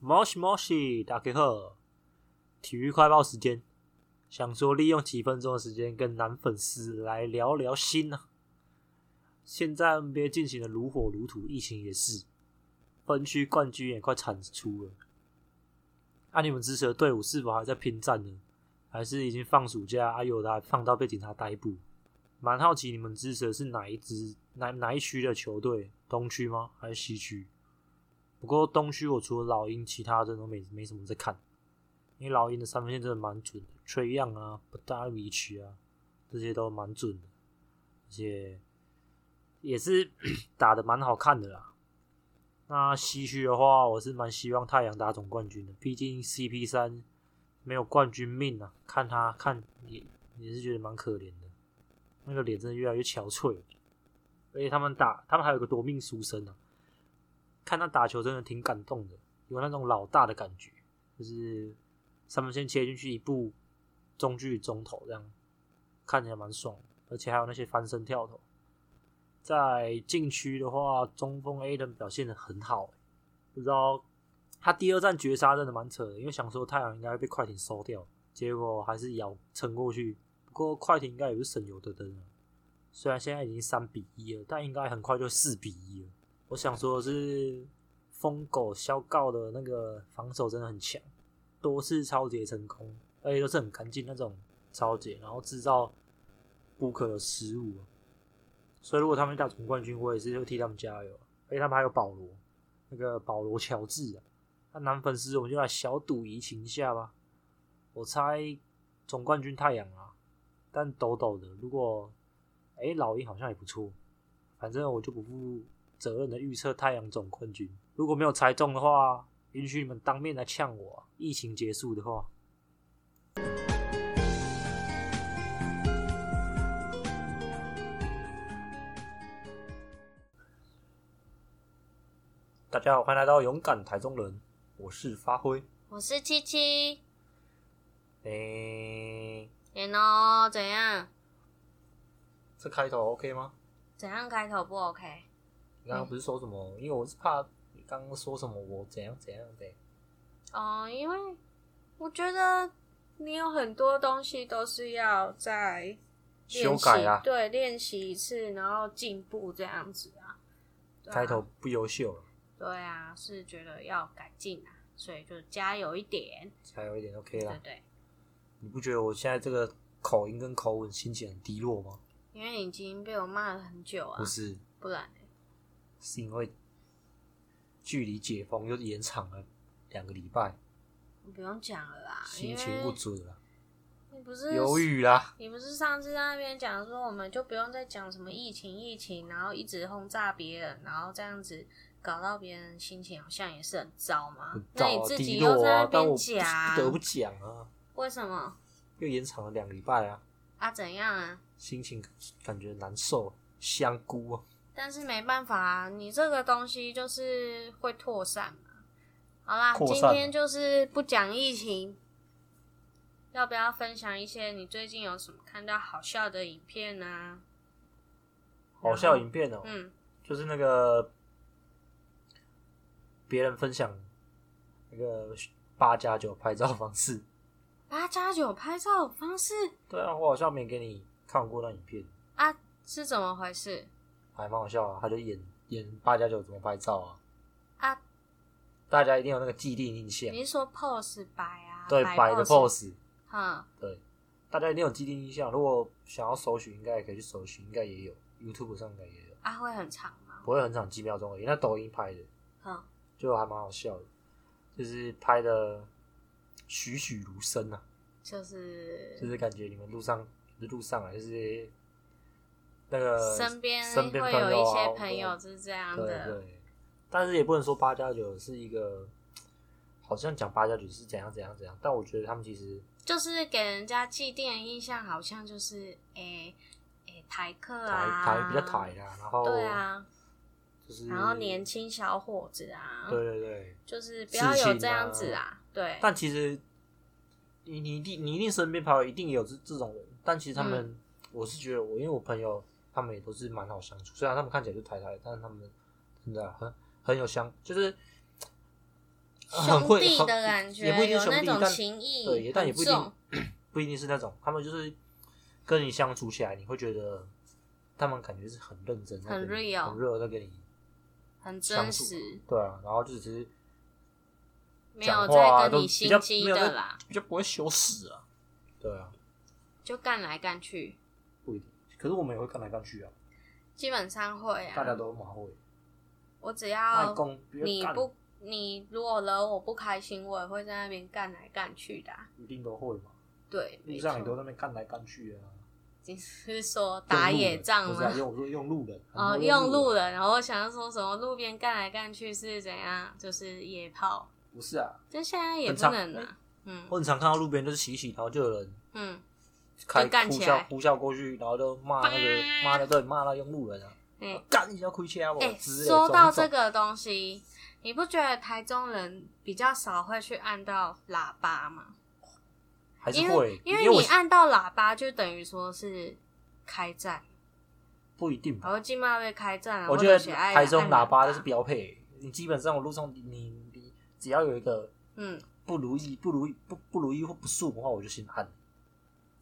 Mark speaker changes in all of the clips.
Speaker 1: 摩西摩西，大家好！体育快报时间，想说利用几分钟的时间跟男粉丝来聊聊心呢、现在 NBA 进行的如火如荼，疫情也是，分区冠军也快产出了。啊，你们支持的队伍是否还在拼战呢？还是已经放暑假？啊，有的还放到被警察逮捕。蛮好奇你们支持的是哪一支哪哪一区的球队？东区吗？还是西区？不过东区我除了老鹰，其他的都没没什么在看，因为老鹰的三分线真的蛮准的，吹样啊、不大米奇啊，这些都蛮准的，而且也是 打的蛮好看的啦。那西区的话，我是蛮希望太阳打总冠军的，毕竟 CP 三没有冠军命啊，看他看也也是觉得蛮可怜的，那个脸真的越来越憔悴了。而且他们打，他们还有个夺命书生啊，看他打球真的挺感动的，有那种老大的感觉，就是三分线切进去一步，中距中投这样，看起来蛮爽的，而且还有那些翻身跳投。在禁区的话，中锋 A 人表现的很好、欸不知道他第二站绝杀真的蛮扯的，因为想说太阳应该会被快艇收掉，结果还是咬撑过去。不过快艇应该也不是省油的灯啊，虽然现在已经三比一了，但应该很快就四比一了。我想说的是疯狗肖告的那个防守真的很强，多次超节成功，而且都是很干净那种超节，然后制造不可的失误啊、所以如果他们打总冠军，我也是会替他们加油啊。而且他们还有保罗，那个保罗乔治啊，那男粉丝我们就来小赌怡情一下吧。我猜总冠军太阳啊，但抖抖的，如果哎、老鹰好像也不错，反正我就不负责任的预测太阳总冠军。如果没有猜中的话，允许你们当面来呛我啊、疫情结束的话。大家好，欢迎来到勇敢台中人，我是发挥。
Speaker 2: 我是七七，
Speaker 1: 诶、
Speaker 2: 然后怎样？
Speaker 1: 这开头 OK 吗？
Speaker 2: 怎样开头不 OK？
Speaker 1: 你刚刚不是说什么？因为我是怕你刚刚说什么，我怎样怎样的。
Speaker 2: 哦，因为我觉得你有很多东西都是要在
Speaker 1: 修改啊
Speaker 2: 对，练习一次，然后进步这样子啊。对啊
Speaker 1: 开头不优秀了，
Speaker 2: 对啊，是觉得要改进啊，所以就加油一点，
Speaker 1: 才有一点 OK
Speaker 2: 对啊
Speaker 1: 啦
Speaker 2: 不。对？
Speaker 1: 你不觉得我现在这个口音跟口吻心情很低落吗？
Speaker 2: 因为已经被我骂了很久啊
Speaker 1: 不，是，
Speaker 2: 不然呢
Speaker 1: 是因为距离解封又延长了两个礼拜，
Speaker 2: 不用讲了啦，
Speaker 1: 心
Speaker 2: 啊因
Speaker 1: 情不
Speaker 2: 为
Speaker 1: 准了，
Speaker 2: 你不是
Speaker 1: 犹豫啦。
Speaker 2: 你不是上次在那边讲说，我们就不用再讲什么疫情疫情，然后一直轰炸别人，然后这样子搞到别人心情好像也是很糟吗？
Speaker 1: 很
Speaker 2: 那你
Speaker 1: 糟啊
Speaker 2: 自己
Speaker 1: 低
Speaker 2: 又
Speaker 1: 落
Speaker 2: 在
Speaker 1: 啊
Speaker 2: 那，
Speaker 1: 但我不
Speaker 2: 边讲，
Speaker 1: 不得不讲啊，
Speaker 2: 为什么
Speaker 1: 又延长了两个礼拜啊，
Speaker 2: 啊？怎样啊？
Speaker 1: 心情感觉难受，香菇啊。
Speaker 2: 但是没办法啊，你这个东西就是会扩散嘛。好啦，
Speaker 1: 扩
Speaker 2: 今
Speaker 1: 散啊
Speaker 2: 天就是不讲疫情，要不要分享一些你最近有什么看到好笑的影片啊？
Speaker 1: 好笑影片哦、
Speaker 2: 嗯，
Speaker 1: 就是那个别人分享那个八加九拍照方式。
Speaker 2: 八加九拍照方式。
Speaker 1: 对啊，我好像没给你看过那影片，
Speaker 2: 啊，是怎么回事
Speaker 1: 还蛮好笑啊。他就演演八加九怎么拍照啊，
Speaker 2: 啊？
Speaker 1: 大家一定有那个既定印象
Speaker 2: 你，是说 pose 摆啊？
Speaker 1: 对
Speaker 2: 摆
Speaker 1: 摆的 pose，
Speaker 2: 嗯，
Speaker 1: 对，大家一定有既定印象。如果想要搜寻，应该也可以去搜寻，应该也有 YouTube 上应该也有，
Speaker 2: 啊，会很长吗？
Speaker 1: 不会很长，几秒钟而已。那抖音拍的
Speaker 2: 嗯，
Speaker 1: 就还蛮好笑的，就是拍的栩栩如生啊。
Speaker 2: 就是
Speaker 1: 就是感觉你们路上不是路上啊，就是那个
Speaker 2: 身边
Speaker 1: 呃身边
Speaker 2: 会
Speaker 1: 朋
Speaker 2: 有
Speaker 1: 友
Speaker 2: 一
Speaker 1: 啊
Speaker 2: 些
Speaker 1: 或
Speaker 2: 朋友是这样
Speaker 1: 对
Speaker 2: 的，
Speaker 1: 对，但是也不能说八加九是一个，好像讲八加九是怎样怎样怎样，但我觉得他们其实
Speaker 2: 就是给人家既定的印象，好像就是诶诶台客
Speaker 1: 台、
Speaker 2: 啊，
Speaker 1: 台比较台啦，然后
Speaker 2: 对啊，
Speaker 1: 就是
Speaker 2: 然后年轻小伙子啊，
Speaker 1: 对对对，
Speaker 2: 就是不要有这样
Speaker 1: 刺
Speaker 2: 子
Speaker 1: 青
Speaker 2: 啊，对，
Speaker 1: 但其实你你一定你一定身边朋友一定也有这这种人，但其实他
Speaker 2: 嗯
Speaker 1: 们、我是觉得我因为我朋友他们也都是蛮好相处，虽然他们看起来就台台，但是他们真的很很有相，就是很
Speaker 2: 兄
Speaker 1: 会
Speaker 2: 弟
Speaker 1: 很
Speaker 2: 的感觉，
Speaker 1: 也不一定
Speaker 2: 有
Speaker 1: 是兄
Speaker 2: 那
Speaker 1: 弟
Speaker 2: 种
Speaker 1: 但
Speaker 2: 情谊，
Speaker 1: 对，也但也
Speaker 2: 很
Speaker 1: 不一
Speaker 2: 重
Speaker 1: 定 不一定是那种，他们就是跟你相处起来，你会觉得他们感觉是很认真，在
Speaker 2: 很
Speaker 1: 跟你
Speaker 2: real
Speaker 1: 很 real 在跟你，
Speaker 2: 很
Speaker 1: 相
Speaker 2: 真
Speaker 1: 处
Speaker 2: 实，
Speaker 1: 对啊，然后就只是
Speaker 2: 没有
Speaker 1: 讲话啊
Speaker 2: 在
Speaker 1: 都
Speaker 2: 跟你
Speaker 1: 比较
Speaker 2: 心机
Speaker 1: 没有
Speaker 2: 的
Speaker 1: 在
Speaker 2: 啦，
Speaker 1: 比较不会羞耻啊，对啊，
Speaker 2: 就干来干去，
Speaker 1: 不一定。可是我们也会干来干去啊，
Speaker 2: 基本上会
Speaker 1: 大家
Speaker 2: 啊。
Speaker 1: 都马会，
Speaker 2: 我只
Speaker 1: 那
Speaker 2: 要
Speaker 1: 公
Speaker 2: 你不，你如果惹我不开心，我也会在那边干来干去的啊、
Speaker 1: 一定都会嘛，
Speaker 2: 对，
Speaker 1: 路
Speaker 2: 没
Speaker 1: 上你都
Speaker 2: 错。
Speaker 1: 在那边干来干去啊，
Speaker 2: 你是说
Speaker 1: 用
Speaker 2: 打
Speaker 1: 路
Speaker 2: 野
Speaker 1: 人
Speaker 2: 仗
Speaker 1: 不是啊
Speaker 2: 吗？
Speaker 1: 用我说用路人
Speaker 2: 哦，
Speaker 1: 很多
Speaker 2: 用
Speaker 1: 路
Speaker 2: 路人，然后我想要说什么路边干来干去是怎样，就是野炮，
Speaker 1: 不是啊，
Speaker 2: 但现在也
Speaker 1: 很
Speaker 2: 不
Speaker 1: 常
Speaker 2: 能
Speaker 1: 哎
Speaker 2: 啊。嗯
Speaker 1: 我很常看到路边就是洗洗，然后就有人
Speaker 2: 嗯，
Speaker 1: 开
Speaker 2: 就干
Speaker 1: 呼
Speaker 2: 起
Speaker 1: 啸
Speaker 2: 来
Speaker 1: 呼啸过去，然后就骂那 个
Speaker 2: 叭
Speaker 1: 骂那对骂那用路人啊，
Speaker 2: 哎、
Speaker 1: 干你要亏欠我
Speaker 2: 哎、
Speaker 1: 之类的。
Speaker 2: 说到
Speaker 1: 种
Speaker 2: 这，个东西，你不觉得台中人比较少会去按到喇叭吗？
Speaker 1: 还是
Speaker 2: 因
Speaker 1: 会
Speaker 2: 为，因
Speaker 1: 我
Speaker 2: 你按到喇叭，就等于说是开战，
Speaker 1: 不一定吧
Speaker 2: 然。后进骂被开战了。
Speaker 1: 我
Speaker 2: 或
Speaker 1: 觉
Speaker 2: 者
Speaker 1: 得
Speaker 2: 是爱
Speaker 1: 台中
Speaker 2: 按
Speaker 1: 喇
Speaker 2: 喇
Speaker 1: 叭就是标配，你基本上我路上你你你只要有一个
Speaker 2: 嗯，
Speaker 1: 不如意、不如意、不不如意或不顺的话，我就先按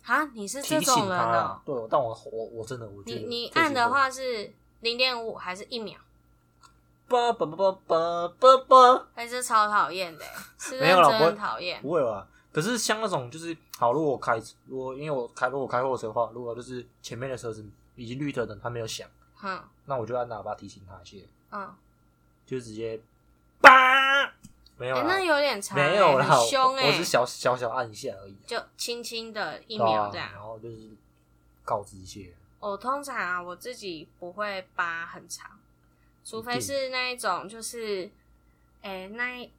Speaker 2: 啊，你是
Speaker 1: 提
Speaker 2: 这
Speaker 1: 醒
Speaker 2: 种
Speaker 1: 他
Speaker 2: 人
Speaker 1: 啊
Speaker 2: 哦、。
Speaker 1: 对，但我我我真的我觉
Speaker 2: 你
Speaker 1: 得
Speaker 2: 你
Speaker 1: 这
Speaker 2: 按
Speaker 1: 是
Speaker 2: 的
Speaker 1: 我，
Speaker 2: 话是零点五还是一秒？
Speaker 1: 叭叭叭叭叭叭，
Speaker 2: 哎、这超讨厌的、是
Speaker 1: 没
Speaker 2: 认
Speaker 1: 有啦
Speaker 2: 真
Speaker 1: 不会
Speaker 2: 很讨厌。
Speaker 1: 不会吧？可是像那种就是好，如果我开如果因为我开如果我开货车的话，如果就是前面的车子已经绿灯了，他没有响，
Speaker 2: 哼
Speaker 1: 那我就按喇叭提醒他一些，
Speaker 2: 嗯，
Speaker 1: 就直接叭，没有
Speaker 2: 哎、
Speaker 1: 啦，
Speaker 2: 那有点长、欸，
Speaker 1: 没有啦，
Speaker 2: 很凶
Speaker 1: 我我
Speaker 2: 哎、
Speaker 1: 只是小小小按一下而已啊。
Speaker 2: 就轻轻的一
Speaker 1: 对啊
Speaker 2: 秒这样。
Speaker 1: 然后就是告知一些，
Speaker 2: 我通常啊，我自己不会扒很长，除非是那一种就是，哎、那一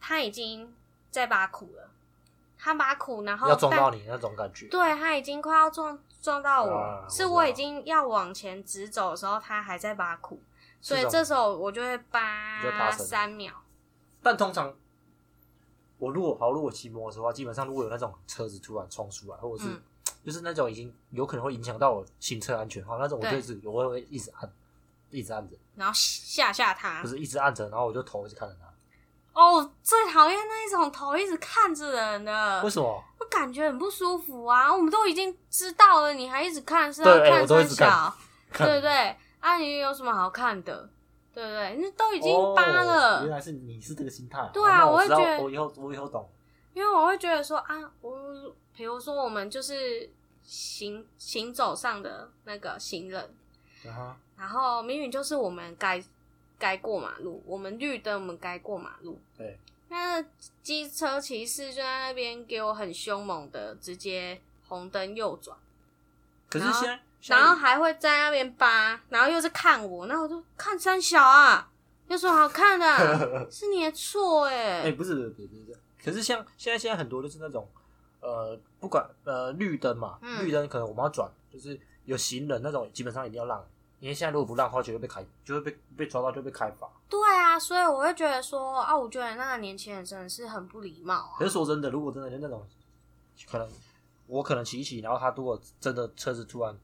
Speaker 2: 他已经在扒苦了，他扒苦，然后
Speaker 1: 要撞到
Speaker 2: 哦但，
Speaker 1: 你那种感觉。
Speaker 2: 对他已经快要撞撞到我，
Speaker 1: 啊我知
Speaker 2: 是
Speaker 1: 道
Speaker 2: 我已经要往前直走的时候，他还在扒苦，所以
Speaker 1: 这种
Speaker 2: 这时候我就会
Speaker 1: 你就扒
Speaker 2: 扒
Speaker 1: 绳
Speaker 2: 三秒，
Speaker 1: 但通常我如果好，如果骑摩托车的话，基本上如果有那种车子突然冲出来，或者是、
Speaker 2: 嗯
Speaker 1: 就是那种已经有可能会影响到我行车安全的话，那种我就
Speaker 2: 对
Speaker 1: 一直我会我会一直按，一直按着，
Speaker 2: 然后吓吓他
Speaker 1: 不。是一直按着，然后我就头一直看着他。
Speaker 2: 哦，最讨厌那一种头一直看着人 的，
Speaker 1: 为什么？
Speaker 2: 我感觉很不舒服啊！我们都已经知道了，你还一直看，是
Speaker 1: 对
Speaker 2: 要
Speaker 1: 哎
Speaker 2: 看
Speaker 1: 我都一
Speaker 2: 三
Speaker 1: 直看
Speaker 2: 小，
Speaker 1: 看哦
Speaker 2: 对不对？啊，你有什么好看的？对不对？那都已经
Speaker 1: 哦
Speaker 2: 扒了，
Speaker 1: 原来是你是这个心态啊。
Speaker 2: 对啊
Speaker 1: 那我
Speaker 2: 我会
Speaker 1: 知道
Speaker 2: 觉得
Speaker 1: 我以后我以后懂。
Speaker 2: 因为我会觉得说啊，我比如说我们就是行行走上的那个行人，
Speaker 1: 然后
Speaker 2: 然后明明就是我们该该过马路，我们绿灯我们该过马路，
Speaker 1: 对，
Speaker 2: 那机车骑士就在那边给我很凶猛的直接红灯右转。
Speaker 1: 可是
Speaker 2: 然后
Speaker 1: 现在现在
Speaker 2: 然后还会在那边扒，然后又是看我，那我就看三小啊，有什么好看的 啊、是你的错哎、
Speaker 1: 哎、不是，不是，不是。可是像现在，现在很多就是那种，呃，不管呃绿灯嘛，
Speaker 2: 嗯
Speaker 1: 绿灯可能我们要转，就是有行人那种，基本上一定要让，因为现在如果不让的话，就会被开，就会被被抓到，就会被开罚。
Speaker 2: 对啊，所以我会觉得说，啊，我觉得那个年轻人真的是很不礼貌啊
Speaker 1: 可。是说真的，如果真的就那种，可能我可能骑一骑，然后他如果真的车子突然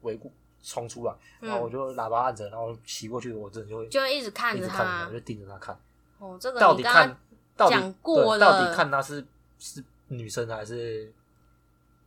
Speaker 1: 围过冲出来，然后我
Speaker 2: 嗯，
Speaker 1: 就喇叭按着，然后骑过去，我真的就会
Speaker 2: 就一直看
Speaker 1: 一直
Speaker 2: 着
Speaker 1: 看着，
Speaker 2: 他
Speaker 1: 我。就盯着他看，
Speaker 2: 哦，这个
Speaker 1: 到
Speaker 2: 你
Speaker 1: 底
Speaker 2: 刚
Speaker 1: 看
Speaker 2: 刚
Speaker 1: 到底
Speaker 2: 讲过
Speaker 1: 对到底
Speaker 2: 了
Speaker 1: 看她是是女生还是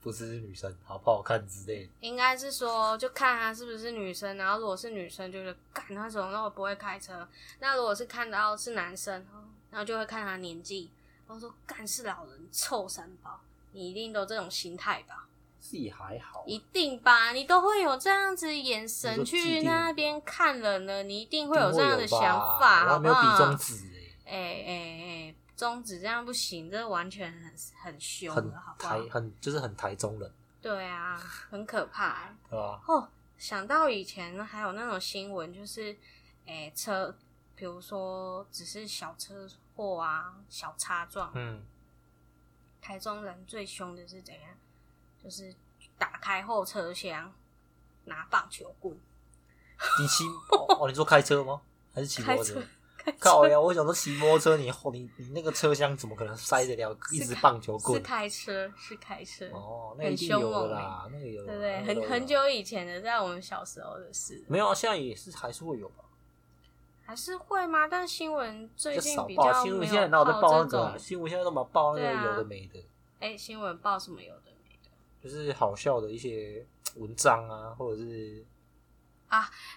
Speaker 1: 不是女生，好不好看之类的。
Speaker 2: 应该是说，就看他是不是女生，然后如果是女生，就是干他怎么那么不会开车？那如果是看到是男生，然后就会看他年纪，然后说干是老人臭三宝，你一定都这种心态吧？
Speaker 1: 是也还好，
Speaker 2: 一定吧，你都会有这样子眼
Speaker 1: 你说
Speaker 2: 神
Speaker 1: 既
Speaker 2: 去
Speaker 1: 定
Speaker 2: 那边看人了，你一定会
Speaker 1: 有
Speaker 2: 有这样的想
Speaker 1: 吧
Speaker 2: 法，
Speaker 1: 我还
Speaker 2: 好
Speaker 1: 没
Speaker 2: 不
Speaker 1: 有比
Speaker 2: 好
Speaker 1: 中？指哎、
Speaker 2: 哎哎哎，中指这样不行，这完全很很凶
Speaker 1: 很
Speaker 2: 的，好不好
Speaker 1: 台？很就是很台中人，
Speaker 2: 对啊，很可怕欸、
Speaker 1: 对吧？
Speaker 2: 哦，想到以前还有那种新闻，就是哎、车，比如说只是小车祸啊、小擦撞，
Speaker 1: 嗯，
Speaker 2: 台中人最凶的是怎样？就是打开后车厢拿棒球棍。
Speaker 1: 你骑哦哦，你说开车吗？还是骑摩
Speaker 2: 开
Speaker 1: 托
Speaker 2: 车
Speaker 1: 车？，
Speaker 2: 开车
Speaker 1: 靠呀！我想说骑摩托车，你后你你那个车厢怎么可能塞得了一
Speaker 2: 是
Speaker 1: 支
Speaker 2: 开
Speaker 1: 棒球
Speaker 2: 是
Speaker 1: 棍？
Speaker 2: 开车，是开车，
Speaker 1: 哦，那一定
Speaker 2: 很
Speaker 1: 有
Speaker 2: 凶
Speaker 1: 的
Speaker 2: 猛欸
Speaker 1: 啦，那个有
Speaker 2: 对
Speaker 1: 的
Speaker 2: 不
Speaker 1: 啦那个有
Speaker 2: 对？很
Speaker 1: 的
Speaker 2: 很
Speaker 1: 啦
Speaker 2: 久以前的，在我们小时候的事。
Speaker 1: 没有啊，现在也是还是会有吧。
Speaker 2: 还是会吗？但新闻最
Speaker 1: 就
Speaker 2: 近
Speaker 1: 少
Speaker 2: 比
Speaker 1: 报
Speaker 2: 较
Speaker 1: 新
Speaker 2: 没
Speaker 1: 闻，
Speaker 2: 有
Speaker 1: 现在哪有在报
Speaker 2: 靠
Speaker 1: 那
Speaker 2: 这
Speaker 1: 个
Speaker 2: 种
Speaker 1: 啊、。新闻现在都把报那个
Speaker 2: 对啊
Speaker 1: 有的没的，
Speaker 2: 哎、新闻报什么有的没的？
Speaker 1: 就是好笑的一些文章啊，或者是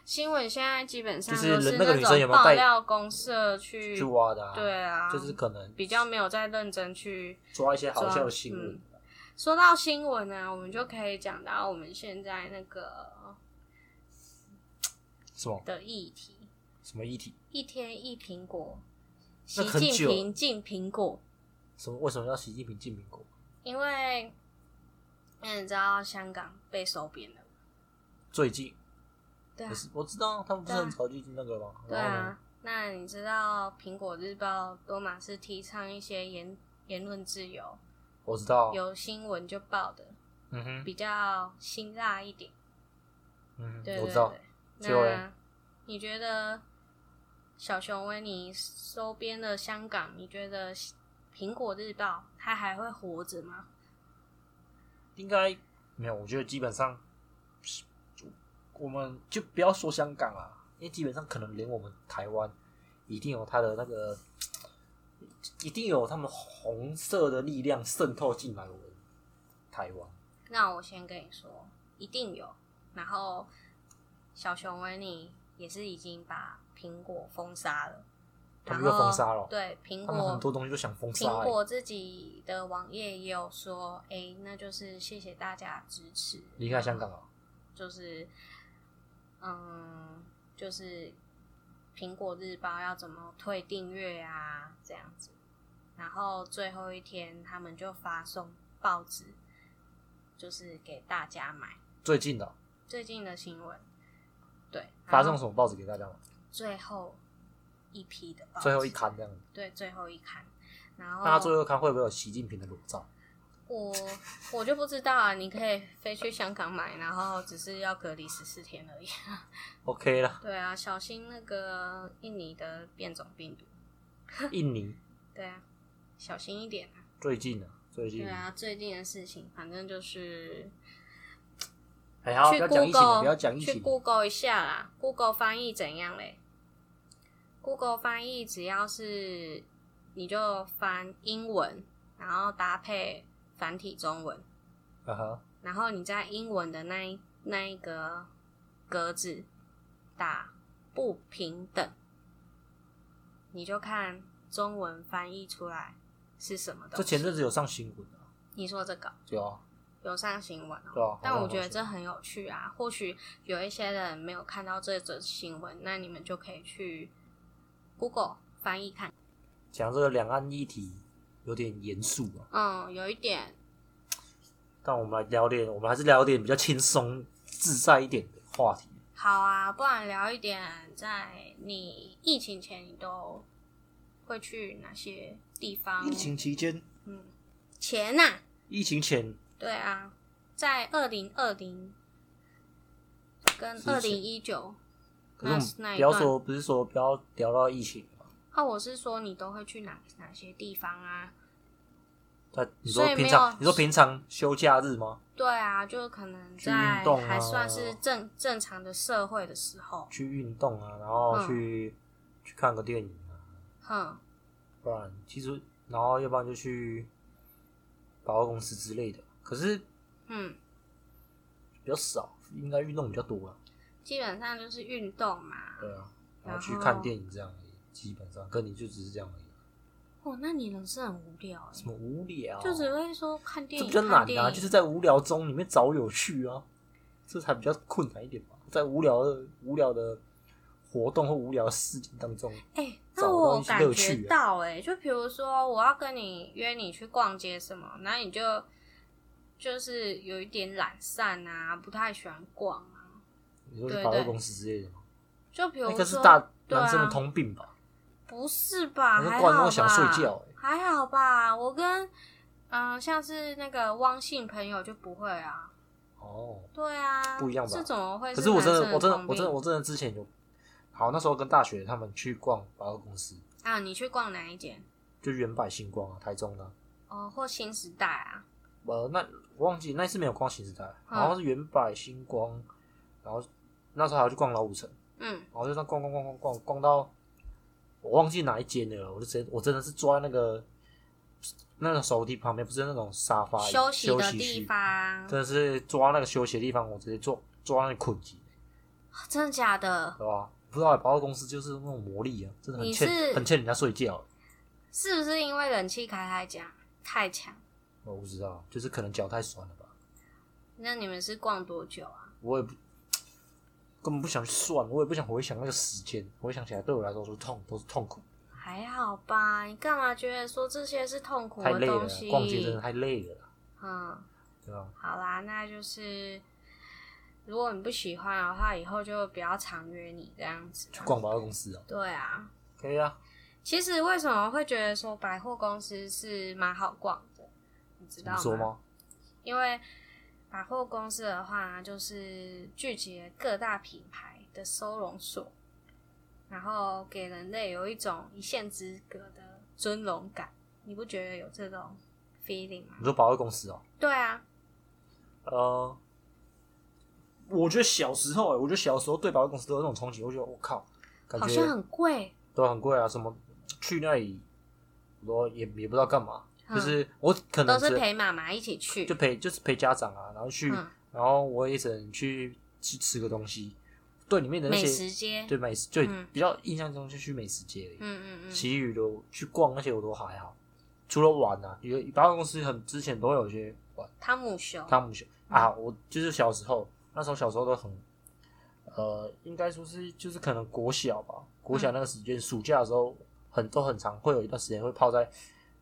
Speaker 2: 新闻现在基本上
Speaker 1: 就是
Speaker 2: 都是
Speaker 1: 那个女生有
Speaker 2: 种
Speaker 1: 没有
Speaker 2: 爆
Speaker 1: 带
Speaker 2: 料公社去，
Speaker 1: 去挖的、啊，
Speaker 2: 嗯对啊，
Speaker 1: 就是可能
Speaker 2: 比较没有在认真去
Speaker 1: 抓一些好笑的新闻
Speaker 2: 嗯。说到新闻呢、我们就可以讲到我们现在那个嗯
Speaker 1: 什么
Speaker 2: 的议题，
Speaker 1: 什么议题，
Speaker 2: 一天一苹果，习
Speaker 1: 那很久
Speaker 2: 近平进苹果，
Speaker 1: 什么为什么要习近平进苹果？
Speaker 2: 因为那你知道香港被收编了，
Speaker 1: 最近
Speaker 2: 对啊
Speaker 1: 可，是我知道他们不是很早就已经那个了吗？
Speaker 2: 对
Speaker 1: 然后呢
Speaker 2: 啊。那你知道《苹果日报》多玛是提倡一些言言论自由，
Speaker 1: 我知道，
Speaker 2: 有新闻就报的
Speaker 1: 嗯哼，
Speaker 2: 比较辛辣一点，
Speaker 1: 嗯
Speaker 2: 对
Speaker 1: 哼，我
Speaker 2: 对
Speaker 1: 知道
Speaker 2: 对。。
Speaker 1: 结果嘞
Speaker 2: 那你觉得小熊维尼收编了香港，你觉得《苹果日报》它还会活着吗？
Speaker 1: 应该没有，我觉得基本上是我们就不要说香港啦，因为基本上可能连我们台湾一定有它的那个，一定有他们红色的力量渗透进来我们台湾。
Speaker 2: 那我先跟你说，一定有。然后小熊维尼也是已经把苹果封杀了，
Speaker 1: 他们
Speaker 2: 然后
Speaker 1: 又封杀了哦
Speaker 2: 对，苹
Speaker 1: 他们
Speaker 2: 果
Speaker 1: 很多东西都想封杀、
Speaker 2: 苹
Speaker 1: 欸，
Speaker 2: 果自己的网页也有说，哎、那就是谢谢大家的支持，
Speaker 1: 离开香港啊，
Speaker 2: 就是，嗯，就是苹果日报要怎么退订阅啊，这样子。然后最后一天，他们就发送报纸，就是给大家买
Speaker 1: 最近的啊
Speaker 2: 最近的新闻。对，
Speaker 1: 发送
Speaker 2: 然后
Speaker 1: 什么报纸给大家吗？
Speaker 2: 最后一批的报纸，
Speaker 1: 最后一刊这样子。
Speaker 2: 对最后一刊。然后
Speaker 1: 那他最后一刊会不会有习近平的裸照？
Speaker 2: 我我就不知道啊，你可以飞去香港买，然后只是要隔离十四天而已。
Speaker 1: OK 啦，
Speaker 2: 对啊，小心那个印尼的变种病毒。
Speaker 1: 印尼
Speaker 2: 对啊，小心一点啊。
Speaker 1: 最近的最近
Speaker 2: 对啊，最近的事情，反正就是
Speaker 1: 还哎好，不
Speaker 2: 去
Speaker 1: 要讲疫情了，不要
Speaker 2: Google
Speaker 1: 讲疫
Speaker 2: 去
Speaker 1: 情。
Speaker 2: Google 一下啦。Google 翻译怎样嘞？Google 翻译只要是你就翻英文，然后搭配繁体中文，
Speaker 1: 啊哈，
Speaker 2: 然后你在英文的那一那一个格子打不平等，你就看中文翻译出来是什么东
Speaker 1: 这
Speaker 2: 西。
Speaker 1: 前阵子有上新闻啊，
Speaker 2: 你说这个
Speaker 1: 对啊，
Speaker 2: 有上新闻哦、
Speaker 1: 对啊
Speaker 2: 但
Speaker 1: 好像
Speaker 2: 我觉
Speaker 1: 有
Speaker 2: 得
Speaker 1: 上
Speaker 2: 这很有趣啊。或许有一些人没有看到这则新闻，那你们就可以去 Google 翻译看。
Speaker 1: 讲这个两岸议题有点严肃啊，
Speaker 2: 嗯，有一点
Speaker 1: 但我们来聊点，我们还是聊点比较轻松自在一点的话题。
Speaker 2: 好啊，不然聊一点，在你疫情前你都会去哪些地方？
Speaker 1: 疫情期间，
Speaker 2: 嗯，前呐、
Speaker 1: 疫情前
Speaker 2: 对啊，在二零二零跟
Speaker 1: 之前
Speaker 2: 二零一九，
Speaker 1: 可
Speaker 2: 那
Speaker 1: 是我
Speaker 2: 那
Speaker 1: 们
Speaker 2: 一
Speaker 1: 不要
Speaker 2: 段
Speaker 1: 说，不是说不要聊到疫情嘛，
Speaker 2: 啊，我是说你都会去哪哪些地方啊？
Speaker 1: 那你说
Speaker 2: 所以没
Speaker 1: 平
Speaker 2: 有
Speaker 1: 常，你说平常休假日吗？
Speaker 2: 对啊，就可能
Speaker 1: 去
Speaker 2: 在
Speaker 1: 运动啊
Speaker 2: 还算是正正常的社会的时候，
Speaker 1: 去运动啊，然
Speaker 2: 嗯
Speaker 1: 后去、去看个电影啊，
Speaker 2: 哼，
Speaker 1: 不然其实然后要不然就去百货公司之类的，可是
Speaker 2: 嗯，
Speaker 1: 比较少，应该运动比较多啊。
Speaker 2: 基本上就是运动嘛。
Speaker 1: 对啊，然后
Speaker 2: 然后
Speaker 1: 去看电影这样而已，基本上跟你就只是这样而已，啊
Speaker 2: 哦，那你人是很无聊哎、
Speaker 1: 什么无聊，
Speaker 2: 就只会说看电
Speaker 1: 这
Speaker 2: 影，
Speaker 1: 比较难
Speaker 2: 看电
Speaker 1: 啊，
Speaker 2: 影
Speaker 1: 就是在无聊中里面找有趣啊，这才比较困难一点嘛，在无聊的无聊的活动或无聊的事情当中，
Speaker 2: 哎、
Speaker 1: 找
Speaker 2: 那
Speaker 1: 到
Speaker 2: 我
Speaker 1: 一些
Speaker 2: 感
Speaker 1: 乐
Speaker 2: 觉
Speaker 1: 趣啊
Speaker 2: 到哎、就比如说我要跟你约你去逛街什么，那你就就是有一点懒散啊，不太喜欢逛啊。
Speaker 1: 你说去
Speaker 2: 对
Speaker 1: 百货
Speaker 2: 对
Speaker 1: 公司之类的吗？
Speaker 2: 就比如
Speaker 1: 那
Speaker 2: 说，
Speaker 1: 个哎是大
Speaker 2: 对
Speaker 1: 男生
Speaker 2: 啊
Speaker 1: 的，通病吧？
Speaker 2: 不是吧？
Speaker 1: 我说
Speaker 2: 还
Speaker 1: 逛
Speaker 2: 好
Speaker 1: 街
Speaker 2: 吧？
Speaker 1: 我想睡觉欸
Speaker 2: 还好吧？我跟嗯、呃像是那个汪姓朋友就不会啊。
Speaker 1: 哦，
Speaker 2: 对啊，
Speaker 1: 不一样吧
Speaker 2: 这怎么会
Speaker 1: 可是我真
Speaker 2: 男
Speaker 1: 的
Speaker 2: 生
Speaker 1: 我真的
Speaker 2: 通
Speaker 1: 我真的
Speaker 2: 病
Speaker 1: 我真的之前有，好那时候跟大学他们去逛百货公司，
Speaker 2: 啊！你去逛哪一间？
Speaker 1: 就原百星光啊，台中的啊、
Speaker 2: 哦，或新时代啊？
Speaker 1: 呃，那我忘记那一次没有逛新时代，好像是原百星光，然后那时候还要去逛老五城，
Speaker 2: 嗯
Speaker 1: 然后就这样逛逛逛逛逛逛到我忘记哪一间了，我就直接我真的是坐在那个那个手提旁边，不是那种沙发椅
Speaker 2: 休息
Speaker 1: 休
Speaker 2: 的
Speaker 1: 息
Speaker 2: 地
Speaker 1: 区，
Speaker 2: 方，
Speaker 1: 真的是坐到那个休息的地方，我直接坐坐到那里困极，
Speaker 2: 啊真的假的？
Speaker 1: 对吧？不知道百货公司就是那种魔力啊，真的很
Speaker 2: 你
Speaker 1: 欠
Speaker 2: 是
Speaker 1: 很欠人家睡觉。啊
Speaker 2: 是不是因为冷气开太强太强？
Speaker 1: 我不知道，就是可能脚太酸了吧，
Speaker 2: 那你们是逛多久啊？
Speaker 1: 我也不根本不想去算，我也不想回想那个时间，回想起来对我来说都是痛，都是痛苦，
Speaker 2: 还好吧，你干嘛觉得说这些是痛苦
Speaker 1: 太
Speaker 2: 的
Speaker 1: 累了
Speaker 2: 东，西？
Speaker 1: 逛街真的太累了啦，
Speaker 2: 嗯，
Speaker 1: 对吧？
Speaker 2: 好啦，那就是如果你不喜欢的话，以后就不要常约你这样子。
Speaker 1: 去逛百货公司啊，
Speaker 2: 对啊，
Speaker 1: 可以啊，
Speaker 2: 其实为什么会觉得说百货公司是蛮好逛的，你知
Speaker 1: 你
Speaker 2: 道
Speaker 1: 说吗？
Speaker 2: 因为百货公司的话呢，就是聚集了各大品牌的收容所，然后给人类有一种一线之隔的尊荣感。你不觉得有这种 feeling 吗
Speaker 1: 你？说百货公司哦、
Speaker 2: 对啊，
Speaker 1: 呃，我觉得小时候、欸，我觉得小时候对百货公司都有那种憧憬，我觉得我哦靠，感
Speaker 2: 好像
Speaker 1: 觉
Speaker 2: 很贵，
Speaker 1: 都很贵啊，什么去那里，我也也不知道干嘛，就是我可能
Speaker 2: 嗯都是
Speaker 1: 只
Speaker 2: 陪妈妈一起去
Speaker 1: 就。陪就是陪家长啊，然后去，
Speaker 2: 嗯
Speaker 1: 然后我也只能去去吃个东西，对里面的那
Speaker 2: 美
Speaker 1: 些
Speaker 2: 食街，
Speaker 1: 对美食，对、
Speaker 2: 嗯
Speaker 1: 比较印象中就去美食街而已，
Speaker 2: 嗯嗯嗯，
Speaker 1: 其余的我去逛那些我都还好，除了玩啊，因为百货公司很之前都有一些玩。
Speaker 2: 汤姆熊，
Speaker 1: 汤姆熊
Speaker 2: 嗯
Speaker 1: 啊，我就是小时候，那时候小时候都很，呃，应该说是就是可能国小吧，国
Speaker 2: 嗯
Speaker 1: 小那个时间，暑假的时候很都很常会有一段时间会泡在，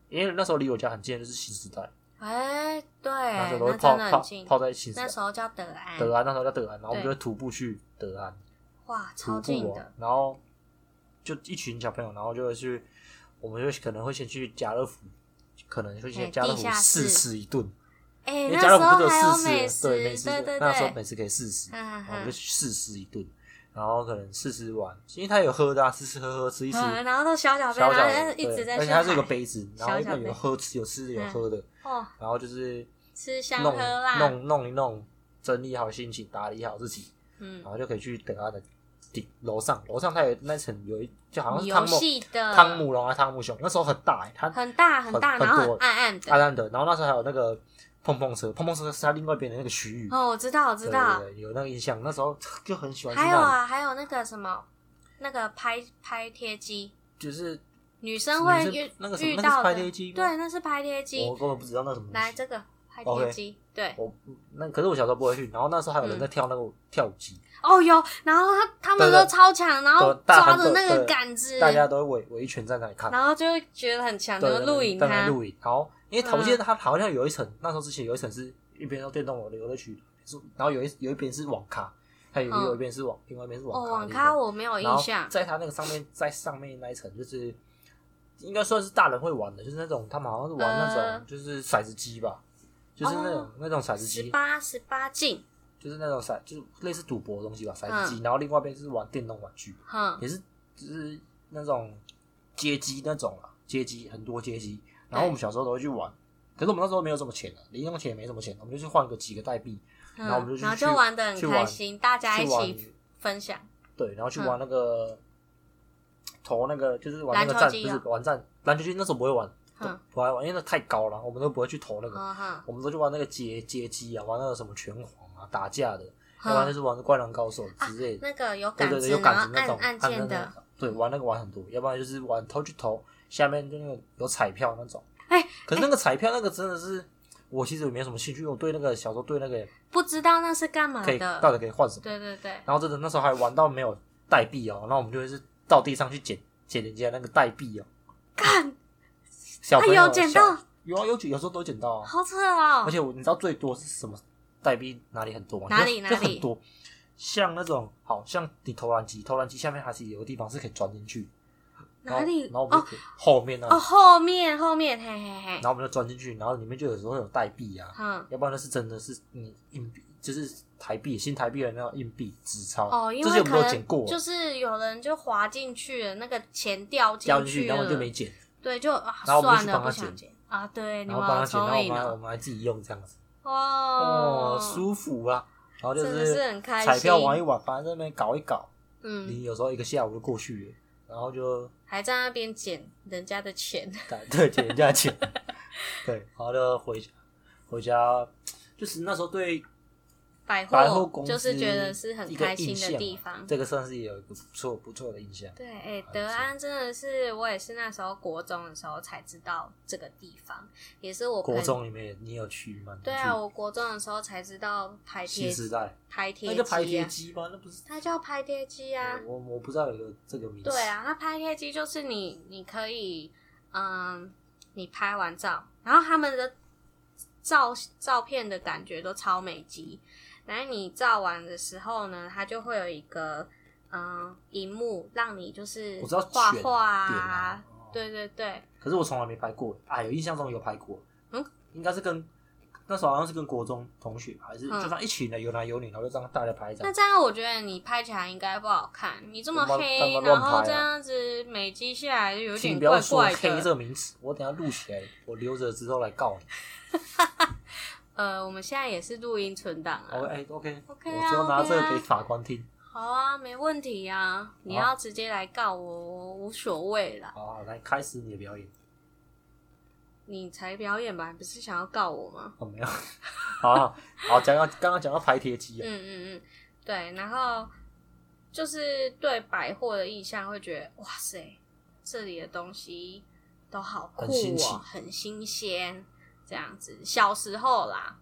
Speaker 1: 因为那时候离我家很近，就是新时代，
Speaker 2: 哎，对，
Speaker 1: 那时候
Speaker 2: 那
Speaker 1: 都会泡
Speaker 2: 真的很
Speaker 1: 泡
Speaker 2: 近。
Speaker 1: 泡在新时
Speaker 2: 那
Speaker 1: 代
Speaker 2: 时候叫德安，
Speaker 1: 德安，那时候叫德安，然后我们就
Speaker 2: 哎对
Speaker 1: 会徒步去德安，
Speaker 2: 哇，超
Speaker 1: 徒
Speaker 2: 近
Speaker 1: 步
Speaker 2: 的
Speaker 1: 哦，，然后就一群小朋友，然后就会去，我们就可能会先去家乐福。可能会
Speaker 2: 哎
Speaker 1: 先家乐
Speaker 2: 地
Speaker 1: 福
Speaker 2: 下
Speaker 1: 试
Speaker 2: 室
Speaker 1: 吃一顿，
Speaker 2: 哎，
Speaker 1: 因为
Speaker 2: 那
Speaker 1: 家
Speaker 2: 时
Speaker 1: 乐福不是
Speaker 2: 候还有
Speaker 1: 有
Speaker 2: 美
Speaker 1: 试吃的，对
Speaker 2: 食，
Speaker 1: 食
Speaker 2: 对对，
Speaker 1: 那时候美食可以试吃，
Speaker 2: 嗯
Speaker 1: 然后就
Speaker 2: 嗯
Speaker 1: 试吃一顿，然后可能试吃完，因为他有喝的、啊，吃吃喝喝吃一吃，
Speaker 2: 嗯，然后都小小杯，
Speaker 1: 小小
Speaker 2: 然后
Speaker 1: 的，
Speaker 2: 一直
Speaker 1: 对，
Speaker 2: 在
Speaker 1: 而
Speaker 2: 去
Speaker 1: 且它是有个
Speaker 2: 喊
Speaker 1: 杯子，然
Speaker 2: 小
Speaker 1: 后
Speaker 2: 小
Speaker 1: 有
Speaker 2: 杯
Speaker 1: 喝吃有吃的有
Speaker 2: 嗯
Speaker 1: 喝的，
Speaker 2: 哦，
Speaker 1: 然后就是
Speaker 2: 吃香
Speaker 1: 弄
Speaker 2: 喝辣，
Speaker 1: 弄弄一弄，整理好心情，打理好自己，
Speaker 2: 嗯
Speaker 1: 然，后就可以去等他的顶楼上，楼上它有那层有一就好像是
Speaker 2: 游
Speaker 1: 汤姆
Speaker 2: 戏的
Speaker 1: 汤姆龙啊汤姆熊，那时候很大欸，它
Speaker 2: 很大很大，
Speaker 1: 很
Speaker 2: 然后
Speaker 1: 多啊
Speaker 2: 很暗暗的
Speaker 1: 暗。暗的，然后那时候还有那个碰碰车，碰碰车是它另外一边的那个区域，
Speaker 2: 哦，我知道，我知
Speaker 1: 对
Speaker 2: 道。
Speaker 1: 对对有那个印象，那时候就很喜欢去
Speaker 2: 还有
Speaker 1: 那里，
Speaker 2: 啊，还有那个什么，那个拍拍贴机，
Speaker 1: 就是
Speaker 2: 女生
Speaker 1: 女
Speaker 2: 会
Speaker 1: 生
Speaker 2: 遇
Speaker 1: 那个什么
Speaker 2: 遇
Speaker 1: 那个是
Speaker 2: 到的，
Speaker 1: 拍贴机
Speaker 2: 对
Speaker 1: 吗，
Speaker 2: 那是拍贴机
Speaker 1: 我。根本不知道那什么东
Speaker 2: 来，
Speaker 1: 西。
Speaker 2: 这个拍贴
Speaker 1: OK
Speaker 2: 机，对。
Speaker 1: 我那可是我小时候不会去，然后那时候还有
Speaker 2: 嗯
Speaker 1: 人在跳那个跳舞机，
Speaker 2: 哦，有，然后他他们
Speaker 1: 对对
Speaker 2: 都超强，然后
Speaker 1: 对大家
Speaker 2: 抓着
Speaker 1: 都
Speaker 2: 那个
Speaker 1: 对
Speaker 2: 杆子，
Speaker 1: 大家都会围围一圈在那里看，
Speaker 2: 然啊后就觉得很强，
Speaker 1: 对
Speaker 2: 就
Speaker 1: 对对
Speaker 2: 录影
Speaker 1: 在那
Speaker 2: 他
Speaker 1: 里，录影。然后因为我
Speaker 2: 嗯
Speaker 1: 记得它好像有一层，那时候之前有一层是一边都电动游游乐区，是然后有一有一边是网咖，它有
Speaker 2: 嗯
Speaker 1: 有一边是网，另外一边是
Speaker 2: 哦，
Speaker 1: 网
Speaker 2: 网
Speaker 1: 的地
Speaker 2: 咖
Speaker 1: 方。
Speaker 2: 我没有
Speaker 1: 然
Speaker 2: 印
Speaker 1: 后
Speaker 2: 象，
Speaker 1: 在它那个上面，在上面那一层就是。应该算是大人会玩的，就是那种他们好像是玩那
Speaker 2: 呃
Speaker 1: 种就是骰子机吧，就是那种、
Speaker 2: 哦
Speaker 1: 那种骰子
Speaker 2: 十
Speaker 1: 机，
Speaker 2: 八十八禁，
Speaker 1: 就是那种骰，就是类似赌博的东西吧，骰子
Speaker 2: 嗯
Speaker 1: 机。然后另外一边是玩电动玩具，
Speaker 2: 哼，
Speaker 1: 也是就是那种街机那种啊，街机很多街机。然后我们小时候都会去玩，可是我们那时候没有什么钱啊，零用钱也没什么钱，我们就去换个几个代币，
Speaker 2: 嗯
Speaker 1: 然后我们就去
Speaker 2: 然后
Speaker 1: 去
Speaker 2: 玩的很
Speaker 1: 去
Speaker 2: 开
Speaker 1: 玩
Speaker 2: 心，大家一
Speaker 1: 去玩
Speaker 2: 起嗯分享，
Speaker 1: 对，然后去玩那个、投那个就是玩那个
Speaker 2: 篮
Speaker 1: 站，
Speaker 2: 球机
Speaker 1: 不
Speaker 2: 啊嗯
Speaker 1: 是玩站篮球机，那时候不会玩，
Speaker 2: 哼，
Speaker 1: 不爱玩，因为那太高了，我们都不会去投那个，
Speaker 2: 哼哼
Speaker 1: 我们都去玩那个街街机啊，玩那个什么拳皇啊，打架的，要不然就
Speaker 2: 哼，
Speaker 1: 是玩灌篮高手之类的。
Speaker 2: 那个有
Speaker 1: 对
Speaker 2: 杆
Speaker 1: 对对，
Speaker 2: 子，
Speaker 1: 有
Speaker 2: 然
Speaker 1: 杆子
Speaker 2: 后
Speaker 1: 那
Speaker 2: 按
Speaker 1: 种
Speaker 2: 按
Speaker 1: 那
Speaker 2: 键
Speaker 1: 种
Speaker 2: 的，，
Speaker 1: 对，玩那个玩很多，要不然就是玩投去投，下面就那个有彩票那种。
Speaker 2: 哎
Speaker 1: 可是那个彩票那个真的是，我其实也没什么兴趣，因为我对那个小时候对那个
Speaker 2: 不知道那是干嘛
Speaker 1: 可以
Speaker 2: 的，
Speaker 1: 到底可以换什么，
Speaker 2: 嗯对对对，
Speaker 1: 然后真的那时候还玩到没有代币哦，然后我们就会是到地上去捡捡人家那个代币哦，
Speaker 2: 干，
Speaker 1: 小
Speaker 2: 哎
Speaker 1: 朋友
Speaker 2: 有捡
Speaker 1: 小
Speaker 2: 到，
Speaker 1: 有啊有捡，有时候都捡到啊，
Speaker 2: 好扯哦
Speaker 1: 而，且我你知道最多是什么代币哪里很多吗？
Speaker 2: 哪里
Speaker 1: 就
Speaker 2: 哪
Speaker 1: 就
Speaker 2: 里
Speaker 1: 很多，像那种好像你投篮机，投篮机下面还是有个地方是可以钻进去。然
Speaker 2: 哪
Speaker 1: 后
Speaker 2: 里
Speaker 1: 然后我们
Speaker 2: 哦
Speaker 1: 就可以后面那里
Speaker 2: 哦，后面后面，嘿嘿
Speaker 1: 然
Speaker 2: 嘿，
Speaker 1: 后我们就钻进去，然后里面就有时候会有代币啊，
Speaker 2: 嗯，
Speaker 1: 要不然就是真的是你硬币，就是台币新台币的那种硬币纸钞。
Speaker 2: 哦，因
Speaker 1: 这
Speaker 2: 为
Speaker 1: 些我们
Speaker 2: 可
Speaker 1: 都有捡
Speaker 2: 能
Speaker 1: 过，
Speaker 2: 就是有人就滑进去了，那个钱掉
Speaker 1: 掉
Speaker 2: 进
Speaker 1: 进去，然后我
Speaker 2: 了
Speaker 1: 就，没捡，
Speaker 2: 对，就啊
Speaker 1: 然后我们就
Speaker 2: 算
Speaker 1: 去
Speaker 2: 了，
Speaker 1: 帮
Speaker 2: 不
Speaker 1: 他
Speaker 2: 想
Speaker 1: 捡
Speaker 2: 捡啊，对，你
Speaker 1: 然
Speaker 2: 们
Speaker 1: 后帮
Speaker 2: 好
Speaker 1: 他捡，
Speaker 2: 聪
Speaker 1: 然后我
Speaker 2: 明
Speaker 1: 们还我
Speaker 2: 哦，
Speaker 1: 们还自己用这样子，
Speaker 2: 哦
Speaker 1: 哦，，舒服啊。然后就
Speaker 2: 真的是很开心。
Speaker 1: 彩票玩一玩，反正在那边搞一搞，
Speaker 2: 嗯，
Speaker 1: 你有时候一个下午就过去了。然后就
Speaker 2: 还在那边捡人家的钱，
Speaker 1: 打 对捡人家钱，对，然后就回家回家，就是那时候对
Speaker 2: 百
Speaker 1: 百货公司
Speaker 2: 哦就是觉得是很
Speaker 1: 一个
Speaker 2: 开心
Speaker 1: 印象
Speaker 2: 的
Speaker 1: 嘛
Speaker 2: 地方。
Speaker 1: 这个算是有一个不错不错的印象。
Speaker 2: 对，哎、德安真的是我也是那时候国中的时候才知道这个地方，也是我朋
Speaker 1: 国中里嗯面你有去吗？
Speaker 2: 对
Speaker 1: 你
Speaker 2: 啊，
Speaker 1: 去，
Speaker 2: 我国中的时候才知道排
Speaker 1: 新
Speaker 2: 贴
Speaker 1: 时代，
Speaker 2: 排贴
Speaker 1: 那叫排
Speaker 2: 机
Speaker 1: 贴
Speaker 2: 啊，
Speaker 1: 机吗？那不是
Speaker 2: 它叫排贴机啊。
Speaker 1: 我我不知道有个这个名字。
Speaker 2: 对，啊，它拍贴机就是你，你可以，嗯，你拍完照，然后他们的照照片的感觉都超美肌。然后你照完的时候呢，它就会有一个嗯荧幕让你就是
Speaker 1: 我知道
Speaker 2: 画
Speaker 1: 卷
Speaker 2: 画
Speaker 1: 点
Speaker 2: 啊
Speaker 1: 啊，，哦，
Speaker 2: 对对对，
Speaker 1: 可是我从来没拍过啊，有印象中有拍过，
Speaker 2: 嗯，
Speaker 1: 应该是跟那时候好像是跟国中同学吧还是
Speaker 2: 嗯
Speaker 1: 就这样一群的有男有女，然后就这样大家拍一张
Speaker 2: 那，这样我觉得你拍起来应该不好看，你这么
Speaker 1: 干嘛干
Speaker 2: 黑，
Speaker 1: 嘛
Speaker 2: 然
Speaker 1: 乱
Speaker 2: 后
Speaker 1: 拍啊
Speaker 2: 这样子美肌下来就有
Speaker 1: 请
Speaker 2: 点
Speaker 1: 你不要
Speaker 2: 怪
Speaker 1: 说
Speaker 2: 怪
Speaker 1: 黑这
Speaker 2: 的。
Speaker 1: 个名词，我等一下录起来，我留着之后来告 你。
Speaker 2: 呃，我们现在也是录音存档啊。
Speaker 1: 哦，哎，OK，我
Speaker 2: OK 啊
Speaker 1: 之后拿这
Speaker 2: OK 啊
Speaker 1: 个给法官听。
Speaker 2: 好啊，没问题啊，你
Speaker 1: 好啊
Speaker 2: 要直接来告我，我无所谓啦。
Speaker 1: 好啊，来开始你的表演。
Speaker 2: 你才表演吧，你不是想要告我吗？
Speaker 1: 哦，没有。 好啊，好，讲到刚刚讲到排贴机
Speaker 2: 嗯
Speaker 1: 啊，
Speaker 2: 嗯嗯，对。然后就是对百货的印象会觉得，哇塞，这里的东西都好酷
Speaker 1: 很新奇
Speaker 2: 哦，很新鲜，这样子。小时候啦，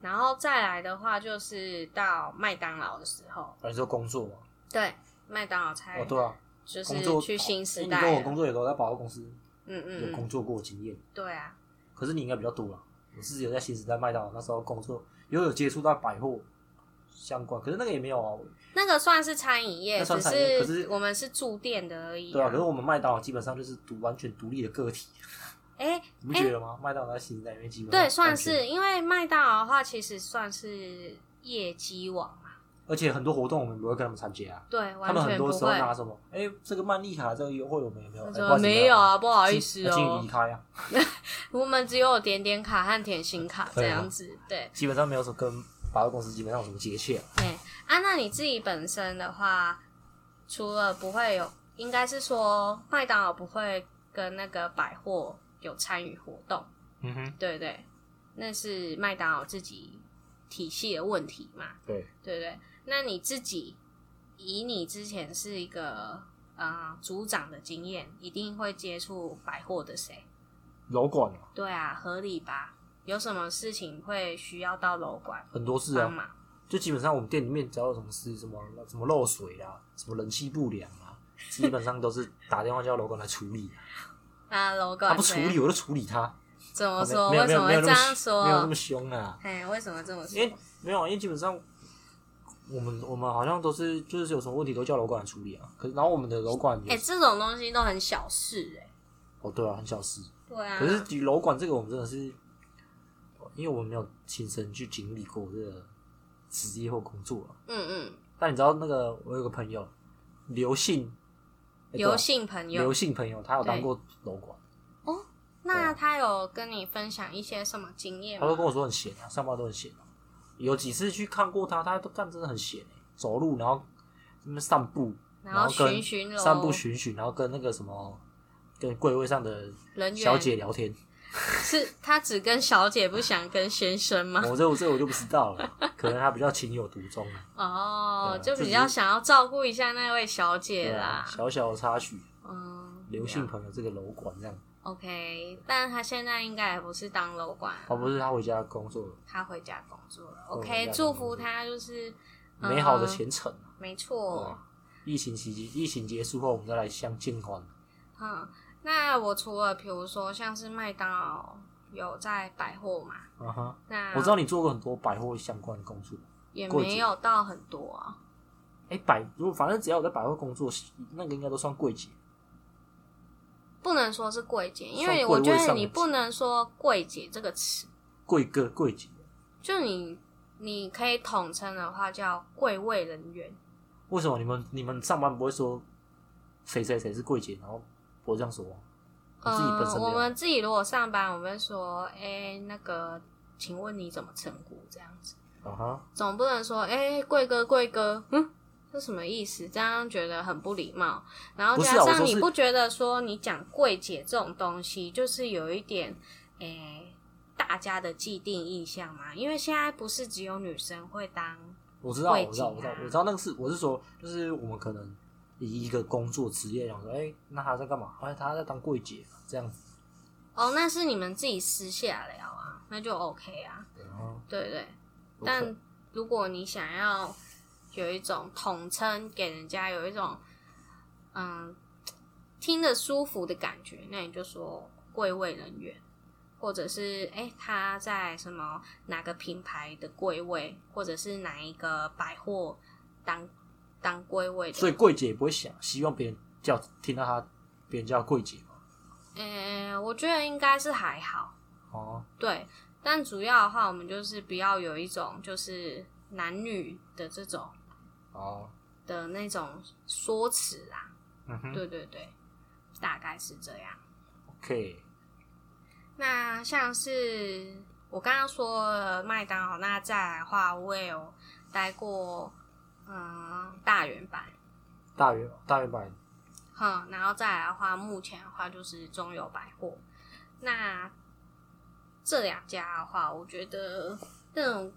Speaker 2: 然后再来的话就是到麦当劳的时候，
Speaker 1: 反正说工作嘛。
Speaker 2: 对，麦当劳才
Speaker 1: 哦，对啊，
Speaker 2: 哎就
Speaker 1: 工作
Speaker 2: 是去新时
Speaker 1: 哎你
Speaker 2: 代
Speaker 1: 跟
Speaker 2: 了
Speaker 1: 我工作也都在百货公司
Speaker 2: 嗯嗯
Speaker 1: 有
Speaker 2: 嗯，
Speaker 1: 工作过经验，
Speaker 2: 对啊。
Speaker 1: 可是你应该比较多啦。我是有在新时代麦当劳那时候工作，有有接触到百货相关，可是那个也没有啊。
Speaker 2: 那个算是餐饮业，
Speaker 1: 那
Speaker 2: 只
Speaker 1: 算餐饮业可是
Speaker 2: 我们是住店的而已、
Speaker 1: 对啊，可是我们麦当劳基本上就是独完全独立的个体，
Speaker 2: 哎、
Speaker 1: 你不觉得吗？麦当劳在新时代里面基本上
Speaker 2: 对，算
Speaker 1: 完全
Speaker 2: 是，因为麦当劳的话，其实算是业绩网嘛，
Speaker 1: 而且很多活动我们不会跟他们参加啊。
Speaker 2: 对，
Speaker 1: 他
Speaker 2: 完
Speaker 1: 们很
Speaker 2: 全不
Speaker 1: 多时候拿
Speaker 2: 会。
Speaker 1: 什么？哎，这个曼丽卡这个优惠我们有没有？哎
Speaker 2: 他
Speaker 1: 不好
Speaker 2: 说
Speaker 1: 意思
Speaker 2: 没有啊，不
Speaker 1: 不
Speaker 2: 好意思
Speaker 1: 请你
Speaker 2: 哦
Speaker 1: 离，开啊。
Speaker 2: 我们只有点点卡和甜心卡这
Speaker 1: 对啊
Speaker 2: 样子。对，
Speaker 1: 基本上没有什么跟百货公司基本上有什么接洽、啊。
Speaker 2: 哎、啊，那你自己本身的话，除了不会有，应该是说麦当劳不会跟那个百货有参与活动。
Speaker 1: 嗯哼，
Speaker 2: 对不对，那是麦当劳自己体系的问题嘛，
Speaker 1: 对，
Speaker 2: 对不对？那你自己以你之前是一个呃组长的经验，一定会接触百货的谁？
Speaker 1: 楼管啊，
Speaker 2: 对啊，合理吧？有什么事情会需要到楼管
Speaker 1: 很多事
Speaker 2: 帮
Speaker 1: 啊，
Speaker 2: 忙？
Speaker 1: 就基本上我们店里面只要有什么事，什么什么漏水啊，什么人气不良啊，基本上都是打电话叫楼管来处理、啊。
Speaker 2: 那楼
Speaker 1: 他
Speaker 2: 管
Speaker 1: 不处
Speaker 2: 怎
Speaker 1: 理，
Speaker 2: 样
Speaker 1: 我就处理他。
Speaker 2: 怎么
Speaker 1: 没
Speaker 2: 说？
Speaker 1: 没有没
Speaker 2: 为什
Speaker 1: 有
Speaker 2: 么
Speaker 1: 没
Speaker 2: 会
Speaker 1: 有
Speaker 2: 这
Speaker 1: 那
Speaker 2: 样
Speaker 1: 么没有那
Speaker 2: 说
Speaker 1: 么？凶啊，
Speaker 2: 哎，为什么这么
Speaker 1: 因为
Speaker 2: 说？
Speaker 1: 没有啊，因为基本上。我们我们好像都是就是有什么问题都叫楼管来处理啊，可是然后我们的楼管也
Speaker 2: 哎，这种东西都很小事哎、
Speaker 1: 哦对啊很小事，
Speaker 2: 对啊，
Speaker 1: 可是举楼管这个，我们真的是，因为我们没有亲身去经历过这个职业或工作啊。
Speaker 2: 嗯嗯，
Speaker 1: 但你知道那个，我有个朋友，刘姓，诶
Speaker 2: 刘姓朋
Speaker 1: 对啊刘
Speaker 2: 友，
Speaker 1: 姓朋友，他有当
Speaker 2: 对
Speaker 1: 过楼管，
Speaker 2: 那他有跟你分享一些什么经验
Speaker 1: 啊他
Speaker 2: 吗？
Speaker 1: 都跟我说很闲啊，上班都很闲啊、有几次去看过他，他都干真的很闲、欸，走路然后那边散步，
Speaker 2: 然
Speaker 1: 然
Speaker 2: 后
Speaker 1: 后跟
Speaker 2: 巡巡楼，
Speaker 1: 散步巡巡，然后跟那个什么，跟柜位上的
Speaker 2: 人员
Speaker 1: 小姐聊天。
Speaker 2: 是他只跟小姐，不想跟先 生吗？
Speaker 1: 我这我这我就不知道了，可能他比较情有独钟啊。
Speaker 2: 哦，
Speaker 1: 对
Speaker 2: 就
Speaker 1: 啊
Speaker 2: 比较想要照顾一下那位小姐
Speaker 1: 对啊，。
Speaker 2: 啦
Speaker 1: 小小的插曲，
Speaker 2: 嗯，
Speaker 1: 刘姓朋友这个楼管这样。
Speaker 2: OK，但他现在应该也不是当楼管啊，
Speaker 1: 哦，不是，他回家工作了，
Speaker 2: 他回家工作了。
Speaker 1: 回
Speaker 2: OK，
Speaker 1: 家
Speaker 2: 祝
Speaker 1: 工作
Speaker 2: 福他，就是嗯
Speaker 1: 美好的前程。啊
Speaker 2: 没错。
Speaker 1: 疫情期间，疫情结束后，我们再来相见欢。
Speaker 2: 嗯，那我除了比如说像是麦当劳有在百货嘛，
Speaker 1: 啊哈，
Speaker 2: 那
Speaker 1: 我知道你做过很多百货相关的工作。
Speaker 2: 也
Speaker 1: 柜姐
Speaker 2: 没有到很多啊。
Speaker 1: 哎、百如果反正只要我在百货工作，那个应该都算柜姐。
Speaker 2: 不能说是柜姐，因
Speaker 1: 算
Speaker 2: 为
Speaker 1: 柜
Speaker 2: 我觉
Speaker 1: 位
Speaker 2: 得
Speaker 1: 上
Speaker 2: 你
Speaker 1: 的
Speaker 2: 不能说柜姐这个词，
Speaker 1: 柜哥、柜姐，
Speaker 2: 就你你可以统称的话叫柜位人员，
Speaker 1: 为什么你们你们上班不会说谁谁谁是柜姐，然后不会这样说吗？你自己本身
Speaker 2: 呃我
Speaker 1: 没有
Speaker 2: 们自己如果上班，我们会说，哎、那个，请问你怎么称呼？这样子，
Speaker 1: 啊哈，
Speaker 2: 总不能说，哎、贵哥，贵哥，嗯，这什么意思？这样觉得很不礼貌。然后
Speaker 1: 不是啊
Speaker 2: 加
Speaker 1: 我
Speaker 2: 上
Speaker 1: 说
Speaker 2: 你
Speaker 1: 是
Speaker 2: 不觉得说你讲柜姐这种东西，就是有一点诶、大家的既定印象吗？因为现在不是只有女生会当
Speaker 1: 我知道，
Speaker 2: 会
Speaker 1: 我知道，
Speaker 2: 计
Speaker 1: 我知道
Speaker 2: 啊，
Speaker 1: 我知道那个是我是说，就是我们可能以一个工作职业讲说，哎、那他在干嘛？哎，他在当柜姐这样子。
Speaker 2: 哦，那是你们自己私下聊啊，那就 OK 啊，
Speaker 1: 哦
Speaker 2: 对对。
Speaker 1: ，OK
Speaker 2: 但如果你想要有一种统称，给人家有一种嗯听得舒服的感觉，那你就说柜位人员，或者是哎、诶他在什么哪个品牌的柜位，或者是哪一个百货当当柜位的，
Speaker 1: 所以柜姐也不会想希望别人叫听到他，别人叫柜姐嘛。
Speaker 2: 嗯、我觉得应该是还好。
Speaker 1: 哦，
Speaker 2: 对，但主要的话，我们就是不要有一种就是男女的这种
Speaker 1: 哦，
Speaker 2: 的那种说辞啊。
Speaker 1: 嗯哼
Speaker 2: 对对对，大概是这样。
Speaker 1: ，OK，
Speaker 2: 那像是我刚刚说了麦当劳，那再来的话，我也有待过嗯大圆板，
Speaker 1: 大圆大圆版
Speaker 2: 哼，然后再来的话，目前的话就是中友百货。那这两家的话，我觉得那种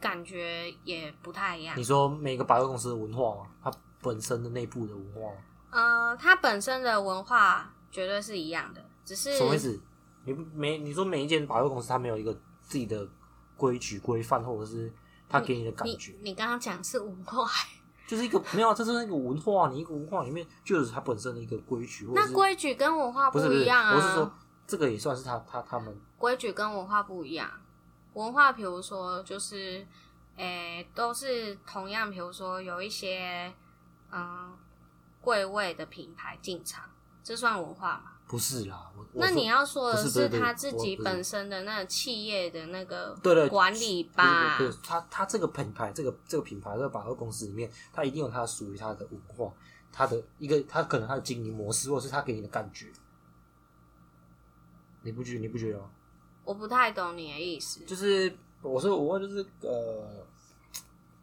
Speaker 2: 感觉也不太一样
Speaker 1: 你。说每个百货公司的文化吗？它本身的内部的文化吗，
Speaker 2: 呃，它本身的文化绝对是一样的，只是
Speaker 1: 什么意思？你不每你说每一间百货公司，它没有一个自己的规矩规范，或者是它给你的感
Speaker 2: 你
Speaker 1: 觉，
Speaker 2: 你刚刚讲是文化，
Speaker 1: 就是一个没有啊，这是那个文化，你一个文化里面就有它本身的一个规矩，或者
Speaker 2: 那
Speaker 1: 是
Speaker 2: 规矩跟文化
Speaker 1: 不是不
Speaker 2: 一
Speaker 1: 是，
Speaker 2: 样啊。
Speaker 1: 我是说这个也算是他他他们
Speaker 2: 规矩跟文化不一样。文化，比如说就是，诶、都是同样，比如说有一些嗯贵位的品牌进场，这算文化吗？
Speaker 1: 不是啦。我我
Speaker 2: 那
Speaker 1: 说
Speaker 2: 你要说的
Speaker 1: 不是不是不是
Speaker 2: 他自己
Speaker 1: 我不是
Speaker 2: 本身的那个企业的那个
Speaker 1: 对对
Speaker 2: 管理
Speaker 1: 不
Speaker 2: 吧
Speaker 1: 是不是，他他这个品牌，这个这个品牌，这个百货公司里面，它一定有它属于它的文化，它的一个，它可能它的经营模式，或者是它给你的感觉，你不觉得？你不觉得吗？
Speaker 2: 我不太懂你的意思。
Speaker 1: 就是我说我问就是呃，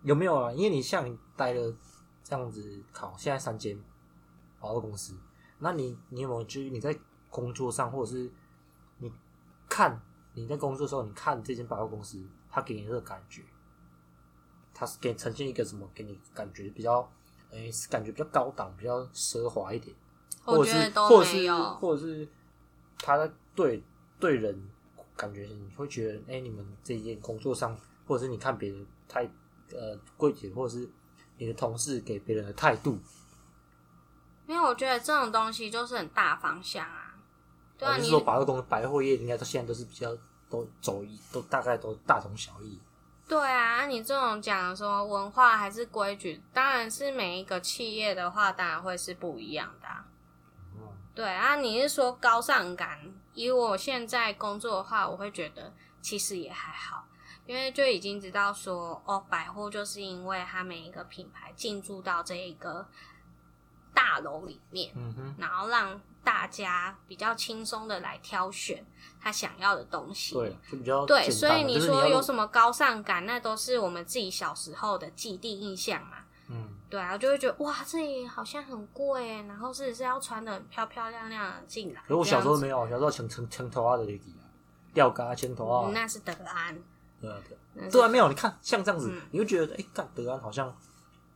Speaker 1: 有没有啊？因为你像你待了这样子考，现在三间百货公司，那你你有没有就是你在工作上，或者是你看你在工作的时候，你看这间百货公司，它给你的感觉，它是给呈现一个什么？给你感觉比较，诶、感觉比较高档，比较奢华一点。
Speaker 2: 我
Speaker 1: 或
Speaker 2: 觉
Speaker 1: 者
Speaker 2: 得
Speaker 1: 是
Speaker 2: 都
Speaker 1: 或者
Speaker 2: 没
Speaker 1: 是
Speaker 2: 有。
Speaker 1: 或者是他在对对人感觉你会觉得，哎、你们这一件工作上，或者是你看别人态呃柜姐，或者是你的同事给别人的态度，
Speaker 2: 因为我觉得这种东西就是很大方向啊。对
Speaker 1: 我
Speaker 2: 啊，
Speaker 1: 哦就
Speaker 2: 你
Speaker 1: 是说百货公百货业应该到现在都是比较都走一都大概都大同小异。
Speaker 2: 对啊，你这种讲说文化还是规矩，当然是每一个企业的话，当然会是不一样的啊、
Speaker 1: 嗯
Speaker 2: 对啊，你是说高尚感？以我现在工作的话，我会觉得其实也还好，因为就已经知道说哦，百货就是因为它每一个品牌进驻到这一个大楼里面，
Speaker 1: 嗯哼，
Speaker 2: 然后让大家比较轻松的来挑选他想要的东西。
Speaker 1: 对，就比较
Speaker 2: 对，
Speaker 1: 简
Speaker 2: 所
Speaker 1: 单
Speaker 2: 以
Speaker 1: 嘛
Speaker 2: 你
Speaker 1: 就是
Speaker 2: 说
Speaker 1: 要
Speaker 2: 有
Speaker 1: 用
Speaker 2: 什么高尚感，那都是我们自己小时候的既定印象嘛。
Speaker 1: 嗯。
Speaker 2: 对啊，就会觉得哇，这里好像很贵耶，然后是是要穿的很漂漂亮亮的进来。
Speaker 1: 可是我小时候没
Speaker 2: 有、
Speaker 1: 有，我小时候前前前头啊的就是啊，吊嘎前头啊
Speaker 2: 嗯，那是德安。
Speaker 1: 对啊对啊
Speaker 2: 那是
Speaker 1: 对啊，没有，你看像这样子
Speaker 2: 嗯，
Speaker 1: 你会觉得，哎、干德安好像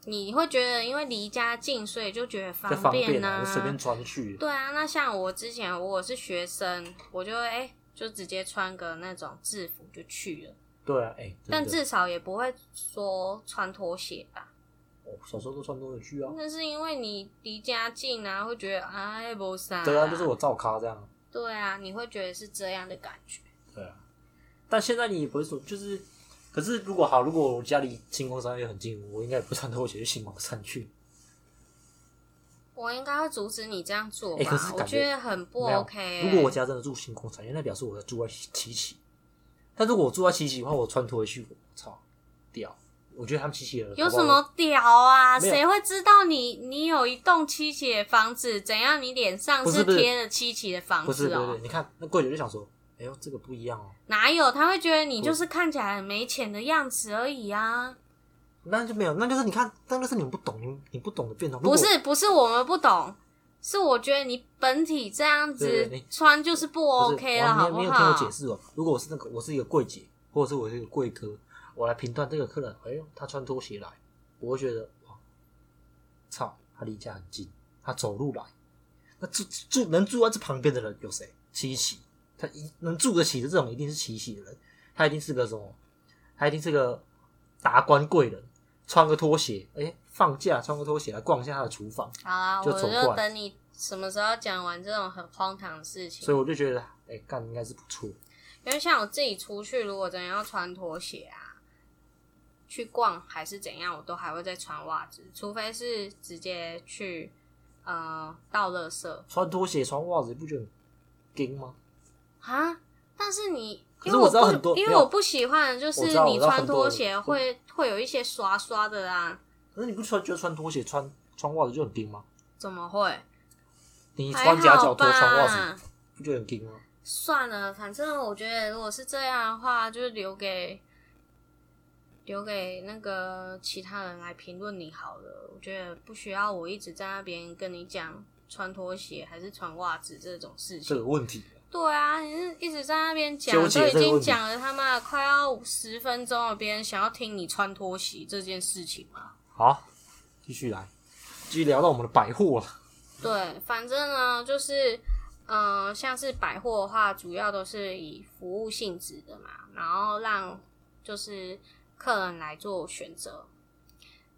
Speaker 2: 你会觉得因为离家近，所以就觉得
Speaker 1: 就方
Speaker 2: 便
Speaker 1: 便啊，
Speaker 2: 呢、
Speaker 1: 就随便穿去。
Speaker 2: 对啊，那像我之前我是学生，我就会哎、就直接穿个那种制服就去了，
Speaker 1: 对啊，哎、真的
Speaker 2: 但至少也不会说穿拖鞋吧。
Speaker 1: 我小时候都穿拖鞋去啊。
Speaker 2: 那是因为你离家近啊，会觉得哎不啥。
Speaker 1: 对啊，就是我照咖这样。
Speaker 2: 对啊，你会觉得是这样的感觉。
Speaker 1: 对啊，但现在你也不会说，就是，可是如果好，如果我家离星光山也很近，我应该也不穿拖鞋去星光山去。
Speaker 2: 我应该会阻止你这样做
Speaker 1: 欸
Speaker 2: 吧？
Speaker 1: 可是感觉
Speaker 2: 我觉得很不
Speaker 1: 没有
Speaker 2: OK 欸、
Speaker 1: 如果我家真的住星光山，因为那表示我在住在七期。但如果我住在七期的话，我穿拖鞋去，我操，屌！我觉得他们七期的人
Speaker 2: 有
Speaker 1: 搞不
Speaker 2: 什
Speaker 1: 好
Speaker 2: 么屌啊？
Speaker 1: 没有
Speaker 2: 谁会知道你你有一栋七期的房子？怎样？你脸上
Speaker 1: 不是不是
Speaker 2: 贴了七期的房
Speaker 1: 不是？
Speaker 2: 子
Speaker 1: 对
Speaker 2: 哦、
Speaker 1: 对，你看那柜姐就想说，哎呦，这个不一样哦。
Speaker 2: 哪有？他会觉得你就是看起来很没钱的样子而已啊。
Speaker 1: 那就没有，那就是你看，那就是你不懂，你你不懂的变动。如
Speaker 2: 不
Speaker 1: 果
Speaker 2: 是不是我们不懂，是我觉得你本体这样
Speaker 1: 对对
Speaker 2: 子
Speaker 1: 对
Speaker 2: 穿就是不
Speaker 1: 不是
Speaker 2: OK 了，
Speaker 1: 我没
Speaker 2: 好
Speaker 1: 有
Speaker 2: 不
Speaker 1: 没有听我
Speaker 2: 好
Speaker 1: 解？释哦。如果我是那个，我是一个柜姐，或者是我是一个柜哥，我来评断这个客人，哎呦，他穿拖鞋来，我会觉得哇，操，他离家很近，他走路来，那住住能住在这旁边的人有谁？七喜，他一能住得起的这种一定是七喜的人，他一定是个什么？他一定是个达官贵人，穿个拖鞋，哎、放假穿个拖鞋来逛一下他的厨房，
Speaker 2: 好啦，
Speaker 1: 就
Speaker 2: 我
Speaker 1: 走过
Speaker 2: 就
Speaker 1: 来
Speaker 2: 等你什么时候讲完这种很荒唐的事情
Speaker 1: 所。以我就觉得，哎、干应该是不错。
Speaker 2: 因为像我自己出去，如果真的要穿拖鞋啊，去逛还是怎样，我都还会再穿袜子，除非是直接去呃倒垃圾
Speaker 1: 穿拖鞋、穿袜子，你不觉得很硬吗？
Speaker 2: 啊。但是你，
Speaker 1: 可
Speaker 2: 因
Speaker 1: 是
Speaker 2: 为
Speaker 1: 我知道很
Speaker 2: 不，
Speaker 1: 多
Speaker 2: 因为
Speaker 1: 没有
Speaker 2: 我不喜欢的就
Speaker 1: 我知
Speaker 2: 是
Speaker 1: 道
Speaker 2: 你
Speaker 1: 我知道
Speaker 2: 穿
Speaker 1: 很多
Speaker 2: 拖
Speaker 1: 人
Speaker 2: 鞋会会有一些刷刷的啊，
Speaker 1: 可是你不穿觉得穿拖鞋、穿穿袜子就很硬吗？
Speaker 2: 怎么会？
Speaker 1: 你
Speaker 2: 还
Speaker 1: 穿夹
Speaker 2: 好
Speaker 1: 脚拖、
Speaker 2: 吧。
Speaker 1: 穿袜子，不觉得很硬吗？
Speaker 2: 算了，反正我觉得如果是这样的话，就是留给留给那个其他人来评论你好了。我觉得不需要我一直在那边跟你讲穿拖鞋还是穿袜子这种事
Speaker 1: 这
Speaker 2: 情。
Speaker 1: 个问题，
Speaker 2: 对啊，你是一直在那边讲，
Speaker 1: 纠结
Speaker 2: 都已
Speaker 1: 这个
Speaker 2: 经
Speaker 1: 问题
Speaker 2: 讲了他妈的快要十分钟了，别人想要听你穿拖鞋这件事情吗？
Speaker 1: 好，继续来，继续聊到我们的百货了。
Speaker 2: 对，反正呢，就是，嗯、像是百货的话，主要都是以服务性质的嘛，然后让就是客人来做选择。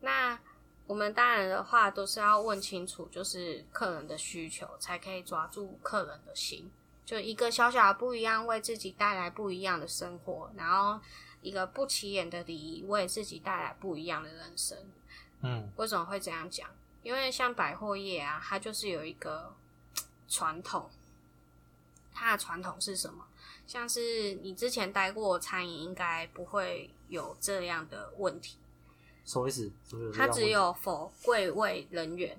Speaker 2: 那我们当然的话，都是要问清楚，就是客人的需求，才可以抓住客人的心。就一个小小的不一样，为自己带来不一样的生活，然后一个不起眼的礼仪，为自己带来不一样的人生。
Speaker 1: 嗯，
Speaker 2: 为什么会这样讲？因为像百货业啊，它就是有一个传统，它的传统是什么？像是你之前待过餐饮，应该不会有这样的问题。
Speaker 1: 什么意思？什么意思
Speaker 2: 它只有否柜位人员，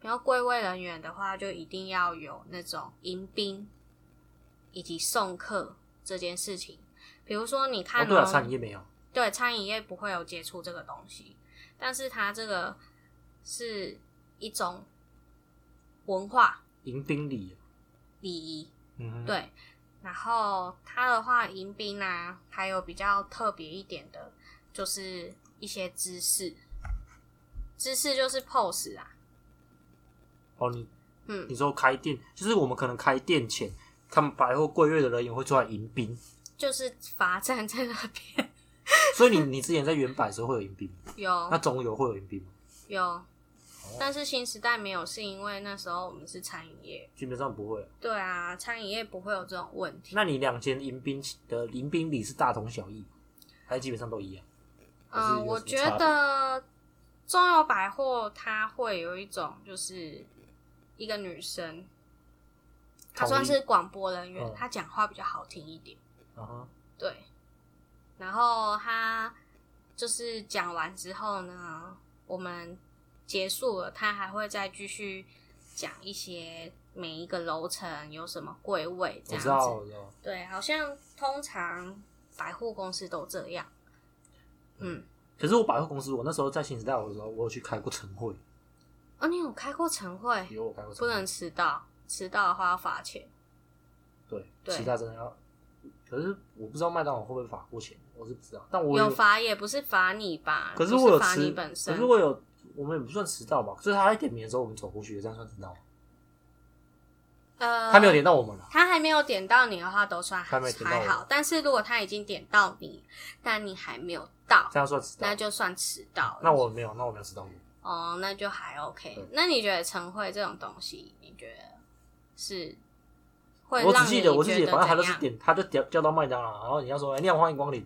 Speaker 2: 然后柜位人员的话，就一定要有那种迎宾以及送客这件事情。比如说，你
Speaker 1: 哦，
Speaker 2: 看、
Speaker 1: 对
Speaker 2: 哦
Speaker 1: 啊，餐饮业没有，
Speaker 2: 对，餐饮业不会有接触这个东西，但是它这个是一种文化
Speaker 1: 迎宾礼，
Speaker 2: 礼仪，
Speaker 1: 嗯哼，
Speaker 2: 对。然后它的话，迎宾啊，还有比较特别一点的，就是一些姿势，姿势就是 pose 啊，
Speaker 1: 哦，你
Speaker 2: 嗯，
Speaker 1: 你说开店，就是我们可能开店前，他们百货柜月的人也会出来迎宾，
Speaker 2: 就是罚站在那边
Speaker 1: 所 以你你之前在原版的时候会有迎宾吗，那
Speaker 2: 有
Speaker 1: 总有会有迎宾吗？
Speaker 2: 有，但是新时代没有，是因为那时候我们是餐饮业，
Speaker 1: 基本上不会啊。
Speaker 2: 对啊，餐饮业不会有这种问题。
Speaker 1: 那你两间迎宾的迎宾礼是大同小异吗，还是基本上都一样？还是有
Speaker 2: 嗯，我
Speaker 1: 什么
Speaker 2: 觉
Speaker 1: 差别
Speaker 2: 得中友百货它会有一种，就是一个女生，她
Speaker 1: 同
Speaker 2: 算
Speaker 1: 意
Speaker 2: 是广播人员
Speaker 1: 嗯，
Speaker 2: 她讲话比较好听一点，
Speaker 1: 啊哈，
Speaker 2: 对。然后她就是讲完之后呢，我们结束了，她还会再继续讲一些每一个楼层有什么柜位这
Speaker 1: 我
Speaker 2: 样
Speaker 1: 知
Speaker 2: 子。
Speaker 1: 道，我知道。
Speaker 2: 对，好像通常百货公司都这样。嗯，
Speaker 1: 可是我百货公司，我那时候在新时代的时候，我有去开过晨会，
Speaker 2: 哦，你有开过晨会？
Speaker 1: 有我开过晨
Speaker 2: 不
Speaker 1: 会，
Speaker 2: 能迟到，迟到的话要罚钱。
Speaker 1: 对，
Speaker 2: 对
Speaker 1: 其他真的要。可是我不知道麦当劳会不会罚过钱，我是不知道。但我
Speaker 2: 有罚也不是罚你吧？
Speaker 1: 可是
Speaker 2: 不
Speaker 1: 我有
Speaker 2: 罚你
Speaker 1: 迟，
Speaker 2: 本
Speaker 1: 可
Speaker 2: 身
Speaker 1: 是。我有，我们也不算迟到吧？就是他在点名的时候，我们走过去，这样算迟到吗？
Speaker 2: 呃，
Speaker 1: 他没有，点到我们了，
Speaker 2: 他还没有点到你的话都算还
Speaker 1: 他没有点到我
Speaker 2: 还好。但是如果他已经点到你，但你还没有到，
Speaker 1: 这样算迟到
Speaker 2: 那。就算迟到了。
Speaker 1: 那我嗯没有，那我没有迟到过。
Speaker 2: 哦，那就还 OK
Speaker 1: 对。
Speaker 2: 那你觉得晨会这种东西，你觉得是会
Speaker 1: 我
Speaker 2: 让
Speaker 1: 只
Speaker 2: 你
Speaker 1: 记
Speaker 2: 觉得
Speaker 1: 我只记得，反正他都是
Speaker 2: 怎样
Speaker 1: 点，他就叫叫到麦当劳，然后你要说，哎，你好，欢迎光临。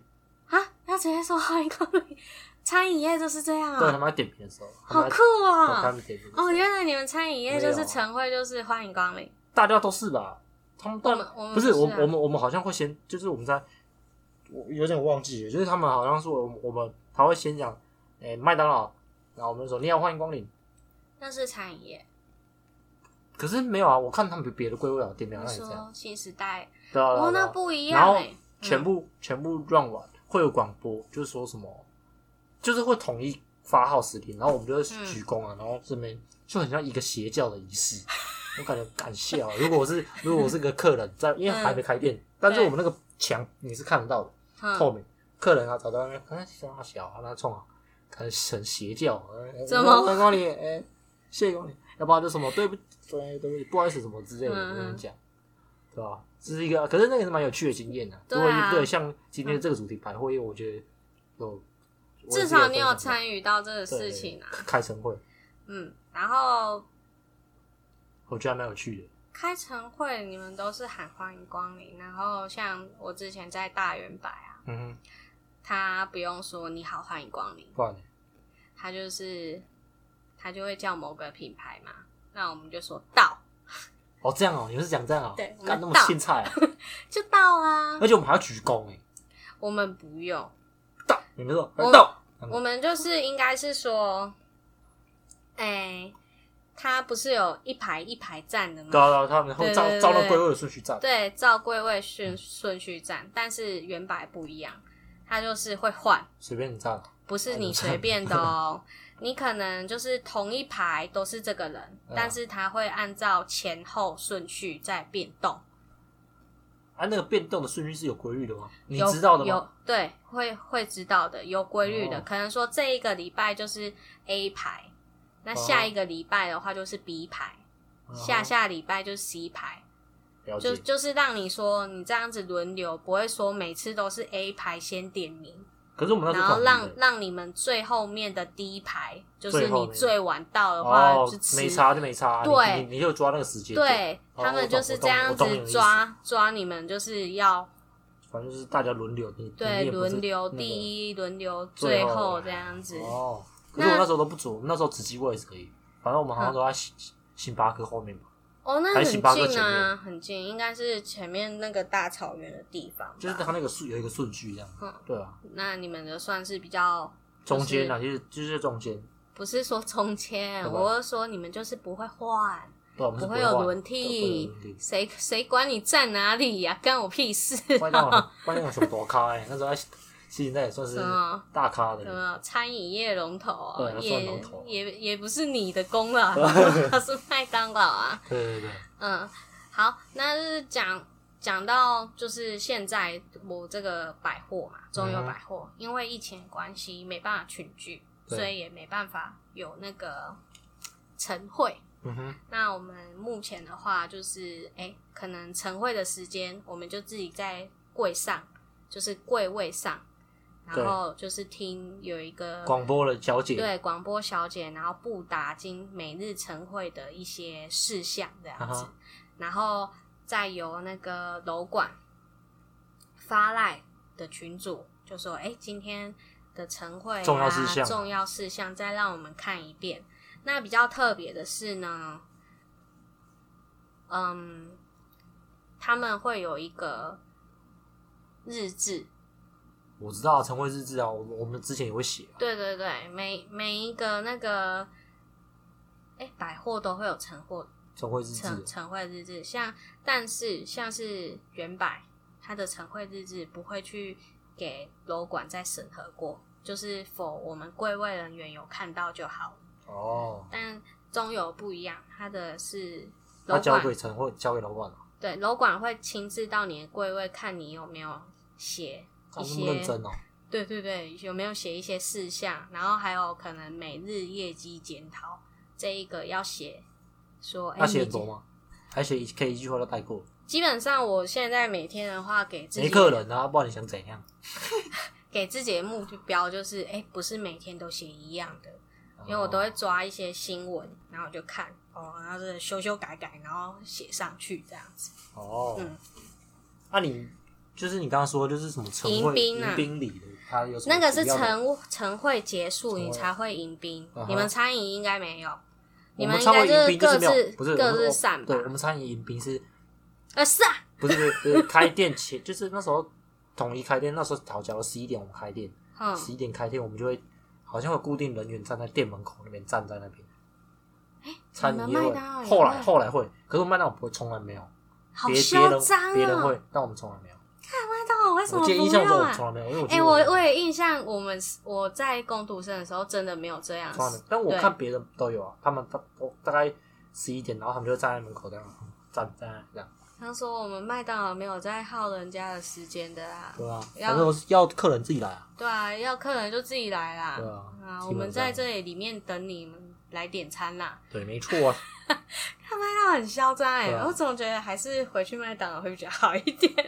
Speaker 2: 啊？要直接说欢迎光临， 餐饮业就是这样
Speaker 1: 对，他
Speaker 2: 啊，
Speaker 1: 们在点名的时候，他
Speaker 2: 好
Speaker 1: 们在
Speaker 2: 酷
Speaker 1: 对
Speaker 2: 哦
Speaker 1: 他！们点名的时候。
Speaker 2: 哦，原来你们餐饮业就
Speaker 1: 没
Speaker 2: 是
Speaker 1: 有啊
Speaker 2: 晨会，就是欢迎光临。
Speaker 1: 大家都是吧？他们
Speaker 2: 我
Speaker 1: 大
Speaker 2: 们我们
Speaker 1: 哦不是
Speaker 2: 不
Speaker 1: 我
Speaker 2: 是啊
Speaker 1: 我们我们好像会先，就是我们在，我有点忘记了，就是他们好像是我我们他会先讲，诶、麦当劳，然后我们就说你好，欢迎光临。
Speaker 2: 那是餐饮业。
Speaker 1: 可是没有啊，我看他们别的贵味老店没有
Speaker 2: 他
Speaker 1: 让你这样，
Speaker 2: 说新时代，
Speaker 1: 对啊，对
Speaker 2: 哦
Speaker 1: 啊，对啊
Speaker 2: 那不一
Speaker 1: 然
Speaker 2: 样
Speaker 1: 后
Speaker 2: 哎，
Speaker 1: 全
Speaker 2: 嗯
Speaker 1: 部、全部乱玩，会有广播，就是说什么，就是会统一发号施令，然后我们就会
Speaker 2: 嗯
Speaker 1: 鞠躬啊，然后这边就很像一个邪教的仪式。我感觉感谢啊！如果我是如果我是个客人，在因为还没开店，但是
Speaker 2: 嗯对
Speaker 1: 我们那个墙你是看得到的，
Speaker 2: 哼，
Speaker 1: 透明。客人啊，找到那边，哎，小啊小啊，那冲啊，很很邪教。哎
Speaker 2: 怎么
Speaker 1: 哎光你，哎，谢谢光临，要不然就什么对不对，对不起，不好意思，什么之类的，
Speaker 2: 嗯嗯
Speaker 1: 我跟你讲，对吧？这是一个，可是那个是蛮有趣的经验的。
Speaker 2: 对
Speaker 1: 如
Speaker 2: 啊
Speaker 1: 果一个像今天这个主题百货业，我觉得有，我也
Speaker 2: 至
Speaker 1: 是
Speaker 2: 少你
Speaker 1: 分
Speaker 2: 有
Speaker 1: 享到
Speaker 2: 参与到这个
Speaker 1: 对
Speaker 2: 事情啊。
Speaker 1: 开晨会，
Speaker 2: 嗯，然后
Speaker 1: 我觉得还蛮有趣的。
Speaker 2: 开晨会你们都是喊欢迎光临，然后像我之前在大圆柏啊，
Speaker 1: 嗯哼，
Speaker 2: 他不用说你好欢迎光临，
Speaker 1: 不然呢
Speaker 2: 他就是他就会叫某个品牌嘛，那我们就说到
Speaker 1: 哦这样哦，你们是讲这样哦，
Speaker 2: 对我们
Speaker 1: 干那么
Speaker 2: 到
Speaker 1: 青菜啊，
Speaker 2: 就到啦
Speaker 1: 而，且我们还要鞠躬哎，
Speaker 2: 我们不用，
Speaker 1: 到，你们说
Speaker 2: 我
Speaker 1: 到，
Speaker 2: 我们就是应该是说，哎、他不是有一排一排站的吗？
Speaker 1: 对啊对啊，他们会
Speaker 2: 对
Speaker 1: 照
Speaker 2: 对
Speaker 1: 照那
Speaker 2: 对
Speaker 1: 规位的顺序站。
Speaker 2: 对，照归位顺顺序站，但是原版不一样，它就是会换，
Speaker 1: 随便你站，
Speaker 2: 不是你随便 的哦。你可能就是同一排都是这个人，
Speaker 1: 嗯
Speaker 2: 但是它会按照前后顺序在变动。
Speaker 1: 啊，那个变动的顺序是有规律的吗？你
Speaker 2: 有
Speaker 1: 知道的
Speaker 2: 有
Speaker 1: 吗？
Speaker 2: 对，会会知道的，有规律的。
Speaker 1: 哦
Speaker 2: 可能说这一个礼拜就是 A 排，那
Speaker 1: 哦
Speaker 2: 下一个礼拜的话就是 B 排，
Speaker 1: 嗯
Speaker 2: 下下礼拜就是 C 排。
Speaker 1: 了
Speaker 2: 就
Speaker 1: 解，
Speaker 2: 就是让你说你这样子轮流，不会说每次都是 A 排先点名，
Speaker 1: 可是我们哦那时
Speaker 2: 然
Speaker 1: 候
Speaker 2: 后
Speaker 1: 统
Speaker 2: 让
Speaker 1: 一的
Speaker 2: 让你们最后面的第一排，就是
Speaker 1: 最后
Speaker 2: 你
Speaker 1: 面
Speaker 2: 最晚到的话
Speaker 1: 哦
Speaker 2: 就，吃。
Speaker 1: 没差就没差，你
Speaker 2: 对
Speaker 1: 你你就抓那个时间，，
Speaker 2: 对
Speaker 1: 哦
Speaker 2: 他们就是这样
Speaker 1: 我懂我懂我懂你
Speaker 2: 子
Speaker 1: 的意思
Speaker 2: 抓抓你们，就是要
Speaker 1: 反正就是大家轮流，你
Speaker 2: 对轮流
Speaker 1: 一
Speaker 2: 第一，轮流
Speaker 1: 最
Speaker 2: 最
Speaker 1: 后
Speaker 2: 后
Speaker 1: 的
Speaker 2: 这样子。
Speaker 1: 哦。可是我那时候都不足，那时候只机位是可以，反正我们好像都在星星巴克后面吧，
Speaker 2: 哦，那
Speaker 1: 还
Speaker 2: 很
Speaker 1: 是星巴克
Speaker 2: 近
Speaker 1: 前
Speaker 2: 啊，
Speaker 1: 面
Speaker 2: 很近，应该是前面那个大草原的地方吧。
Speaker 1: 就是它那个顺有一个顺序这样
Speaker 2: 嗯，
Speaker 1: 对啊，
Speaker 2: 那你们的算是比较
Speaker 1: 中间啊，其实就是中间，
Speaker 2: 不是说中间，
Speaker 1: 对吧
Speaker 2: 我是说你们就是不会换。
Speaker 1: 对啊，我们是
Speaker 2: 不
Speaker 1: 不
Speaker 2: 会
Speaker 1: 会换
Speaker 2: 有
Speaker 1: 的
Speaker 2: 轮
Speaker 1: 对
Speaker 2: 替
Speaker 1: 不会有轮，替
Speaker 2: 谁谁管你站哪里呀、干我屁事、啊
Speaker 1: 外面有外面有什么多咖哎，那时候在现在也算是
Speaker 2: 什么
Speaker 1: 大咖的
Speaker 2: 什，么餐饮业龙头、啊
Speaker 1: 对，算
Speaker 2: 也
Speaker 1: 龙头
Speaker 2: 也也不是你的功劳、 啊，是麦当劳啊。
Speaker 1: 对对对，
Speaker 2: 嗯，好，那就是讲讲到就是现在我这个百货嘛，中友百货，因为疫情的关系没办法群聚，
Speaker 1: 嗯对
Speaker 2: 所以也没办法有那个晨会。
Speaker 1: 嗯哼，
Speaker 2: 那我们目前的话，就是哎、诶可能晨会的时间，我们就自己在柜上，就是柜位上，然后就是听有一个
Speaker 1: 广播的小姐，
Speaker 2: 对广播小姐，然后布达今每日晨会的一些事项这样子，
Speaker 1: 啊哈
Speaker 2: 然后再由那个楼管发赖的群主就说：“哎、今天的晨会、啊、
Speaker 1: 重要事项
Speaker 2: 重要事项再让我们看一遍。”那比较特别的是呢，嗯，他们会有一个日志，
Speaker 1: 我知道晨会日志啊，我我们之前也会写啊、
Speaker 2: 对对对，每每一个那个，哎、百货都会有晨货
Speaker 1: 晨会日志
Speaker 2: 晨晨会日志，像但是像是原百，它的晨会日志不会去给楼管再审核过，就是否我们柜位人员有看到就好。
Speaker 1: 哦，
Speaker 2: 但中友不一样，它的是
Speaker 1: 他
Speaker 2: 楼
Speaker 1: 交
Speaker 2: 管
Speaker 1: 给晨会，交给老板了、啊，
Speaker 2: 对楼管会亲自到你的柜位看你有没有写一
Speaker 1: 干那
Speaker 2: 些哎
Speaker 1: 么认真哦、
Speaker 2: 对对对，有没有写一些事项，然后还有可能每日业绩检讨这一个要写说，哎、
Speaker 1: 他写
Speaker 2: 你
Speaker 1: 很多吗？还写一可以一句话都带过，
Speaker 2: 基本上我现在每天的话给自己
Speaker 1: 没客人啊，不然你想怎样？
Speaker 2: 给自己的目标就是，哎、不是每天都写一样的，
Speaker 1: 哦
Speaker 2: 因为我都会抓一些新闻，然后我就看哦，然后是修修改改，然后写上去这样子。
Speaker 1: 哦，那、
Speaker 2: 嗯
Speaker 1: 你就是你刚刚说就是什么晨
Speaker 2: 迎
Speaker 1: 会
Speaker 2: 宾啊
Speaker 1: 迎宾礼的，他有什么
Speaker 2: 那个是
Speaker 1: 主要的，
Speaker 2: 晨晨会结束，你才会迎宾
Speaker 1: 嗯。哼
Speaker 2: 你们餐饮应该没有，你
Speaker 1: 我
Speaker 2: 们
Speaker 1: 们
Speaker 2: 应
Speaker 1: 参
Speaker 2: 该
Speaker 1: 会迎宾
Speaker 2: 各
Speaker 1: 是没有，
Speaker 2: 自
Speaker 1: 不是
Speaker 2: 各
Speaker 1: 我们
Speaker 2: 自
Speaker 1: 我
Speaker 2: 散吧
Speaker 1: 对，我？们参与迎宾是
Speaker 2: 呃，是啊，
Speaker 1: 不是不是不是开店前， 就是那时候统一开店，那时候好，假如十一点我们开店，
Speaker 2: 嗯，
Speaker 1: 十一点开店，我们就会好像有固定人员站在店门口那边站在那边。餐饮业
Speaker 2: 你
Speaker 1: 会
Speaker 2: 们麦当劳，也
Speaker 1: 后来
Speaker 2: 会
Speaker 1: 后来会，可是我们麦当劳不会，从来没有，
Speaker 2: 好
Speaker 1: 别别
Speaker 2: 嚣
Speaker 1: 人
Speaker 2: 张啊！
Speaker 1: 别人会，但我们从来没有。
Speaker 2: 麦当劳会为什
Speaker 1: 我
Speaker 2: 么
Speaker 1: 记得印
Speaker 2: 不
Speaker 1: 象
Speaker 2: 要
Speaker 1: 中我
Speaker 2: 啊
Speaker 1: 从？来没有，因为我记
Speaker 2: 哎、
Speaker 1: 得
Speaker 2: 我我也印象，我们我在攻读生的时候真的没有这样
Speaker 1: 从来没有，但我看别人都有啊，他们大我大概十一点，然后他们就站在门口这样站站在这样，
Speaker 2: 他说我们麦当劳没有在耗人家的时间的啦，
Speaker 1: 对啊，
Speaker 2: 要
Speaker 1: 反正我是要客人自己来啊，
Speaker 2: 对啊，要客人就自己来啦。
Speaker 1: 对啊
Speaker 2: 啊，
Speaker 1: 基本上
Speaker 2: 我们在这里里面等你们来点餐啦。
Speaker 1: 对，没错啊，
Speaker 2: 他麦当劳很嚣张哎，
Speaker 1: 对啊
Speaker 2: 我总觉得还是回去麦当劳会比较好一点。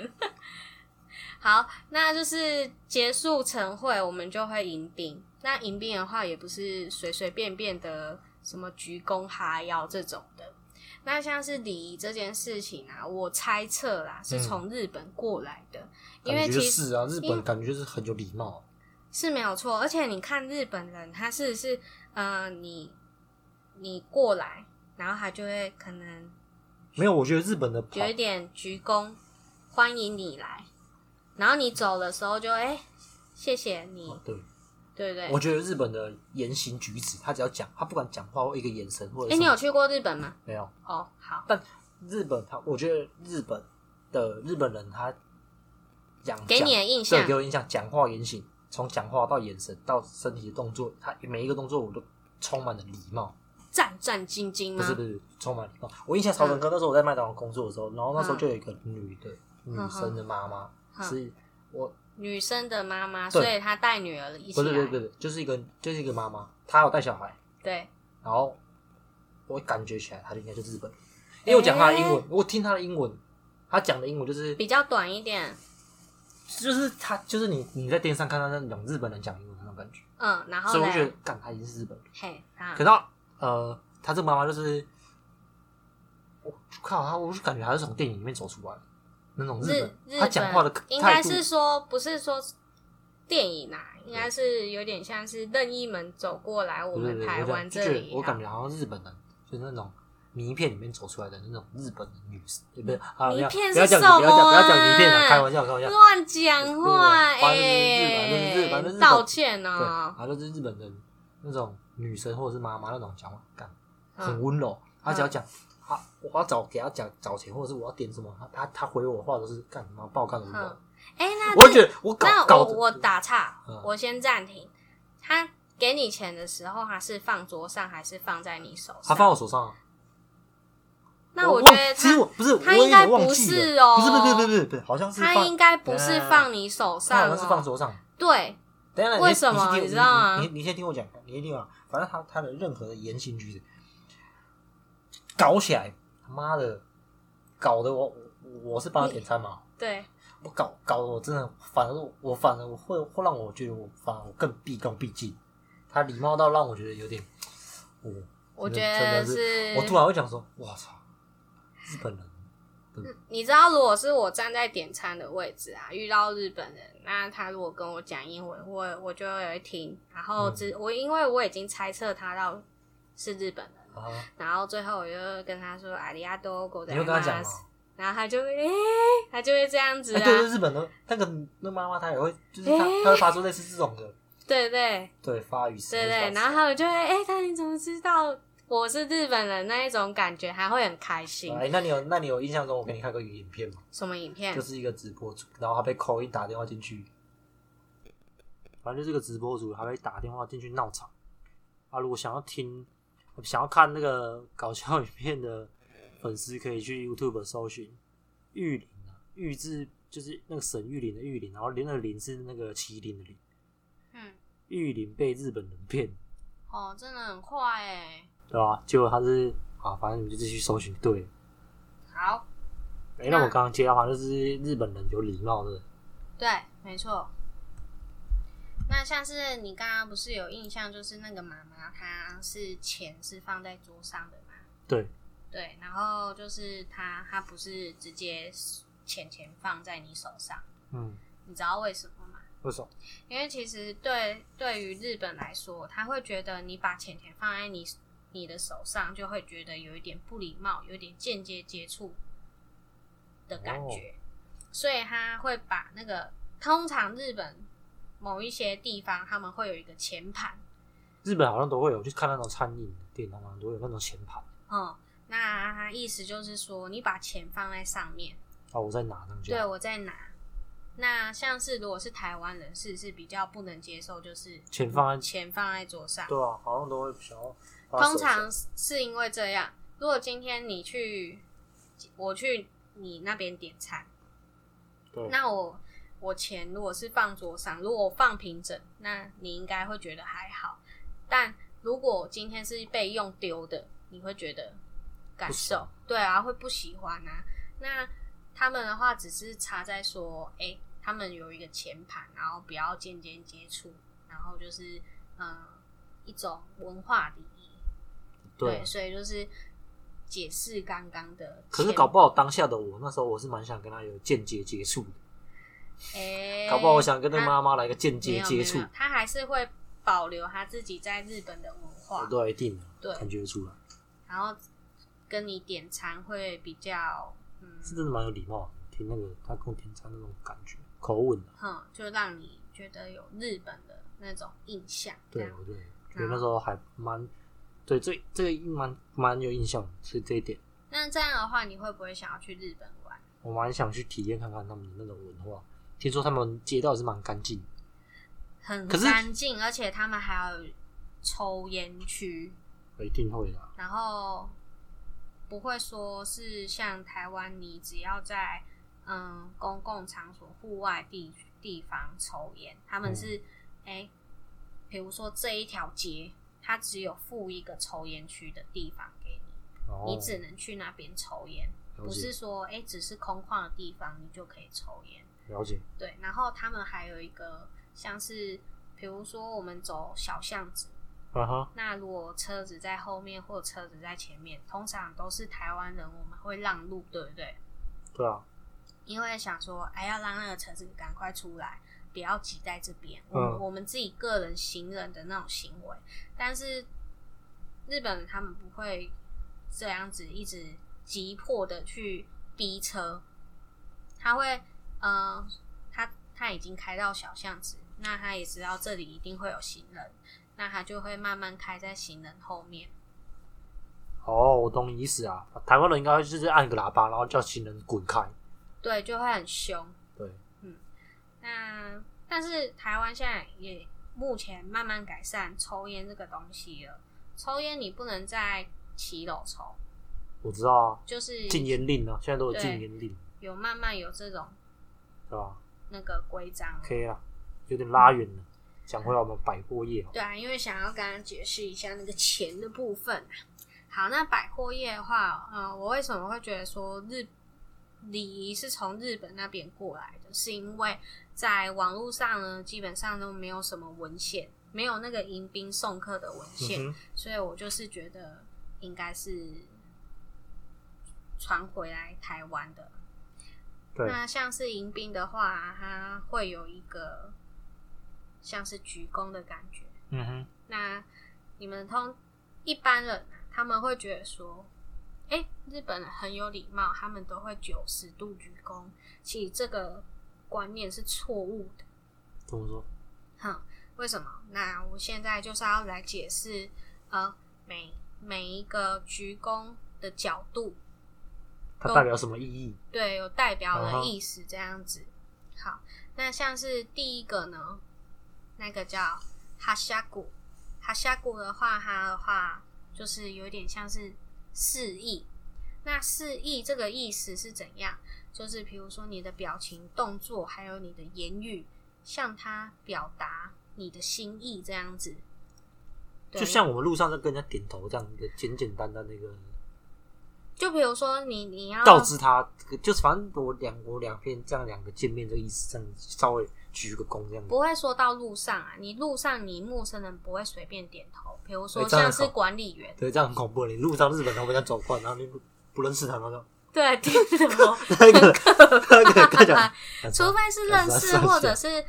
Speaker 2: 好，那就是结束晨会，我们就会迎宾。那迎宾的话，也不是随随便便的什么鞠躬哈腰这种的。那像是礼仪这件事情啊，我猜测啦，是从日本过来的， 因为
Speaker 1: 嗯感觉
Speaker 2: 其实
Speaker 1: 是啊，日
Speaker 2: 因为
Speaker 1: 本感觉就是很有礼貌，
Speaker 2: 是没有错，而且你看日本人，他是是呃，你你过来，然后他就会可能
Speaker 1: 没有，我觉得日本的跑
Speaker 2: 有一点鞠躬，欢迎你来，然后你走的时候就哎、谢谢你
Speaker 1: 哦，对，
Speaker 2: 对不对？哎
Speaker 1: 我觉得日本的言行举止，他只要讲，他不管讲话或一个眼神或
Speaker 2: 哎、
Speaker 1: 者什
Speaker 2: 你
Speaker 1: 么
Speaker 2: 有去过日本吗？
Speaker 1: 没有
Speaker 2: 哦，好，
Speaker 1: 日本他，我觉得日本的日本人他讲
Speaker 2: 给你
Speaker 1: 讲
Speaker 2: 的印象
Speaker 1: 对，给我印象，讲话言行，从讲话到眼神到身体的动作，他每一个动作我都充满了礼貌，
Speaker 2: 战战兢兢
Speaker 1: 不
Speaker 2: 吗？
Speaker 1: 是不是充满礼貌。我印象超深刻，那时候我在麦当劳工作的时候，然后那时候
Speaker 2: 嗯
Speaker 1: 就有一个女的
Speaker 2: 嗯
Speaker 1: 女生的妈妈
Speaker 2: 嗯
Speaker 1: 是。我
Speaker 2: 女生的妈妈，
Speaker 1: 对
Speaker 2: 所以她带女儿一起
Speaker 1: 不
Speaker 2: 来，
Speaker 1: 是不是不是，就是一个就是一个妈妈，她有带小孩，
Speaker 2: 对
Speaker 1: 然后我感觉起来她应该就是日本人，因为我讲她的英文，我听她的英文，她讲的英文就是
Speaker 2: 比较短一点，
Speaker 1: 就是他，就是你你在电视上看到那种日本人讲英文那种感觉，
Speaker 2: 嗯，然后
Speaker 1: 所以我就觉
Speaker 2: 嘞
Speaker 1: 得，，干他已经是日本人。
Speaker 2: 嘿啊
Speaker 1: 可，到呃，他这个妈妈就是，我靠他，我就感觉他是从电影里面走出来的那种
Speaker 2: 日
Speaker 1: 本，
Speaker 2: 日
Speaker 1: 他
Speaker 2: 本
Speaker 1: 讲话的
Speaker 2: 应
Speaker 1: 态
Speaker 2: 该
Speaker 1: 度
Speaker 2: 是说不是说电影啊，应该是有点像是任意门走过来我
Speaker 1: 对对
Speaker 2: 们
Speaker 1: 对，
Speaker 2: 台
Speaker 1: 我
Speaker 2: 湾
Speaker 1: 感
Speaker 2: 这
Speaker 1: 觉
Speaker 2: 里啊，
Speaker 1: 我感觉好像日本人就是那种。名片里面走出来的那种日本的女生，也不是啊，不
Speaker 2: 名
Speaker 1: 要不
Speaker 2: 片
Speaker 1: 要讲
Speaker 2: 是
Speaker 1: 不要讲
Speaker 2: 什么
Speaker 1: 不要讲名片
Speaker 2: 啊
Speaker 1: 啊，开玩笑开玩笑，
Speaker 2: 乱讲话
Speaker 1: 反正日本反正
Speaker 2: 哎
Speaker 1: 日本反正日，本
Speaker 2: 道歉
Speaker 1: 对，
Speaker 2: 哦
Speaker 1: 然。后就是日本人那种女生或者是妈妈那种讲话，干
Speaker 2: 嗯
Speaker 1: 很温柔。她只要讲，她我要找给她讲找钱，或者是我要点什么，她她她回我的话都是干你妈爆干什么
Speaker 2: 嗯？哎，那
Speaker 1: 我就觉得我搞
Speaker 2: 那
Speaker 1: 搞
Speaker 2: 我我打岔
Speaker 1: 嗯，
Speaker 2: 我先暂停。他给你钱的时候，他是放桌上还是放在你手
Speaker 1: 她
Speaker 2: 上？
Speaker 1: 放我手上啊。
Speaker 2: 那我
Speaker 1: 我
Speaker 2: 觉
Speaker 1: 忘
Speaker 2: 得
Speaker 1: 其实
Speaker 2: 他
Speaker 1: 我不是，
Speaker 2: 她
Speaker 1: 我有
Speaker 2: 应该
Speaker 1: 点忘
Speaker 2: 不
Speaker 1: 记
Speaker 2: 是
Speaker 1: 了
Speaker 2: 哦
Speaker 1: 不是不是不是不是不是，好像是
Speaker 2: 他
Speaker 1: 放
Speaker 2: 应该不是放你手
Speaker 1: 她好
Speaker 2: 上
Speaker 1: 像是放
Speaker 2: 哦，
Speaker 1: 手上。
Speaker 2: 对，
Speaker 1: 等一下，你
Speaker 2: 为什么
Speaker 1: 你先听我
Speaker 2: 你知道吗
Speaker 1: 你你你先听我讲，你先听我。反正他他的任何的言行举止，搞起来，他妈的，搞得我我我是帮他点餐嘛，
Speaker 2: 对，
Speaker 1: 我搞搞得我真的，反正我反正我会会让我觉得我反而我更毕恭毕敬，他礼貌到让我觉得有点，我
Speaker 2: 我觉
Speaker 1: 真的真
Speaker 2: 得
Speaker 1: 的
Speaker 2: 是
Speaker 1: 我突然会讲说，我操，日本人
Speaker 2: 你知道，如果是我站在点餐的位置啊，遇到日本人，那他如果跟我讲英文，我我就会听，然后
Speaker 1: 嗯
Speaker 2: 只、我因为我已经猜测他到是日本人，
Speaker 1: 啊，
Speaker 2: 然后最后我就跟他说阿里亚多狗
Speaker 1: 你
Speaker 2: 仔
Speaker 1: 会跟他讲
Speaker 2: 马
Speaker 1: 吗？，
Speaker 2: 然后他就会诶、他就会这样子
Speaker 1: 哎，
Speaker 2: 啊，
Speaker 1: 对对，日本的那个那妈妈她也会，就是她她会发出类似这种的。
Speaker 2: 对对
Speaker 1: 对，发语词
Speaker 2: 对
Speaker 1: 汇
Speaker 2: 对，
Speaker 1: 发
Speaker 2: 然后他们就会诶，他、你怎么知道我是日本人那一种感觉，还会很开
Speaker 1: 词
Speaker 2: 心。
Speaker 1: 哎，那你有那你有印象中我给你看过一个影片吗？
Speaker 2: 什么影片
Speaker 1: 就？是一个直播主，然后他被扣一打电话进去，
Speaker 3: 反正就是个直播主，还会打电话进去闹场。啊，如果想要听、想要看那个搞笑影片的粉丝，可以去 YouTube 搜寻玉林啊，玉字就是那个沈玉林的玉林，然后那个林是那个麒麟的麟。
Speaker 2: 嗯，
Speaker 3: 玉林被日本人骗，
Speaker 2: 哦，真的很欸快诶。
Speaker 3: 对吧、结果他是啊，反正你们就继续搜寻对了。
Speaker 2: 好，
Speaker 3: 哎、那我刚刚接到，反正就是日本人有礼貌的，
Speaker 2: 对，没错。那像是你刚刚不是有印象，就是那个妈妈她是钱是放在桌上的嘛？
Speaker 3: 对，
Speaker 2: 对，然后就是她她不是直接钱钱放在你手上，
Speaker 3: 嗯，
Speaker 2: 你知道为什么吗？
Speaker 3: 为什么？
Speaker 2: 因为其实对对于日本来说，他会觉得你把钱钱放在你你的手上，就会觉得有一点不礼貌，有点间接接触的感
Speaker 1: 哦
Speaker 2: 觉，所以他会把那个通常日本某一些地方他们会有一个钱盘，
Speaker 3: 日本好像都会有，就看那种餐饮店，
Speaker 1: 啊
Speaker 3: 好像都会有那种钱盘，
Speaker 2: 嗯，那他意思就是说你把钱放在上面，
Speaker 3: 啊，我再拿上去。
Speaker 2: 对我在拿，那像是如果是台湾人士是比较不能接受，就是
Speaker 1: 钱放在
Speaker 2: 钱放在桌上。
Speaker 4: 对啊，好像都会想要把手
Speaker 2: 通常
Speaker 4: 上。
Speaker 2: 是因为这样，如果今天你去，我去你那边点餐，
Speaker 4: 对
Speaker 2: 那我我钱如果是放桌上，如果我放平整，那你应该会觉得还好。但如果今天是被用丢的，你会觉得感
Speaker 4: 不
Speaker 2: 受
Speaker 4: 爽
Speaker 2: 对啊，会不喜欢啊。那他们的话只是插在说，哎、他们有一个前盘，然后不要间间接触，然后就是嗯、呃一种文化礼仪，
Speaker 1: 对
Speaker 2: 对，，所以就是解释刚刚的
Speaker 1: 可
Speaker 2: 前。
Speaker 1: 是搞不好当下的我，那时候我是蛮想跟他有间接接触的，
Speaker 2: 哎、
Speaker 1: 搞不好我想跟那
Speaker 2: 他
Speaker 1: 妈妈来个间
Speaker 2: 没
Speaker 1: 接
Speaker 2: 有
Speaker 1: 接触
Speaker 2: 没有，他还是会保留他自己在日本的文化
Speaker 1: 我，都一定
Speaker 2: 对
Speaker 1: 感觉得出来，
Speaker 2: 然后跟你点餐会比较，嗯，
Speaker 1: 是真的蛮有礼貌的，挺那个他跟我点餐那种感觉口吻啊的，
Speaker 2: 哼，就让你觉得有日本的那种印象，这
Speaker 1: 对
Speaker 2: 样
Speaker 1: 我对，觉得那时候还蛮对这这个蛮蛮有印象的，所以这一点
Speaker 2: 那这样的话，你会不会想要去日本玩？
Speaker 1: 我蛮想去体验看看他们的那种文化，听说他们街道也是蛮干净的，
Speaker 2: 很
Speaker 1: 可是
Speaker 2: 干净，而且他们还有抽烟区，
Speaker 1: 我一定会的啊，
Speaker 2: 然后不会说是像台湾，你只要在嗯公共场所、户外地地方抽烟，他
Speaker 1: 嗯
Speaker 2: 们是哎，比、如说这一条街，它只有附一个抽烟区的地方给你，
Speaker 1: 然后
Speaker 2: 你只能去那边抽烟，
Speaker 1: 哦了
Speaker 2: 不
Speaker 1: 解
Speaker 2: 是说哎、只是空旷的地方你就可以抽烟。
Speaker 1: 了解，
Speaker 2: 对，然后他们还有一个像是，比如说我们走小巷子，
Speaker 1: 啊哈，
Speaker 2: 那如果车子在后面或车子在前面，通常都是台湾人，我们会让路，对不对？
Speaker 1: 对啊，
Speaker 2: 因为想说，哎，要让那个车子赶快出来，不要挤在这边。我
Speaker 1: 嗯
Speaker 2: 我们自己个人行人的那种行为，但是日本人他们不会这样子一直急迫的去逼车，他会，呃，他他已经开到小巷子，那他也知道这里一定会有行人，那他就会慢慢开在行人后面。
Speaker 1: 哦，我懂你意思啊。台湾人应该就是按个喇叭，然后叫行人滚开。
Speaker 2: 对，就会很凶。
Speaker 1: 对，
Speaker 2: 嗯，那但是台湾现在也目前慢慢改善抽烟这个东西了。抽烟你不能在骑楼抽，
Speaker 1: 我知道啊，
Speaker 2: 就是
Speaker 1: 禁烟令啊，现在都有
Speaker 2: 对
Speaker 1: 禁烟令，
Speaker 2: 有慢慢有这种
Speaker 1: 对吧
Speaker 2: 那个规章。
Speaker 1: ？OK 啦，有点拉远了。讲回来，我们百货业哦，
Speaker 2: 对啊，因为想要跟他解释一下那个钱的部分啊。好，那百货业的话，嗯，我为什么会觉得说日礼仪是从日本那边过来的？是因为在网络上呢，基本上都没有什么文献，没有那个迎宾送客的文献，
Speaker 1: 嗯哼，
Speaker 2: 所以我就是觉得应该是传回来台湾的。
Speaker 1: 对，
Speaker 2: 那像是迎宾的话，它会有一个像是鞠躬的感觉。
Speaker 1: 嗯哼，
Speaker 2: 那你们通一般人啊、他们会觉得说，哎、日本人很有礼貌，他们都会九十度鞠躬。其实这个观念是错误的。
Speaker 1: 怎么说？
Speaker 2: 哼，为什么？那我现在就是要来解释，呃，每每一个鞠躬的角度，
Speaker 1: 它代表什么意义？
Speaker 2: 对，有代表
Speaker 1: 嗯
Speaker 2: 的
Speaker 1: 哼
Speaker 2: 意思这样子。好，那像是第一个呢，那个叫哈夏谷，哈夏谷的话，它的话就是有点像是示意。那示意这个意思是怎样？就是比如说你的表情、动作，还有你的言语，向他表达你的心意这样子。对
Speaker 1: 就像我们路上在跟人家点头这样一个简简单单的一个
Speaker 2: 就比如说你你要
Speaker 1: 告知他，就是反正我两我两边这样两个见面的意思，这样稍微鞠个躬这样子。
Speaker 2: 不会说到路上啊，你路上你陌生人不会随便点头，比如说
Speaker 1: 对这样很
Speaker 2: 像是
Speaker 1: 好
Speaker 2: 管理员，
Speaker 1: 对，这样很恐怖。你路上日本人被人家走过来，然后你不不认识他，然后就
Speaker 2: 对， 点 头，
Speaker 1: 那个那个看起来
Speaker 2: 除非是认
Speaker 1: 很
Speaker 2: 识
Speaker 1: 帅
Speaker 2: 或者是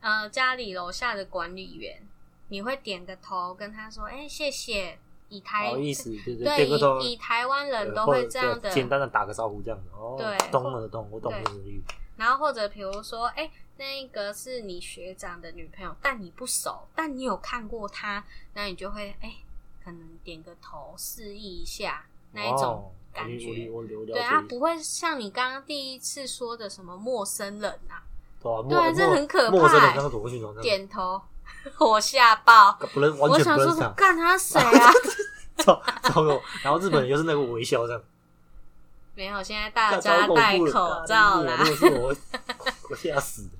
Speaker 2: 呃家里楼下的管理员，你会点个头跟他说，哎、谢谢，以台
Speaker 1: 好意思，对对，
Speaker 2: 对
Speaker 1: 点个头，
Speaker 2: 以以台湾人
Speaker 1: 呃
Speaker 2: 都
Speaker 1: 或
Speaker 2: 会
Speaker 1: 者
Speaker 2: 这样的
Speaker 1: 对简单的打个招呼这样子。哦，
Speaker 2: 对
Speaker 1: 懂了懂，我懂
Speaker 2: 对
Speaker 1: 这个意思。
Speaker 2: 然后或者比如说，哎、那个是你学长的女朋友，但你不熟，但你有看过她，那你就会哎、可能点个头示意一下那一种
Speaker 1: 哦
Speaker 2: 感觉。
Speaker 1: 我理我理我了
Speaker 2: 对啊，
Speaker 1: 解。
Speaker 2: 不会像你刚刚第一次说的什么陌生人啊，
Speaker 1: 对吧？
Speaker 2: 对啊
Speaker 1: 陌
Speaker 2: 这很可怕
Speaker 1: 陌陌生人刚刚走过去，然后这样
Speaker 2: 点头，我吓爆，
Speaker 1: 不认嗯完
Speaker 2: 我
Speaker 1: 全
Speaker 2: 想
Speaker 1: 不认
Speaker 2: 说
Speaker 1: 识 他，
Speaker 2: 干他谁啊？
Speaker 1: 操操我！然后日本人又是那个微笑这样，
Speaker 2: 没有，现在大
Speaker 1: 干
Speaker 2: 家
Speaker 1: 超恐
Speaker 2: 戴
Speaker 1: 怖的啊
Speaker 2: 口
Speaker 1: 干
Speaker 2: 罩
Speaker 1: 日本
Speaker 2: 啦
Speaker 1: 人。如果是我，我吓死了。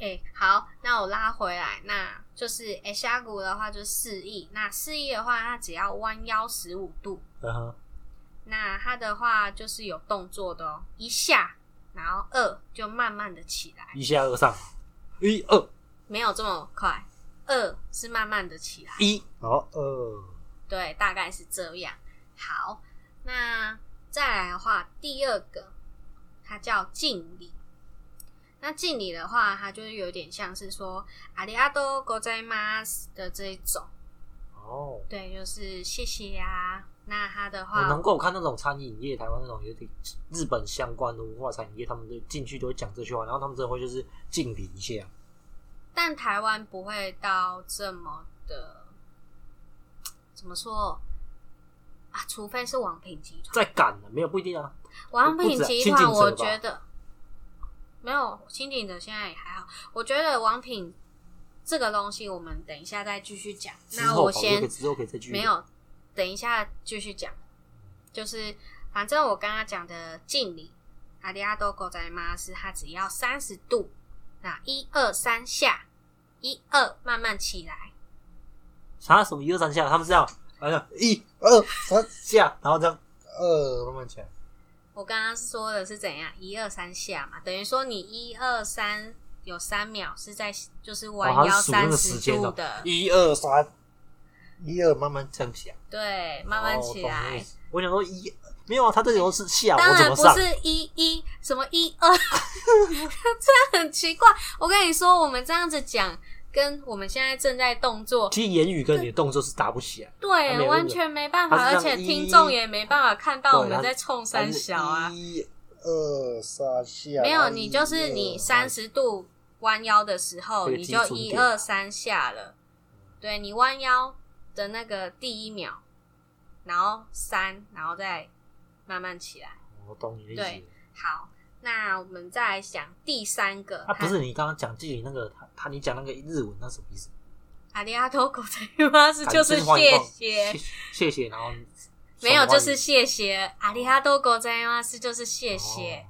Speaker 2: 哎、好，那我拉回来，那就是哎峡谷的话就是四亿，那四亿的话，它只要弯腰十五度，
Speaker 1: 嗯哼，
Speaker 2: 那它的话就是有动作的哦，一下，然后二就慢慢的起来，
Speaker 1: 一下二上，一二
Speaker 2: 没有这么快，二是慢慢的起来，
Speaker 1: 一，好二，
Speaker 2: 对，大概是这样。好，那再来的话，第二个它叫敬礼。那敬礼的话，它就是有点像是说“阿里阿多国在吗”的这一种，
Speaker 1: 哦。
Speaker 2: 对，就是谢谢啊。那它的
Speaker 1: 我
Speaker 2: 话
Speaker 1: 能，够看那种餐饮业，台湾那种有点日本相关的文化餐饮业，他们就进去都会讲这句话，然后他们真的会就是敬礼一下，
Speaker 2: 但台湾不会到这么的，怎么说啊？除非是网品集团，
Speaker 1: 在赶了没有不一定啊，
Speaker 2: 王
Speaker 1: 不
Speaker 2: 品
Speaker 1: 止啊
Speaker 2: 集
Speaker 1: 新
Speaker 2: 团，
Speaker 1: 进者
Speaker 2: 我
Speaker 1: 吧
Speaker 2: 觉得没有新景的现在也还好。我觉得王品这个东西，我们等一下再继续讲。
Speaker 1: 之
Speaker 2: 那
Speaker 1: 后吧
Speaker 2: 我
Speaker 1: 可以
Speaker 2: 先
Speaker 1: 之后可以再去
Speaker 2: 没有，等一下继续讲。就是反正我刚刚讲的敬礼，阿里阿多狗仔妈是它只要三十度，那一二三下，一二慢慢起来，
Speaker 1: 啥什么一二三下，他们是这样，好像一二三下，然后这样二慢慢起来，
Speaker 2: 我刚刚说的是怎样？一二三下嘛，等于说你一二三有三秒是在就是弯
Speaker 1: 哦它是
Speaker 2: 腰
Speaker 1: 数那
Speaker 2: 三
Speaker 1: 个
Speaker 2: 十
Speaker 1: 时间
Speaker 2: 度
Speaker 1: 哦
Speaker 2: 的，
Speaker 1: 一二三，一二慢慢这样起来，
Speaker 2: 对，慢慢
Speaker 1: 哦
Speaker 2: 起。
Speaker 1: 懂你
Speaker 2: 来
Speaker 1: 意。思我想说一没有啊，他这种是下，
Speaker 2: 当
Speaker 1: 我怎
Speaker 2: 然
Speaker 1: 么
Speaker 2: 不
Speaker 1: 上？
Speaker 2: 是一一什么一二，这很奇怪。我跟你说，我们这样子讲，跟我们现在正在动作，
Speaker 1: 其实言语跟你的动作是搭不起来，它没
Speaker 2: 对，
Speaker 1: 有
Speaker 2: 完全没办法，
Speaker 1: 它是这
Speaker 2: 而且
Speaker 1: 样
Speaker 2: 听
Speaker 1: 一
Speaker 2: 众也没办法看到我
Speaker 1: 对
Speaker 2: 们
Speaker 1: 它
Speaker 2: 在冲三小
Speaker 1: 它
Speaker 2: 啊
Speaker 1: 是。一二三下，
Speaker 2: 没
Speaker 1: 然
Speaker 2: 有，
Speaker 1: 后
Speaker 2: 你
Speaker 1: 一
Speaker 2: 就是你
Speaker 1: 二
Speaker 2: 三十度弯腰的时候，
Speaker 1: 这个
Speaker 2: 你
Speaker 1: 基
Speaker 2: 就
Speaker 1: 础
Speaker 2: 一
Speaker 1: 点
Speaker 2: 二三下了。对你弯腰的那个第一秒，然后三，然后再慢慢起来。
Speaker 1: 哦我懂你的意
Speaker 2: 对
Speaker 1: 思。
Speaker 2: 好，那我们再来讲第三个。
Speaker 1: 啊，不是你刚刚讲自己那个他他你讲那个日文那什么意思？
Speaker 2: 阿里阿多狗仔吗？是就是
Speaker 1: 感谢
Speaker 2: 谢
Speaker 1: 换一
Speaker 2: 谢
Speaker 1: 换，谢谢，然后
Speaker 2: 没有
Speaker 1: 手腕
Speaker 2: 就是谢谢。阿里阿多狗仔吗？是就是谢谢。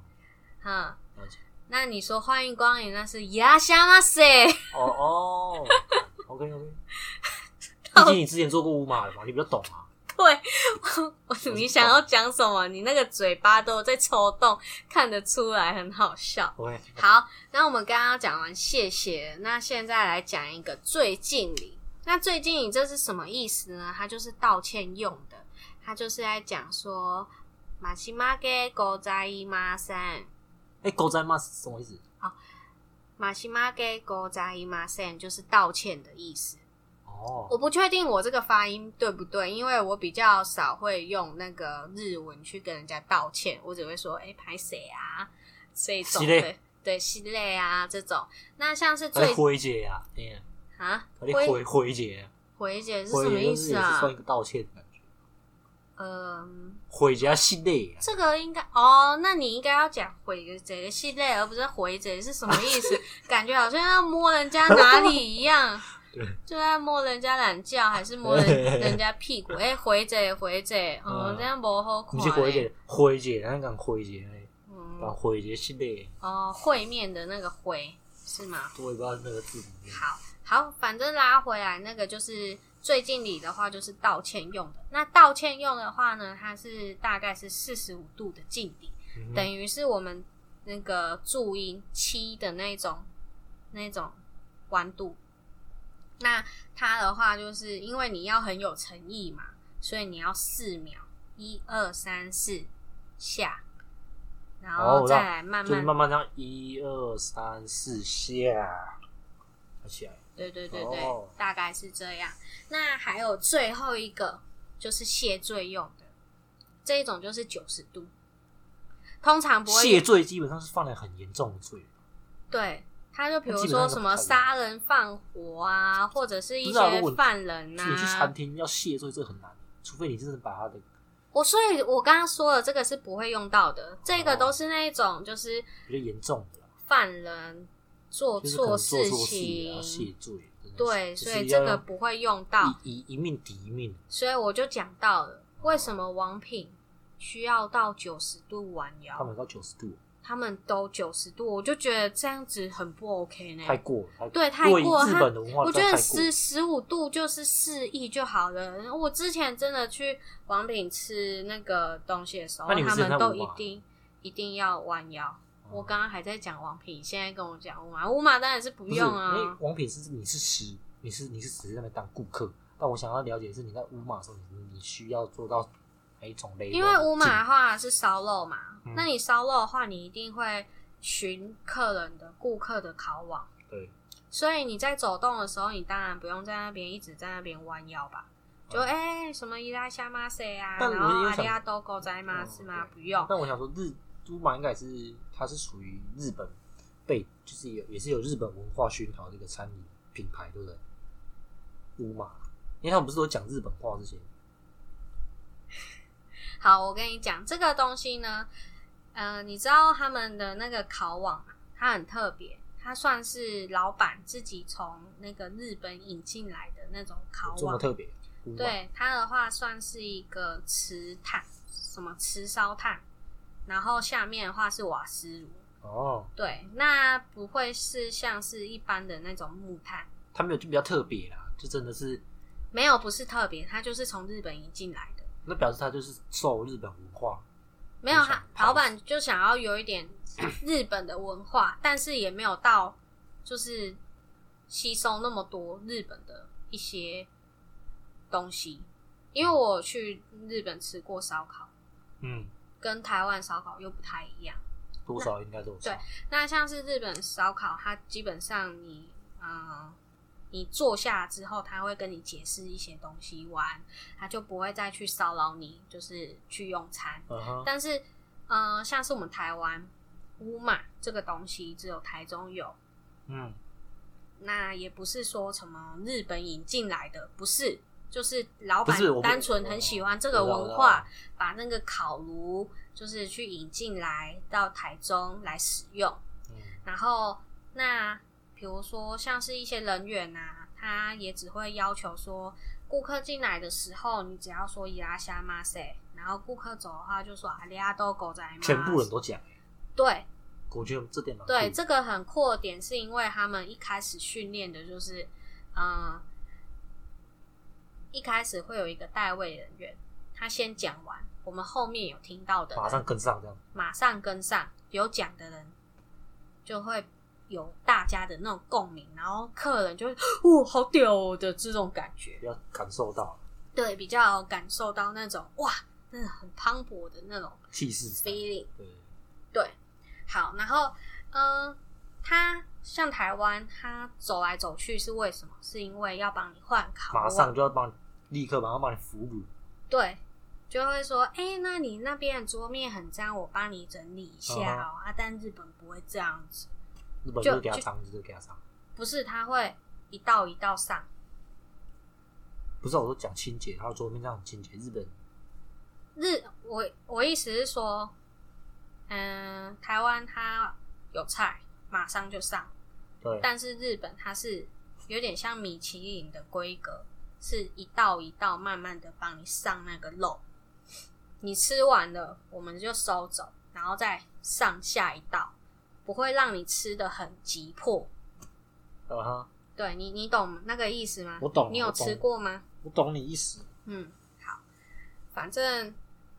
Speaker 2: 嗯，
Speaker 1: 哦了解
Speaker 2: 那你说欢迎光临，那是呀香啊塞。
Speaker 1: 哦哦，OK OK，
Speaker 2: 到
Speaker 1: 毕竟你之前做过乌马的嘛，你比较懂啊。
Speaker 2: 对， 我你想要讲什么？你那个嘴巴都有在抽动，看得出来，很好笑。
Speaker 1: OK，
Speaker 2: 好，那我们刚刚讲完谢谢，那现在来讲一个最敬礼。那最敬礼这是什么意思呢？它就是道歉用的，它就是在讲说马西马给狗仔伊马三，
Speaker 1: 哎，狗仔骂是什么意思？
Speaker 2: 马西马给狗仔伊马三就是道歉的意思。我
Speaker 1: 哦，
Speaker 2: 不确定我这个发音对不对，因为我比较少会用那个日文去跟人家道歉，我只会说“哎、拍谁啊”这
Speaker 1: 失
Speaker 2: 种
Speaker 1: 礼
Speaker 2: 对对系列啊这种。那像是
Speaker 1: 他
Speaker 2: 最
Speaker 1: 是灰姐呀，哎呀，
Speaker 2: 啊
Speaker 1: 他是灰灰姐，啊
Speaker 2: 回解是什么
Speaker 1: 灰
Speaker 2: 意
Speaker 1: 就是
Speaker 2: 思
Speaker 1: 也是
Speaker 2: 啊
Speaker 1: 算一？个道歉的感觉。
Speaker 2: 嗯，
Speaker 1: 灰姐系列啊，
Speaker 2: 这个应该哦，那你应该要讲回解系列，而不是回解是什么意思？感觉好像要摸人家哪里一样。
Speaker 1: 对，
Speaker 2: 就在摸人家懒觉，还是摸人人家屁股？哎、回者回者，嗯，
Speaker 1: 嗯
Speaker 2: 这样不好看、
Speaker 1: 不是
Speaker 2: 欸。
Speaker 1: 灰姐，灰姐，那讲灰姐嘞，讲
Speaker 2: 嗯，
Speaker 1: 灰姐系列，
Speaker 2: 哦，会面的那个会是吗？
Speaker 1: 我也不知道那个字里面。
Speaker 2: 好好，反正拉回来那个就是最近里的话，就是道歉用的。那道歉用的话呢，它是大概是四十五度的敬礼，
Speaker 1: 嗯哼
Speaker 2: 等于是我们那个注音七的那种那种弯度。那它的话，就是因为你要很有诚意嘛，所以你要四秒，一二三四下，然
Speaker 1: 哦
Speaker 2: 后
Speaker 1: 我知道
Speaker 2: 再来慢
Speaker 1: 就是
Speaker 2: 慢
Speaker 1: 慢慢这样一二三四下，起来。
Speaker 2: 对对对对，
Speaker 1: 哦
Speaker 2: 大概是这样。那还有最后一个就是谢罪用的，这一种就是九十度，通常不会
Speaker 1: 谢罪基本上是犯了很严重的罪，
Speaker 2: 对。他就比如
Speaker 1: 基本上
Speaker 2: 说
Speaker 1: 是
Speaker 2: 什
Speaker 1: 不
Speaker 2: 么
Speaker 1: 太
Speaker 2: 杀人放火啊，或者是一
Speaker 1: 不是啊如果
Speaker 2: 些
Speaker 1: 你
Speaker 2: 犯人
Speaker 1: 所以你去餐
Speaker 2: 啊。
Speaker 1: 厅要谢罪这很难，除非你真的把他的
Speaker 2: 我所以，我刚刚说的这个是不会用到的，这个
Speaker 1: 哦
Speaker 2: 都是那一种就是
Speaker 1: 比较严重的啦。
Speaker 2: 犯人做
Speaker 1: 就是可能
Speaker 2: 事
Speaker 1: 做错
Speaker 2: 情，
Speaker 1: 啊，谢罪，真的是
Speaker 2: 对，
Speaker 5: 就
Speaker 2: 所
Speaker 5: 是
Speaker 2: 以
Speaker 5: 要
Speaker 2: 这个
Speaker 5: 用
Speaker 2: 不会用到，
Speaker 1: 一一一命抵一命，
Speaker 2: 所以我就讲到了为什么王品需要到九十度弯
Speaker 1: 他
Speaker 2: 腰，
Speaker 1: 们到九十度，
Speaker 2: 他们都九十度，我就觉得这样子很不 OK 呢。
Speaker 1: 太过了，太
Speaker 2: 对，太
Speaker 1: 对于
Speaker 2: 过
Speaker 1: 日
Speaker 2: 他
Speaker 1: 本的文化，
Speaker 2: 我觉得
Speaker 1: 太过
Speaker 2: 十十五度就是示意就好了。我之前真的去王品吃那个东西的时候，
Speaker 1: 那你们
Speaker 2: 他
Speaker 1: 之前
Speaker 2: 们
Speaker 1: 在
Speaker 2: 都
Speaker 1: 五
Speaker 2: 一
Speaker 1: 马哦
Speaker 2: 定一定要弯腰。我刚刚还在讲王品，现在跟我讲五马，五马当然是不
Speaker 1: 不是，
Speaker 2: 用
Speaker 1: 因为
Speaker 2: 啊。
Speaker 1: 王品是你是十，你是你是只是在那边当顾客，但我想要了解的是你在乌马的时候，你你需要做到哪一种类？
Speaker 2: 因为五马的话是烧肉嘛，
Speaker 1: 嗯
Speaker 2: 那你烧肉的话，你一定会寻客人的顾客的烤网，
Speaker 1: 对，
Speaker 2: 所以你在走动的时候，你当然不用在那边一直在那边弯腰吧。就
Speaker 1: 嗯
Speaker 2: 哎、什么伊拉夏马塞啊，
Speaker 1: 但
Speaker 2: 然
Speaker 1: 我
Speaker 2: 后
Speaker 1: 也
Speaker 2: 阿
Speaker 1: 想
Speaker 2: 利亚多狗在吗？
Speaker 1: 嗯
Speaker 2: 是吗？不
Speaker 1: 对
Speaker 2: 用，
Speaker 1: 但我想说日乌马应该也是它是属于日本被就是有也是有日本文化熏陶的一个餐饮品牌，对不对？乌马，因为他们不是都讲日本话这些，
Speaker 2: 好，我跟你讲这个东西呢，呃，你知道他们的那个烤网啊，它很特别，它算是老板自己从那个日本引进来的那种烤
Speaker 1: 有这么
Speaker 2: 网。
Speaker 1: 特别。乌马，
Speaker 2: 对它的话，算是一个磁炭，什么磁烧炭，然后下面的话是瓦斯炉。
Speaker 1: 哦，
Speaker 2: 对，那不会是像是一般的那种木炭，
Speaker 1: 他们有就比较特别啦，就真的是
Speaker 2: 没有，不是特别，它就是从日本引进来的。
Speaker 1: 那表示他就是受日本文化
Speaker 2: 没有，
Speaker 1: 就想
Speaker 2: 他
Speaker 1: 泡
Speaker 2: 老板就想要有 一点日本的文化，但是也没有到就是吸收那么多日本的一些东西。因为我去日本吃过烧烤，
Speaker 1: 嗯，
Speaker 2: 跟台湾烧烤又不太一样。
Speaker 1: 多少应该都有
Speaker 2: 对那像是日本烧烤，它基本上你呃，你坐下之后，他会跟你解释一些东西完，他就不会再去骚扰你，就是去用餐。
Speaker 1: 嗯哼，
Speaker 2: 但是，呃，像是我们台湾乌马这个东西，只有台中有，
Speaker 1: 嗯，
Speaker 2: 那也不是说什么日本引进来的，不是，就是老
Speaker 1: 不
Speaker 2: 板
Speaker 1: 是我不
Speaker 2: 单纯很喜欢这个文化，，把那个烤炉就是去引进来到台中来使用。
Speaker 1: 我知道我知道嗯
Speaker 2: 然后那比如说像是一些人员啊，他也只会要求说，顾客进来的时候，你只要说伊拉虾马塞，然后顾客走的话就说阿里阿多狗仔吗？
Speaker 1: 全部人都讲，
Speaker 2: 对
Speaker 1: 我觉得这点蛮酷的
Speaker 2: 对，这个很酷的点是因为他们一开始训练的就是，嗯、一开始会有一个代位人员，他先讲完，我们后面有听到的人
Speaker 1: 马上跟上这样，
Speaker 2: 马上跟上，有讲的人就会有大家的那种共鸣，然后客人就会哦好屌哦的这种感觉，
Speaker 1: 要感受到
Speaker 2: 对，比较有感受到那种哇，那很磅礴的那种
Speaker 1: 气势。
Speaker 2: feeling。
Speaker 1: 对，
Speaker 2: 对，好，然后嗯，他像台湾，他走来走去是为什么？是因为要帮你换烤网，
Speaker 1: 马上就要帮你，立刻马上帮你服务。
Speaker 2: 对，就会说，哎、那你那边的桌面很脏，我帮你整理
Speaker 1: 嗯
Speaker 2: 一下哦。啊，但日本不会这样子。
Speaker 1: 日本
Speaker 2: 就
Speaker 1: 就是给他
Speaker 2: 就
Speaker 1: 上，就是给他上。
Speaker 2: 不是，他会一道一道上。
Speaker 1: 不是我说讲清洁，他的桌面上很清洁。日本
Speaker 2: 日，我我意思是说，嗯、台湾它有菜马上就上，
Speaker 1: 对，
Speaker 2: 但是日本它是有点像米其林的规格，是一道一道慢慢的帮你上那个肉，你吃完了我们就收走，然后再上下一道，不会让你吃的很急迫。
Speaker 1: 嗯哼，
Speaker 2: 对你，你懂那个意思吗？
Speaker 1: 我懂
Speaker 2: 你有
Speaker 1: 我懂
Speaker 2: 吃过吗？
Speaker 1: 我懂你意思。
Speaker 2: 嗯，好，反正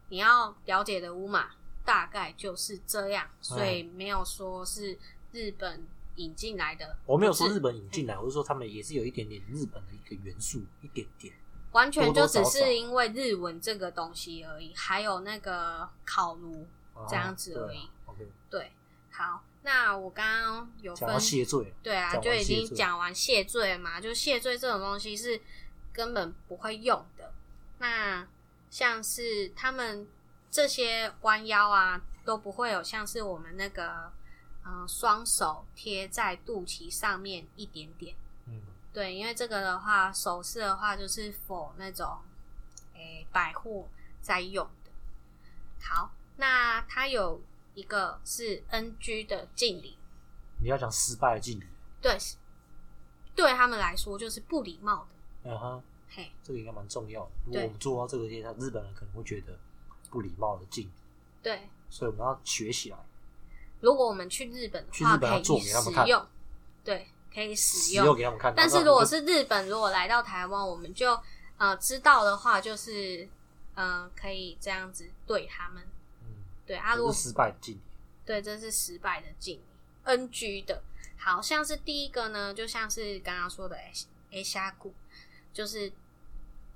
Speaker 2: 你要了解的乌马大概就是这样，所以没有说是日本引进来的，
Speaker 1: 我没有说
Speaker 2: 不是
Speaker 1: 日本引进来，
Speaker 2: 嗯
Speaker 1: 我是说他们也是有一点点日本的一个元素，一点点。
Speaker 2: 完全就只
Speaker 1: 多多少少
Speaker 2: 是因为日文这个东西而已，还有那个烤炉
Speaker 1: 啊
Speaker 2: 这样子而已。
Speaker 1: 对啊
Speaker 2: 对，好，那我刚刚有
Speaker 1: OK，讲
Speaker 2: 分
Speaker 1: 到谢罪了，
Speaker 2: 对啊，
Speaker 1: 讲完
Speaker 2: 就已经
Speaker 1: 谢罪
Speaker 2: 讲完谢罪了嘛，就谢罪这种东西是根本不会用的。那像是他们这些弯腰啊，都不会有像是我们那个嗯双、手贴在肚脐上面一点点。
Speaker 1: 嗯，
Speaker 2: 对，因为这个的话，手势的话就是否那种诶、百货在用的。好，那它有一个是 NG 的敬礼，
Speaker 1: 你要讲失败的敬礼，
Speaker 2: 对，对他们来说就是不礼貌的。
Speaker 1: 嗯哼，
Speaker 2: 嘿，
Speaker 1: 这个应该蛮重要的。如果
Speaker 2: 对
Speaker 1: 我们做到这个现象，日本人可能会觉得不礼貌的敬礼，
Speaker 2: 对，
Speaker 1: 所以我们要学起来，
Speaker 2: 如果我们去日本
Speaker 1: 去
Speaker 2: 的
Speaker 1: 日
Speaker 2: 话，
Speaker 1: 本要
Speaker 2: 可
Speaker 1: 做
Speaker 2: 以
Speaker 1: 给他们
Speaker 2: 使
Speaker 1: 看
Speaker 2: 用，对，可以使
Speaker 1: 使
Speaker 2: 用
Speaker 1: 用。给他们看。
Speaker 2: 但
Speaker 1: 然后
Speaker 2: 是如果
Speaker 1: 让
Speaker 2: 是日本，如果来到台湾，我们就呃知道的话，就是呃可以这样子对他们。
Speaker 1: 他们
Speaker 2: 对啊，如
Speaker 1: 嗯，
Speaker 2: 果
Speaker 1: 这是失败的敬礼，
Speaker 2: 对，这是失败的敬礼，NG 的。好像是第一个呢，就像是刚刚说的 A A 虾骨，就是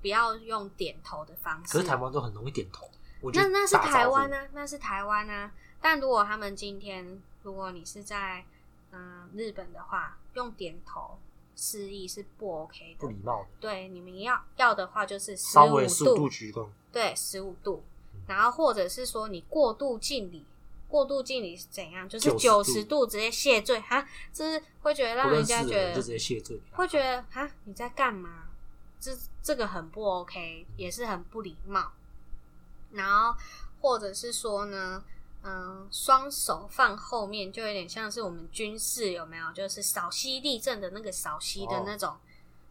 Speaker 2: 不要用点头的方式。
Speaker 1: 可是台湾都很容易点头。我觉
Speaker 2: 那
Speaker 1: 得
Speaker 2: 那是
Speaker 1: 打招呼
Speaker 2: 台湾啊，那是台湾啊。但如果他们今天，如果你是在嗯、呃日本的话，用点头示意是不 OK
Speaker 1: 不
Speaker 2: 的
Speaker 1: 礼。貌的，
Speaker 2: 对，你们要要的话就是十
Speaker 1: 稍微
Speaker 2: 五
Speaker 1: 十五度鞠躬，
Speaker 2: 对，十五度
Speaker 1: 嗯。
Speaker 2: 然后或者是说你过度敬礼，过度敬礼是怎样？就是
Speaker 1: 90
Speaker 2: 九
Speaker 1: 度
Speaker 2: 十度直接谢罪哈，就是会觉得
Speaker 1: 不
Speaker 2: 让人
Speaker 1: 认识
Speaker 2: 家
Speaker 1: 的
Speaker 2: 觉
Speaker 1: 人就直
Speaker 2: 得
Speaker 1: 接谢罪给他。
Speaker 2: 会觉得哈你在干嘛？这这个很不 OK，也是很不礼貌。然后或者是说呢，嗯、双手放后面就有点像是我们军事有没有？就是扫息立正的那个扫息的那种，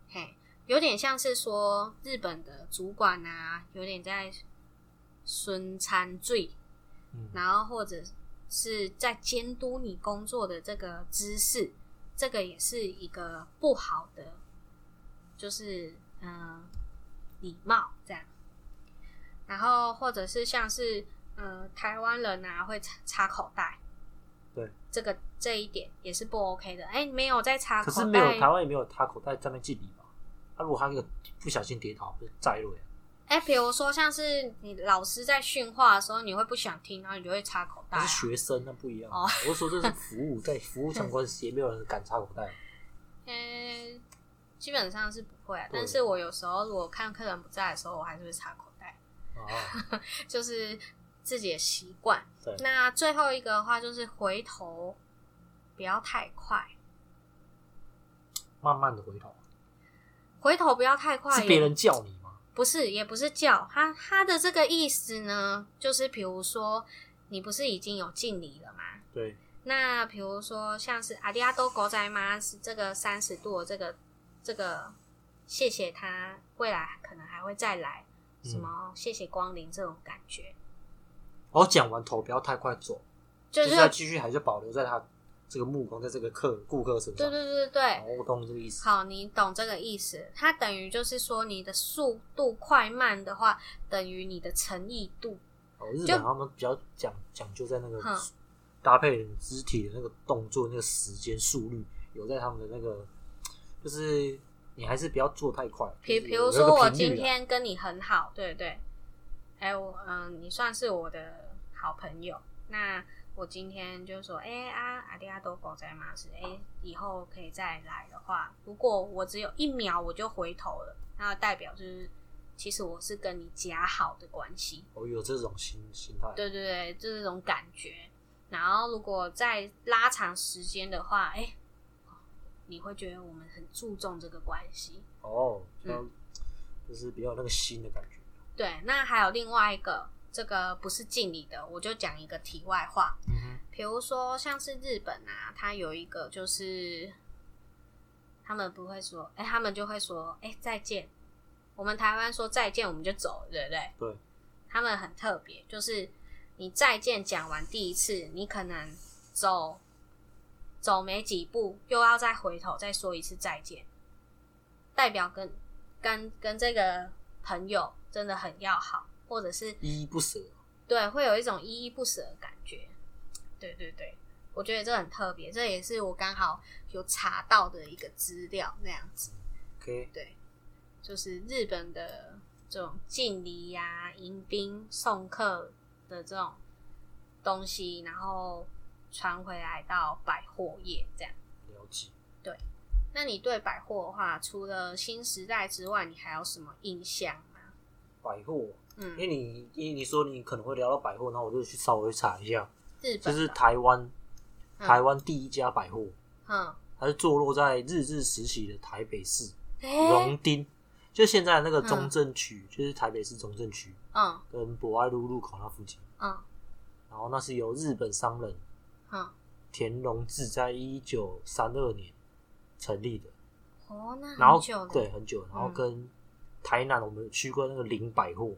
Speaker 2: 嘿，有点像是说日本的主管啊，有点在孙餐罪，
Speaker 1: 嗯
Speaker 2: 然后或者是在监督你工作的这个姿势，这个也是一个不好的，就是嗯、呃礼貌这样。然后或者是像是呃台湾人啊会插插口袋，
Speaker 1: 对
Speaker 2: 这个这一点也是不 OK 的。哎，没有在插
Speaker 1: 嗯可
Speaker 2: 口袋，
Speaker 1: 是没有台湾也没有他口袋在那敬礼嘛。他如果他那个不小心跌倒，不是摘落呀？
Speaker 2: 哎，比如说像是你老师在训话的时候，你会不想听，然后你就会插口袋、
Speaker 1: 那
Speaker 2: 啊。
Speaker 1: 是学生，那不一样。啊
Speaker 2: 哦
Speaker 1: 我是说 这是服务，在服务相关时也没有人敢插口袋。
Speaker 2: 嗯，基本上是不会啊，
Speaker 1: 对
Speaker 2: 但是我有时候如果看客人不在的时候，我还是会插口袋，
Speaker 1: 啊，
Speaker 2: 就是自己的习惯
Speaker 1: 对。
Speaker 2: 那最后一个的话就是回头不要太快，
Speaker 1: 慢慢的回头，
Speaker 2: 回头不要太快
Speaker 1: 是
Speaker 2: 也
Speaker 1: 别人叫你吗？
Speaker 2: 不是，也不是叫他他的这个意思呢，就是比如说你不是已经有敬礼了吗？
Speaker 1: 对，
Speaker 2: 那比如说像是阿迪亚多狗仔吗？是这个三十度的这个这个，谢谢他，未来可能还会再来，
Speaker 1: 嗯
Speaker 2: 什么谢谢光临这种感觉，
Speaker 1: 我哦讲完头不要太快走，就
Speaker 2: 就
Speaker 1: 是是要继续还是保留在他这个目光在这个客顾客身
Speaker 2: 对
Speaker 1: 上。
Speaker 2: 对对对对
Speaker 1: 哦，，我懂这个意思。
Speaker 2: 好，你懂这个意思。它等于就是说你的速度快慢的话，等于你的诚意度。
Speaker 1: 哦，日
Speaker 2: 就嗯
Speaker 1: 本他们比较讲讲究在那个
Speaker 2: 哼
Speaker 1: 搭配肢体的那个动作、那个时间速率，有在他们的那个，就是你还是不要做太快。
Speaker 2: 比
Speaker 1: 就是
Speaker 2: 比
Speaker 1: 有有
Speaker 2: 如
Speaker 1: 一个
Speaker 2: 说我
Speaker 1: 频率啊
Speaker 2: 今
Speaker 1: 啦
Speaker 2: 天跟你很好，对不对？哎、我嗯、你算是我的好朋友。那我今天就说，哎、啊，阿迪亚多狗仔马是，哎、以后可以再来的话，如果我只有一秒我就回头了，那代表就是其实我是跟你假好的关系。
Speaker 1: 我哦有这种心心态，
Speaker 2: 对对对，就是这种感觉。然后如果再拉长时间的话，哎、你会觉得我们很注重这个关系。
Speaker 1: 哦，比
Speaker 2: 嗯
Speaker 1: 较就是比较有那个新的感觉。
Speaker 2: 对，那还有另外一个，这个不是敬礼的，我就讲一个题外话。
Speaker 1: 嗯哼，
Speaker 2: 比如说像是日本啊，它有一个就是，他们不会说，哎、他们就会说，哎、再见。我们台湾说再见，我们就走了，对不对？
Speaker 1: 对，
Speaker 2: 他们很特别，就是你再见讲完第一次，你可能走走没几步，又要再回头再说一次再见，代表跟跟跟这个朋友真的很要好，或者是
Speaker 1: 依依不舍，
Speaker 2: 对，会有一种依依不舍的感觉。对对对，我觉得这很特别，这也是我刚好有查到的一个资料，那样子。
Speaker 1: OK，
Speaker 2: 对，就是日本的这种敬礼呀、迎宾送客的这种东西，然后传回来到百货业这样。
Speaker 1: 了解。
Speaker 2: 那你对百货的话，除了新时代之外，你还有什么印象吗？
Speaker 1: 百货，因为
Speaker 2: 嗯，
Speaker 1: 你因为你说你可能会聊到百货，然后我就去稍微查一下，
Speaker 2: 日
Speaker 1: 就
Speaker 2: 本
Speaker 1: 是
Speaker 2: 的
Speaker 1: 台湾
Speaker 2: 嗯
Speaker 1: 台湾第一家百货，
Speaker 2: 嗯，
Speaker 1: 它是坐落在日治时期的台北市
Speaker 2: 哎，
Speaker 1: 荣町，就现在那个中正区，就是台北市中正区
Speaker 2: 嗯
Speaker 1: 跟博爱路路口那附近。
Speaker 2: 嗯
Speaker 1: 然后那是由日本商人
Speaker 2: 嗯
Speaker 1: 田荣志在一九三二年成立的，
Speaker 2: 哦，那
Speaker 1: 然后
Speaker 2: 很久了，
Speaker 1: 对，很久，然后
Speaker 2: 嗯
Speaker 1: 跟台南我们有去过那个林百货，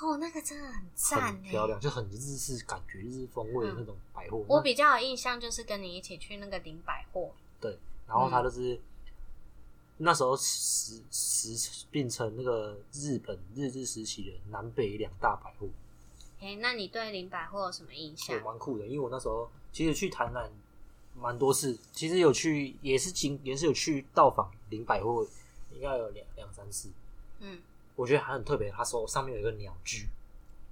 Speaker 2: 哦，那个真的很赞欸
Speaker 1: 很
Speaker 2: 呢，
Speaker 1: 漂亮，就很日式感觉、日式风味的那种百货。
Speaker 2: 我
Speaker 1: 那
Speaker 2: 比较有印象就是跟你一起去那个林百货，
Speaker 1: 对，然后
Speaker 2: 嗯
Speaker 1: 它就是、那时候时时变成那个日本日治时期的南北两大百货，
Speaker 2: 哎、那你对林百货有什么印
Speaker 1: 我
Speaker 2: 象？
Speaker 1: 蛮酷的。因为我那时候其实去台南蛮多次，其实有去也是经也是有去到访林百货，应该有两两三次。
Speaker 2: 嗯，
Speaker 1: 我觉得还很特别，它说上面有一个鸟居，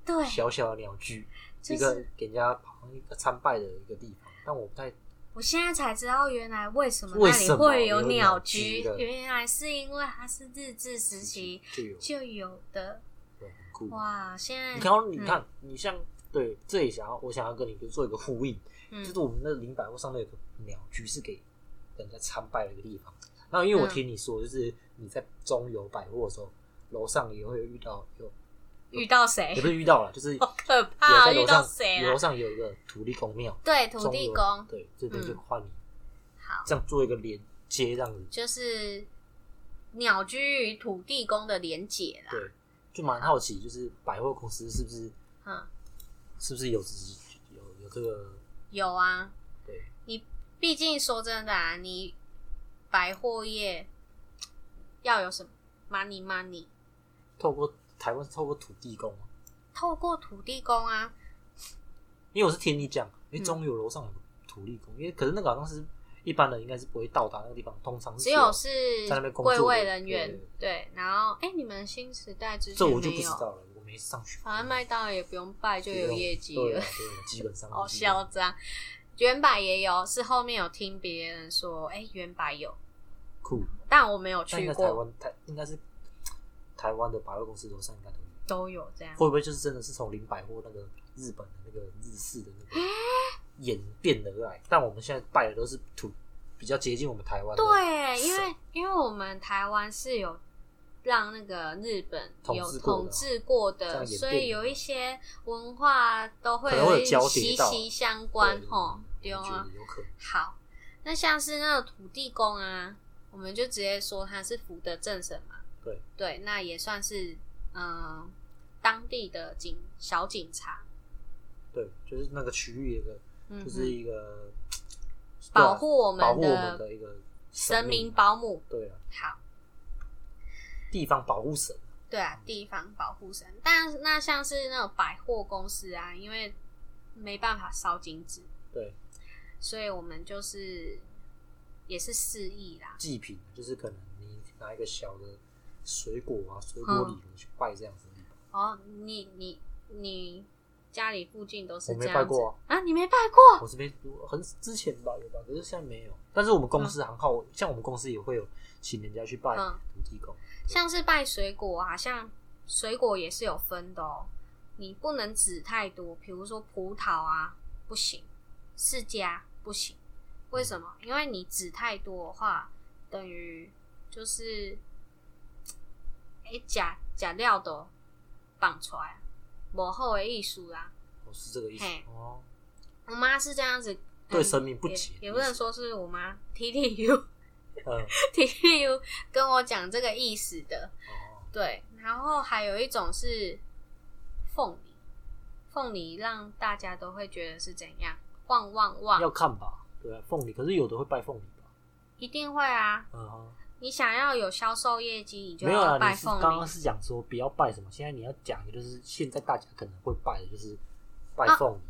Speaker 2: 对，
Speaker 1: 小小的鸟居，
Speaker 2: 就
Speaker 1: 一个
Speaker 2: 是
Speaker 1: 给人家好像一个参拜的一个地方，但我不太
Speaker 2: 我现在才知道，原来为什么
Speaker 1: 为
Speaker 2: 那里
Speaker 1: 什么
Speaker 2: 会
Speaker 1: 有
Speaker 2: 鸟
Speaker 1: 鸟居的
Speaker 2: 原来是因为它是日治时期
Speaker 1: 就有
Speaker 2: 就有的。
Speaker 1: 对很酷。
Speaker 2: 哇，现在
Speaker 1: 你看哦到，你
Speaker 2: 嗯
Speaker 1: 看，你像对这里想要，我想要跟你做一个呼应，
Speaker 2: 嗯
Speaker 1: 就是我们那林百货上面有个鸟居是给人家参拜的一个地方。然后因为我
Speaker 2: 嗯
Speaker 1: 听你说，就是你在中游百货的时候，楼上也会遇到， 有
Speaker 2: 遇到谁
Speaker 1: 也？不是遇到了，就是
Speaker 2: 好可
Speaker 1: 有
Speaker 2: 哎怕，
Speaker 1: 在
Speaker 2: 遇
Speaker 1: 楼
Speaker 2: 到
Speaker 1: 上
Speaker 2: 谁
Speaker 1: 楼
Speaker 2: 了？
Speaker 1: 上有一个土地公 庙，
Speaker 2: 对，土地
Speaker 1: 中
Speaker 2: 公
Speaker 1: 游，对，这边就
Speaker 2: 嗯
Speaker 1: 换你
Speaker 2: 好，
Speaker 1: 这样做一个连接，这样子，
Speaker 2: 就是鸟居与土地公的连结啦。
Speaker 1: 对，就蛮好奇，就是百货公司是不是
Speaker 2: 嗯，
Speaker 1: 是不是有自己有有这个
Speaker 2: 有啊，
Speaker 1: 对
Speaker 2: 你毕竟说真的啊，你百货业要有什么 money money，
Speaker 1: 透过台湾透过土地公吗
Speaker 2: 透过土地公啊，
Speaker 1: 因为我是听你讲，因为
Speaker 2: 嗯
Speaker 1: 中游楼上有土地公，因为可是那个好像是一般人应该是不会到达那个地方，通常是哦
Speaker 2: 只有是
Speaker 1: 在那边工作
Speaker 2: 贵
Speaker 1: 的
Speaker 2: 位人员
Speaker 1: 对
Speaker 2: 对，然后哎、你们新时代之
Speaker 1: 这
Speaker 2: 前
Speaker 1: 我就不知
Speaker 2: 没有，
Speaker 1: 道了，我没上学。
Speaker 2: 反正麦当劳也不用拜就有业绩
Speaker 1: 对
Speaker 2: 了
Speaker 1: 啊，，对啊基 本上
Speaker 2: 好
Speaker 1: 基本上
Speaker 2: 嚣张。原版也有，是后面有听别人说，哎、原版有，
Speaker 1: 酷。
Speaker 2: 但我没有
Speaker 1: 但应
Speaker 2: 嗯去
Speaker 1: 该台
Speaker 2: 过，
Speaker 1: 湾台应该是台湾的百货公司楼上应该都有，
Speaker 2: 都有这样。
Speaker 1: 会不会就是真的是从零百货那个日本的那个日式的 那个演变而来？但我们现在拜的都是土，比较接近我们台湾的
Speaker 2: 对，因为因为我们台湾是有让那个日本
Speaker 1: 统
Speaker 2: 有
Speaker 1: 治过的
Speaker 2: 统治过
Speaker 1: 这
Speaker 2: 的，
Speaker 1: 样演变
Speaker 2: 所以有一些文化都会
Speaker 1: 可能会有
Speaker 2: 一
Speaker 1: 交叠
Speaker 2: 息
Speaker 1: 到
Speaker 2: 息相关吼，
Speaker 1: 对
Speaker 2: 对
Speaker 1: 我觉
Speaker 2: 啊
Speaker 1: 得。有可能。
Speaker 2: 好，那像是那个土地公啊，我们就直接说他是福德正神嘛。
Speaker 1: 对
Speaker 2: 对，那也算是嗯、呃当地的警小警察，
Speaker 1: 对，就是那个区域有个
Speaker 2: 嗯
Speaker 1: 就是
Speaker 2: 哼，
Speaker 1: 一个啊
Speaker 2: 保护我
Speaker 1: 保
Speaker 2: 们
Speaker 1: 护我们
Speaker 2: 的
Speaker 1: 的一个
Speaker 2: 神明保姆。
Speaker 1: 对啊，
Speaker 2: 好。
Speaker 1: 地方保护神，
Speaker 2: 对啊，地方保护神。但那像是那种百货公司啊，因为没办法烧金纸，
Speaker 1: 对
Speaker 2: 所以我们就是也是示意啦。
Speaker 1: 祭品，啊就是可能你拿一个小的水果啊、水果
Speaker 2: 嗯
Speaker 1: 礼盒去拜这样子的地方。
Speaker 2: 哦，你你你家里附近都是
Speaker 1: 我
Speaker 2: 这
Speaker 1: 没拜
Speaker 2: 样子
Speaker 1: 过
Speaker 2: 啊你没拜过？
Speaker 1: 我这边很之前吧有吧，可是现在没有。但是我们公司很好，像我们公司也会有请人家去拜
Speaker 2: 嗯
Speaker 1: 土地公，
Speaker 2: 像是拜水果啊，像水果也是有分的哦，你不能指太多，比如说葡萄啊不行，释迦不行，为什么？因为你指太多的话，等于就是，哎、假假料都绑出来，幕后的艺术啦。
Speaker 1: 我是这个意思
Speaker 2: 嘿
Speaker 1: 哦。
Speaker 2: 我妈是这样子，
Speaker 1: 对
Speaker 2: 嗯
Speaker 1: 神明不
Speaker 2: 也
Speaker 1: 解
Speaker 2: 也不能说是我妈 T T U
Speaker 1: 嗯，
Speaker 2: T T U 跟我讲这个意思的，
Speaker 1: 哦，
Speaker 2: 对，然后还有一种是凤梨，凤梨让大家都会觉得是怎样旺旺
Speaker 1: 要
Speaker 2: 旺，
Speaker 1: 看吧。对啊，凤梨，可是有的会拜凤梨吧？
Speaker 2: 一定会啊！
Speaker 1: 嗯，
Speaker 2: 你想要有销售业绩，你就
Speaker 1: 没有
Speaker 2: 要
Speaker 1: 啦，
Speaker 2: 拜
Speaker 1: 你是
Speaker 2: 凤
Speaker 1: 刚
Speaker 2: 梨。
Speaker 1: 刚是讲说不要拜什么，现在你要讲的就是现在大家可能会拜的就是拜
Speaker 2: 啊
Speaker 1: 凤梨。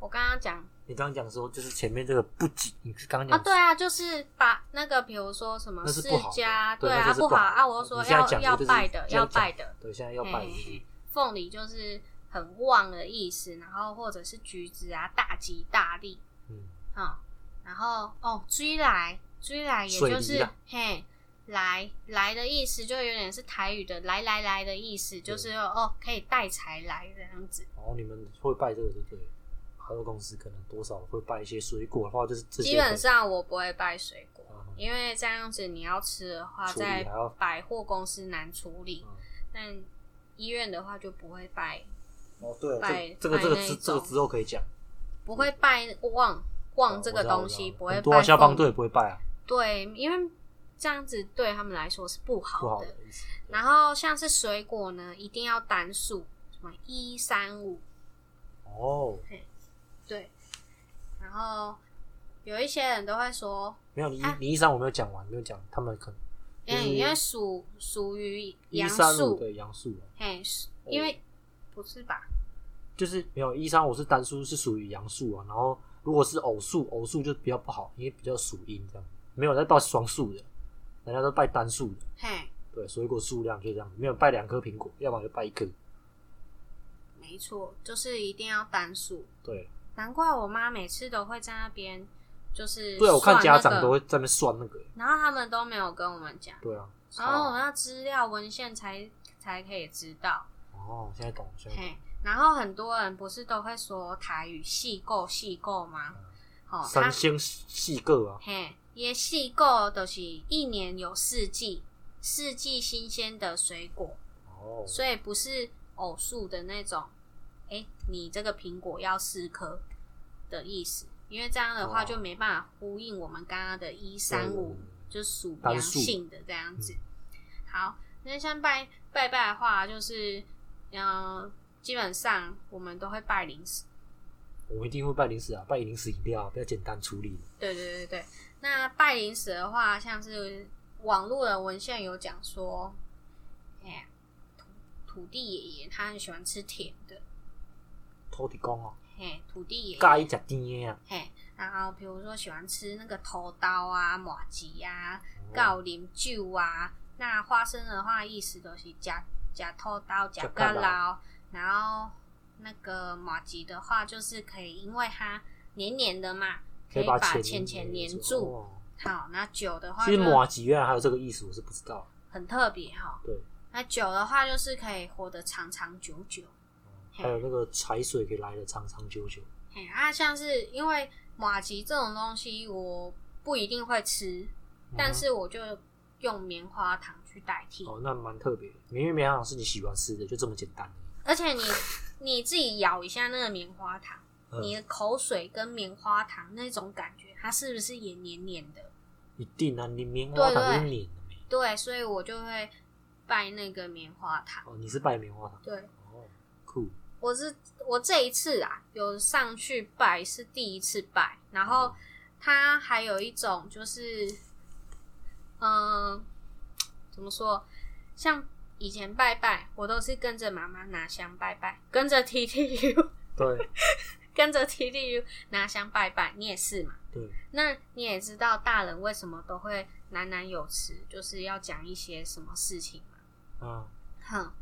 Speaker 2: 我刚刚讲
Speaker 1: 你刚刚讲说就是前面这个不仅你刚刚
Speaker 2: 啊，
Speaker 1: 讲
Speaker 2: 对啊，就是把那个比如说什么
Speaker 1: 那是
Speaker 2: 世
Speaker 1: 不好的
Speaker 2: 家，
Speaker 1: 对那
Speaker 2: 啊
Speaker 1: 就是不
Speaker 2: 好
Speaker 1: 好的
Speaker 2: 啊，我又说
Speaker 1: 你现在
Speaker 2: 要
Speaker 1: 讲的
Speaker 2: 要
Speaker 1: 就是
Speaker 2: 拜的，
Speaker 1: 现在
Speaker 2: 要
Speaker 1: 讲
Speaker 2: 拜的，
Speaker 1: 对，现在要拜
Speaker 2: 嘿
Speaker 1: 的就是
Speaker 2: 嘿凤梨就是很旺的意思，然后或者是橘子啊，大吉大利。
Speaker 1: 嗯，
Speaker 2: 嗯，然后哦，追来追来，也
Speaker 1: 水
Speaker 2: 就
Speaker 1: 梨
Speaker 2: 是
Speaker 1: 啦
Speaker 2: 嘿来来的意思，就有点是台语的来来来的意思，就是哦可以带财来这样子。
Speaker 1: 然后你们会拜这个对不对？合作公司可能多少会拜一些水果的话，就是这些
Speaker 2: 基本上我不会拜水果，
Speaker 1: 嗯哼
Speaker 2: 因为这样子你要吃的话，
Speaker 1: 处理
Speaker 2: 在
Speaker 1: 还要
Speaker 2: 百货公司难处理，
Speaker 1: 嗯
Speaker 2: 但医院的话就不会拜，
Speaker 1: 哦，对，
Speaker 2: 拜
Speaker 1: 这个这个这个
Speaker 2: 拜那一
Speaker 1: 之这个
Speaker 2: 种
Speaker 1: 之后可以讲，
Speaker 2: 不会拜旺
Speaker 1: 哦
Speaker 2: 旺这个东西，不
Speaker 1: 不
Speaker 2: 会
Speaker 1: 很多
Speaker 2: 拜
Speaker 1: 消防
Speaker 2: 奉
Speaker 1: 队也不会拜啊，
Speaker 2: 对，因为这样子对他们来说是不
Speaker 1: 不
Speaker 2: 好
Speaker 1: 好
Speaker 2: 的。
Speaker 1: 的意思。
Speaker 2: 然后像是水果呢，一定要单数，什么一三五，
Speaker 1: 哦，
Speaker 2: 对。然后有一些人都会说，
Speaker 1: 没有你
Speaker 2: 啊
Speaker 1: 你一三我没有讲完，没有讲他们可能
Speaker 2: 哎、
Speaker 1: 就是
Speaker 2: 因为属属于
Speaker 1: 一
Speaker 2: 杨
Speaker 1: 三五
Speaker 2: 树，
Speaker 1: 对杨树啊，
Speaker 2: 嘿，是因为不是吧？
Speaker 1: 就是没有一三我是单数是属于杨树啊，然后如果是偶数，偶数就比较不好，因为比较属阴这样，没有在拜双数的，人家都拜单数的。
Speaker 2: 嘿，
Speaker 1: 对，水果数量就这样，没有拜两颗苹果，要么就拜一颗。
Speaker 2: 没错，就是一定要单数。
Speaker 1: 对，
Speaker 2: 难怪我妈每次都会在那边，就是
Speaker 1: 对啊，我看
Speaker 2: 算
Speaker 1: 家
Speaker 2: 那
Speaker 1: 长
Speaker 2: 个
Speaker 1: 都会在那边算那个。
Speaker 2: 然后他们都没有跟我们讲，
Speaker 1: 对啊，
Speaker 2: 然后我们要资料文献才才可以知道。
Speaker 1: 哦，现在懂了，现在懂了。
Speaker 2: 嘿，然后很多人不是都会说台语“细购”“细购”吗？哦，
Speaker 1: 三
Speaker 2: 他
Speaker 1: 星细个啊，
Speaker 2: 嘿，也细购就是一年有四季，四季新鲜的水果，
Speaker 1: 哦，
Speaker 2: 所以不是偶数的那种。哎，你这个苹果要四颗的意思，因为这样的话
Speaker 1: 哦
Speaker 2: 就没办法呼应我们刚刚的一三五
Speaker 1: 嗯，
Speaker 2: 就是属
Speaker 1: 单
Speaker 2: 阳
Speaker 1: 数
Speaker 2: 性的这样子。好，那像拜拜拜的话，就是嗯、呃基本上我们都会拜零食。
Speaker 1: 我们一定会拜零食啊，拜零食饮料啊，比较简单处理。
Speaker 2: 对对对对，那拜零食的话，像是网络的文献有讲说，哎、土土地爷爷他很喜欢吃甜的，
Speaker 1: 土地公哦，
Speaker 2: 嘿，土地爷爷
Speaker 1: 介意食甜的啊，
Speaker 2: 嘿，然后比如说喜欢吃那个头刀啊、马吉啊、
Speaker 1: 哦
Speaker 2: 告啉酒啊。那花生的话，意思都是加加头刀、加干
Speaker 1: 甲甲
Speaker 2: 捞，然后那个马吉的话，就是可以因为它黏黏的嘛，
Speaker 1: 可以
Speaker 2: 把
Speaker 1: 钱
Speaker 2: 钱钱
Speaker 1: 黏
Speaker 2: 黏住。
Speaker 1: 哦
Speaker 2: 好，那酒的话
Speaker 1: 其实
Speaker 2: 就
Speaker 1: 马吉原来还有这个意思，我是不知道。
Speaker 2: 很特别哈、
Speaker 1: 对，
Speaker 2: 那酒的话，就是可以活得长长久久。
Speaker 1: 哦
Speaker 2: 嘿
Speaker 1: 还有那个财水可以来的长长久久。
Speaker 2: 嘿，啊，像是因为马吉这种东西，我不一定会吃，
Speaker 1: 嗯
Speaker 2: 但是我就用棉花糖去代替。
Speaker 1: 哦，那蛮特别的，因为棉花糖是你喜欢吃的，就这么简单。
Speaker 2: 而且你你自己咬一下那个棉花糖，
Speaker 1: 嗯
Speaker 2: 你的口水跟棉花糖那种感觉，它是不是也黏黏的？
Speaker 1: 一定啊，你棉花糖
Speaker 2: 对
Speaker 1: 是
Speaker 2: 对
Speaker 1: 黏的没？
Speaker 2: 对，所以我就会拜那个棉花糖。
Speaker 1: 哦，你是拜棉花糖。
Speaker 2: 对，
Speaker 1: 哦，酷。
Speaker 2: 我是我这一次啊，有上去拜是第一次拜，然后它还有一种就是，嗯、怎么说？像以前拜拜，我都是跟着妈妈拿香拜拜，跟着 T T U，
Speaker 1: 对
Speaker 2: 跟着 T T U 拿香拜拜。你也是嘛？
Speaker 1: 对，
Speaker 2: 那你也知道大人为什么都会喃喃有词，就是要讲一些什么事情嘛？
Speaker 1: 啊，
Speaker 2: 哼，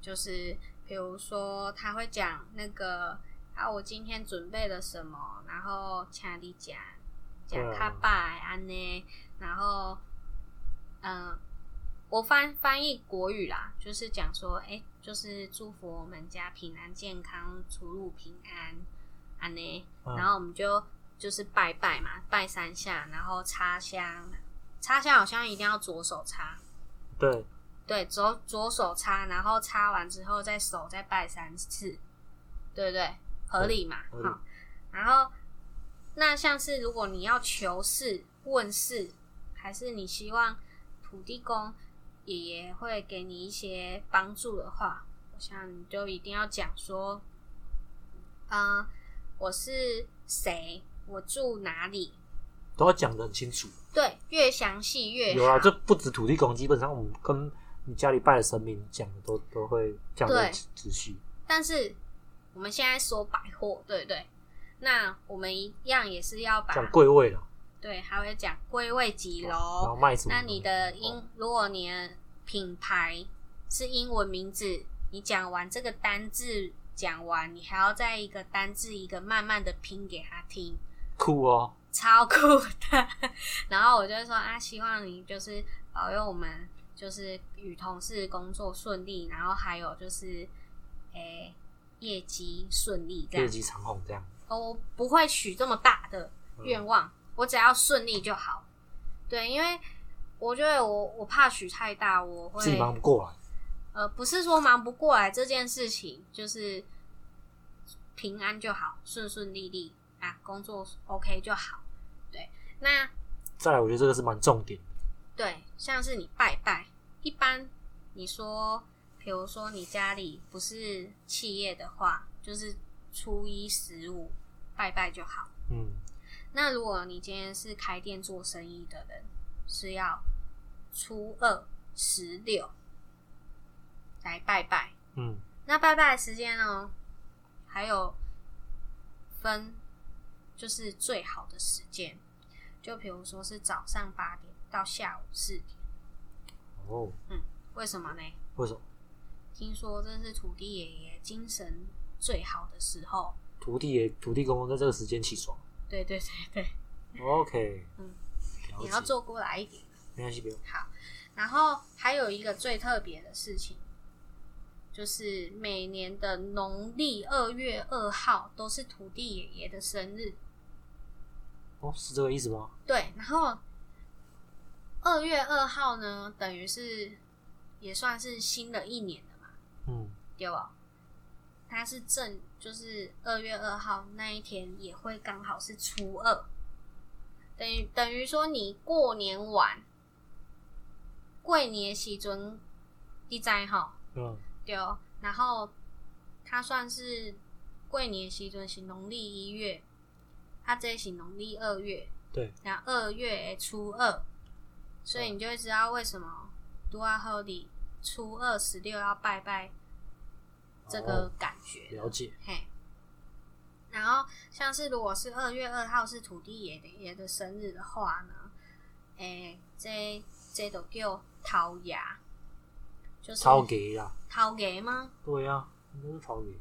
Speaker 2: 就是比如说他会讲那个啊，我今天准备了什么，然后请你讲讲
Speaker 1: 对啊
Speaker 2: 他爸安呢，然后嗯、呃我翻翻译国语啦，就是讲说，哎、就是祝福我们家平安健康，出入平安安呢，
Speaker 1: 嗯
Speaker 2: 然后我们就就是拜拜嘛，拜三下，然后插香，插香好像一定要左手插，
Speaker 1: 对，
Speaker 2: 对，左左手插，然后插完之后再手再拜三次，对不对？合理嘛？
Speaker 1: 合理
Speaker 2: 好，然后那像是如果你要求事、问事，还是你希望土地公爷爷会给你一些帮助的话，我想你就一定要讲说，嗯、我是谁，我住哪里，
Speaker 1: 都要讲的很清楚。
Speaker 2: 对，越详细越好。
Speaker 1: 有啊，这不止土地公，基本上我们跟你家里拜的神明讲的都都会讲的
Speaker 2: 对
Speaker 1: 仔细。
Speaker 2: 但是我们现在说百货，对不对？那我们一样也是要把
Speaker 1: 讲贵位了，
Speaker 2: 对，还会讲归位几
Speaker 1: 然后
Speaker 2: 楼。
Speaker 1: 卖什么？
Speaker 2: 那你的
Speaker 1: 哦
Speaker 2: 英，如果你的品牌是英文名字，你讲完这个单字，讲完你还要再一个单字一个慢慢的拼给他听，
Speaker 1: 酷哦，
Speaker 2: 超酷的。 然后我就会说啊，希望你就是保佑我们，就是与同事工作顺利，然后还有就是诶、业绩顺利这
Speaker 1: 业
Speaker 2: 样。
Speaker 1: 绩长虹这样。
Speaker 2: 哦我不会许这么大的
Speaker 1: 嗯
Speaker 2: 愿望，我只要顺利就好。对，因为我觉得我我怕许太大，我
Speaker 1: 自己忙
Speaker 2: 会
Speaker 1: 不过来，
Speaker 2: 呃不是说忙不过来这件事情，就是平安就好，顺顺利利啊，工作 OK 就好。对，那
Speaker 1: 再来，我觉得这个是蛮重点的。
Speaker 2: 对，像是你拜拜，一般你说，比如说你家里不是企业的话，就是初一十五拜拜就好。
Speaker 1: 嗯，
Speaker 2: 那如果你今天是开店做生意的人，是要初二十六来拜拜。
Speaker 1: 嗯，
Speaker 2: 那拜拜的时间哦，还有分就是最好的时间，就比如说是早上八点到下午四点。
Speaker 1: 哦，
Speaker 2: 为什么呢？
Speaker 1: 为什么
Speaker 2: 听说这是土地爷爷精神最好的时候。
Speaker 1: 土地也土地公公在这个时间起床
Speaker 2: 对对对对，
Speaker 1: ？OK，
Speaker 2: 嗯，
Speaker 1: 了
Speaker 2: 你要
Speaker 1: 解
Speaker 2: 坐过来一点。
Speaker 1: 没关系，不用。
Speaker 2: 然后还有一个最特别的事情，就是每年的农历二月二号都是土地爷爷的生日。
Speaker 1: 哦，是这个意思吗？
Speaker 2: 对，然后二月二号呢，等于是也算是新的一年了嘛，
Speaker 1: 嗯，
Speaker 2: 对吧？哦它是正就是二月二号那一天也会刚好是初二，等于等于说你过年晚，过年的时阵，你知吼？
Speaker 1: 嗯，
Speaker 2: 对，哦然后它算是过年的时阵是农历一月，它这是农历二月，
Speaker 1: 对，
Speaker 2: 然后二月的初二，所以你就会知道为什么杜阿后里初二十六要拜拜这个感觉了
Speaker 1: 哦了解。
Speaker 2: 嘿。然后像是如果是二月二号是土地爷的爷的生日的话呢，诶、这这都叫桃牙，就是
Speaker 1: 超给啦，
Speaker 2: 桃牙吗？
Speaker 1: 对呀、啊，那是超给。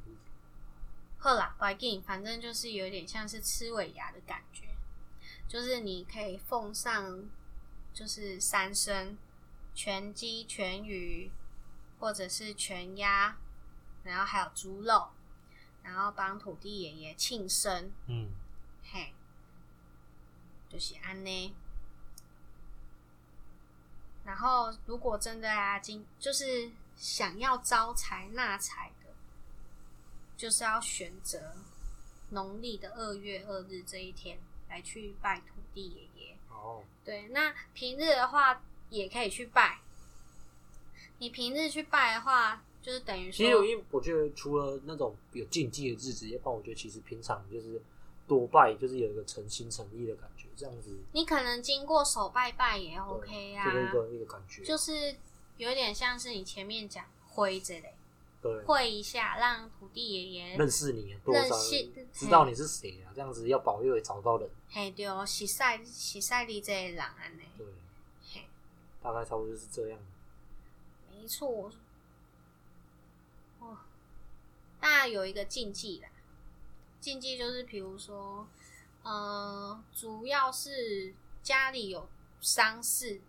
Speaker 2: 后啦，不要紧，反正就是有点像是吃尾牙的感觉，就是你可以奉上就是三牲，全鸡、全鱼，或者是全鸭，然后还有猪肉，然后帮土地爷爷庆生，
Speaker 1: 嗯，
Speaker 2: 嘿，就是安呢。然后，如果真的啊，今就是想要招财纳财的，就是要选择农历的二月二日这一天来去拜土地爷爷。
Speaker 1: 哦，
Speaker 2: 对，那平日的话也可以去拜。你平日去拜的话，就是等于说，
Speaker 1: 其实我因为我觉得除了那种有禁忌的日子，要不然我觉得其实平常就是多拜，就是有一个诚心诚意的感觉，这样子
Speaker 2: 你可能经过手拜拜也 OK 啊，
Speaker 1: 就是一个一个感觉，
Speaker 2: 就是有点像是你前面讲挥之类，
Speaker 1: 对，
Speaker 2: 挥一下，让土地爷爷
Speaker 1: 认识你多少
Speaker 2: 认识
Speaker 1: 知道你是谁啊，这样子要保佑也找到人，
Speaker 2: 嘿对哦，洗晒洗晒你这个人安尼，
Speaker 1: 对，
Speaker 2: 嘿，
Speaker 1: 大概差不多就是这样。
Speaker 2: 没错。哦，那有一个禁忌啦，禁忌就是比如说，呃，主要是家里有丧事，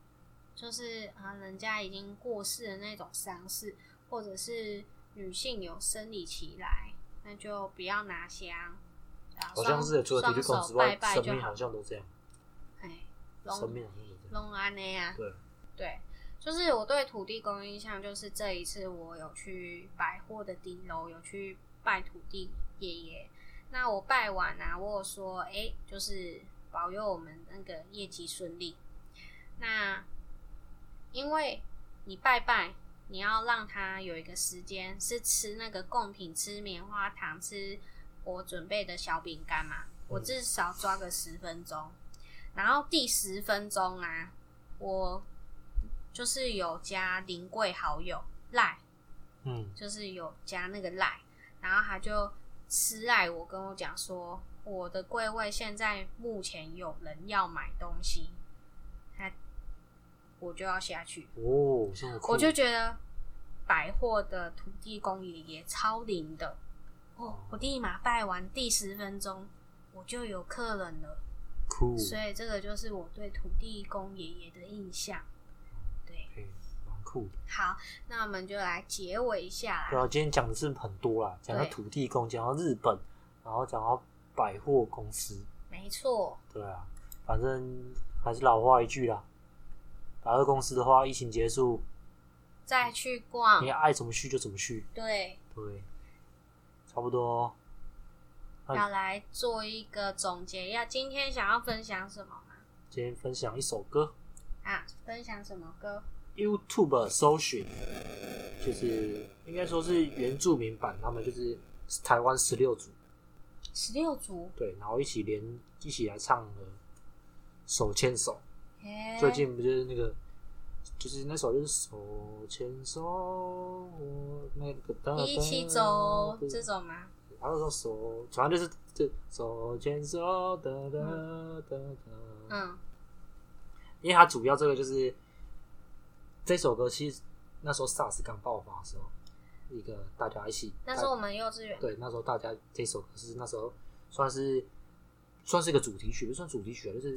Speaker 2: 就是啊、人家已经过世的那种丧事，或者是女性有生理期来，那就不要拿香。然后
Speaker 1: 好像是除了土地公
Speaker 2: 双
Speaker 1: 之
Speaker 2: 手
Speaker 1: 外，
Speaker 2: 拜拜
Speaker 1: 神
Speaker 2: 就
Speaker 1: 明
Speaker 2: 好
Speaker 1: 好，像都这样，
Speaker 2: 哎，
Speaker 1: 神
Speaker 2: 拢
Speaker 1: 明好像都这样，
Speaker 2: 拢安尼啊，
Speaker 1: 对，
Speaker 2: 对，就是我对土地公印象，就是这一次我有去百货的顶楼有去拜土地爷爷。那我拜完啊，我有说，哎、就是保佑我们那个业绩顺利。那因为你拜拜，你要让他有一个时间是吃那个贡品，吃棉花糖，吃我准备的小饼干嘛。我至少抓个十分钟，然后第十分钟啊，我就是有加临柜好友赖，
Speaker 1: 嗯，
Speaker 2: 就是有加那个赖，然后他就私赖我跟我讲说，我的柜位现在目前有人要买东西，他我就要下去，
Speaker 1: 哦，这么酷，
Speaker 2: 我就觉得百货的土地公爷爷超灵的哦，我立马拜完第十分钟我就有客人了。
Speaker 1: 酷，
Speaker 2: 所以这个就是我对土地公爷爷的印象。对，
Speaker 1: 嘿蛮酷的。
Speaker 2: 好，那我们就来结尾一下
Speaker 1: 对
Speaker 2: 啦。
Speaker 1: 啊，今天讲的是很多啦，讲到
Speaker 2: 对
Speaker 1: 土地公，讲到日本，然后讲到百货公司，
Speaker 2: 没错，
Speaker 1: 对啊，反正还是老话一句啦，百货公司的话，疫情结束，
Speaker 2: 再去逛
Speaker 1: 你，爱怎么去就怎么去，
Speaker 2: 对，
Speaker 1: 对，差不多。哎
Speaker 2: 要来做一个总结，要今天想要分享什么吗？
Speaker 1: 今天分享一首歌
Speaker 2: 啊，分享什么歌？
Speaker 1: ，YouTube 搜寻，就是应该说是原住民版，他们就是台湾十六组，
Speaker 2: 十六组，
Speaker 1: 对，然后一起连一起来唱了《手牵手》。
Speaker 2: 嘿
Speaker 1: 最近不就是那个，就是那首就是手牵手，我那个哒哒
Speaker 2: 一起走
Speaker 1: 嗯对
Speaker 2: 这种吗？
Speaker 1: 然后说手，反正就是这手牵手哒哒哒哒。，
Speaker 2: 嗯，
Speaker 1: 因为它主要这个就是这首歌，其实那时候 SARS 刚爆发的时候，一个大家一起，
Speaker 2: 那时候我们幼稚园，
Speaker 1: 对那时候大家这首歌是那时候算是算是一个主题曲，不算主题曲啊，就是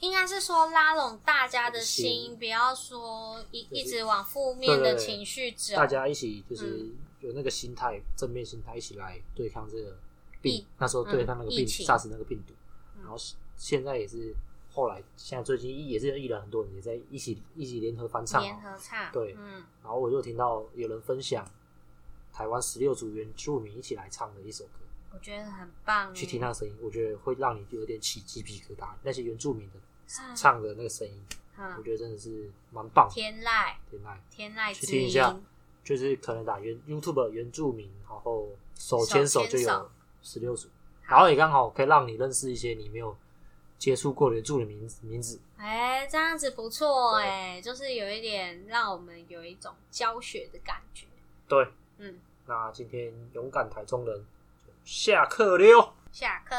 Speaker 2: 应该是说拉拢大家的
Speaker 1: 心
Speaker 2: 心，不要说一
Speaker 1: 就是
Speaker 2: 一直往负面
Speaker 1: 对对
Speaker 2: 的
Speaker 1: 对
Speaker 2: 情绪走
Speaker 1: 大。家一起就是
Speaker 2: 嗯
Speaker 1: 有那个心态，正面心态一起来对抗这个病
Speaker 2: 疫。
Speaker 1: 那时候对
Speaker 2: 嗯
Speaker 1: 抗那个
Speaker 2: 疫
Speaker 1: 病
Speaker 2: 情
Speaker 1: ，SARS 那个病毒，
Speaker 2: 嗯
Speaker 1: 然后现在也是后来，现在最近也是有艺人很多人也在一起一起联合翻唱哦。
Speaker 2: 联合唱，
Speaker 1: 对
Speaker 2: 嗯，
Speaker 1: 然后我就听到有人分享台湾十六组原住民一起来唱的一首歌，
Speaker 2: 我觉得很棒欸耶。
Speaker 1: 去听那个声音，我觉得会让你有点起鸡皮疙瘩。那些原住民的
Speaker 2: 嗯
Speaker 1: 唱的那个声音，我
Speaker 2: 嗯，
Speaker 1: 觉得真的是蛮棒的，
Speaker 2: 天籁，
Speaker 1: 天籁。
Speaker 2: 天籁
Speaker 1: 去
Speaker 2: 之
Speaker 1: 听一
Speaker 2: 音，
Speaker 1: 下就是可能打原 YouTube 原住民，然后手牵手就
Speaker 2: 手牵
Speaker 1: 有
Speaker 2: 手
Speaker 1: 十六组，然后也刚好可以让你认识一些你没有接触过的原住民名字名字。
Speaker 2: 哎、这样子不错哎、就是有一点让我们有一种教学的感觉。
Speaker 1: 对，
Speaker 2: 嗯，
Speaker 1: 那今天勇敢台中人就下课了哟。
Speaker 2: 下课。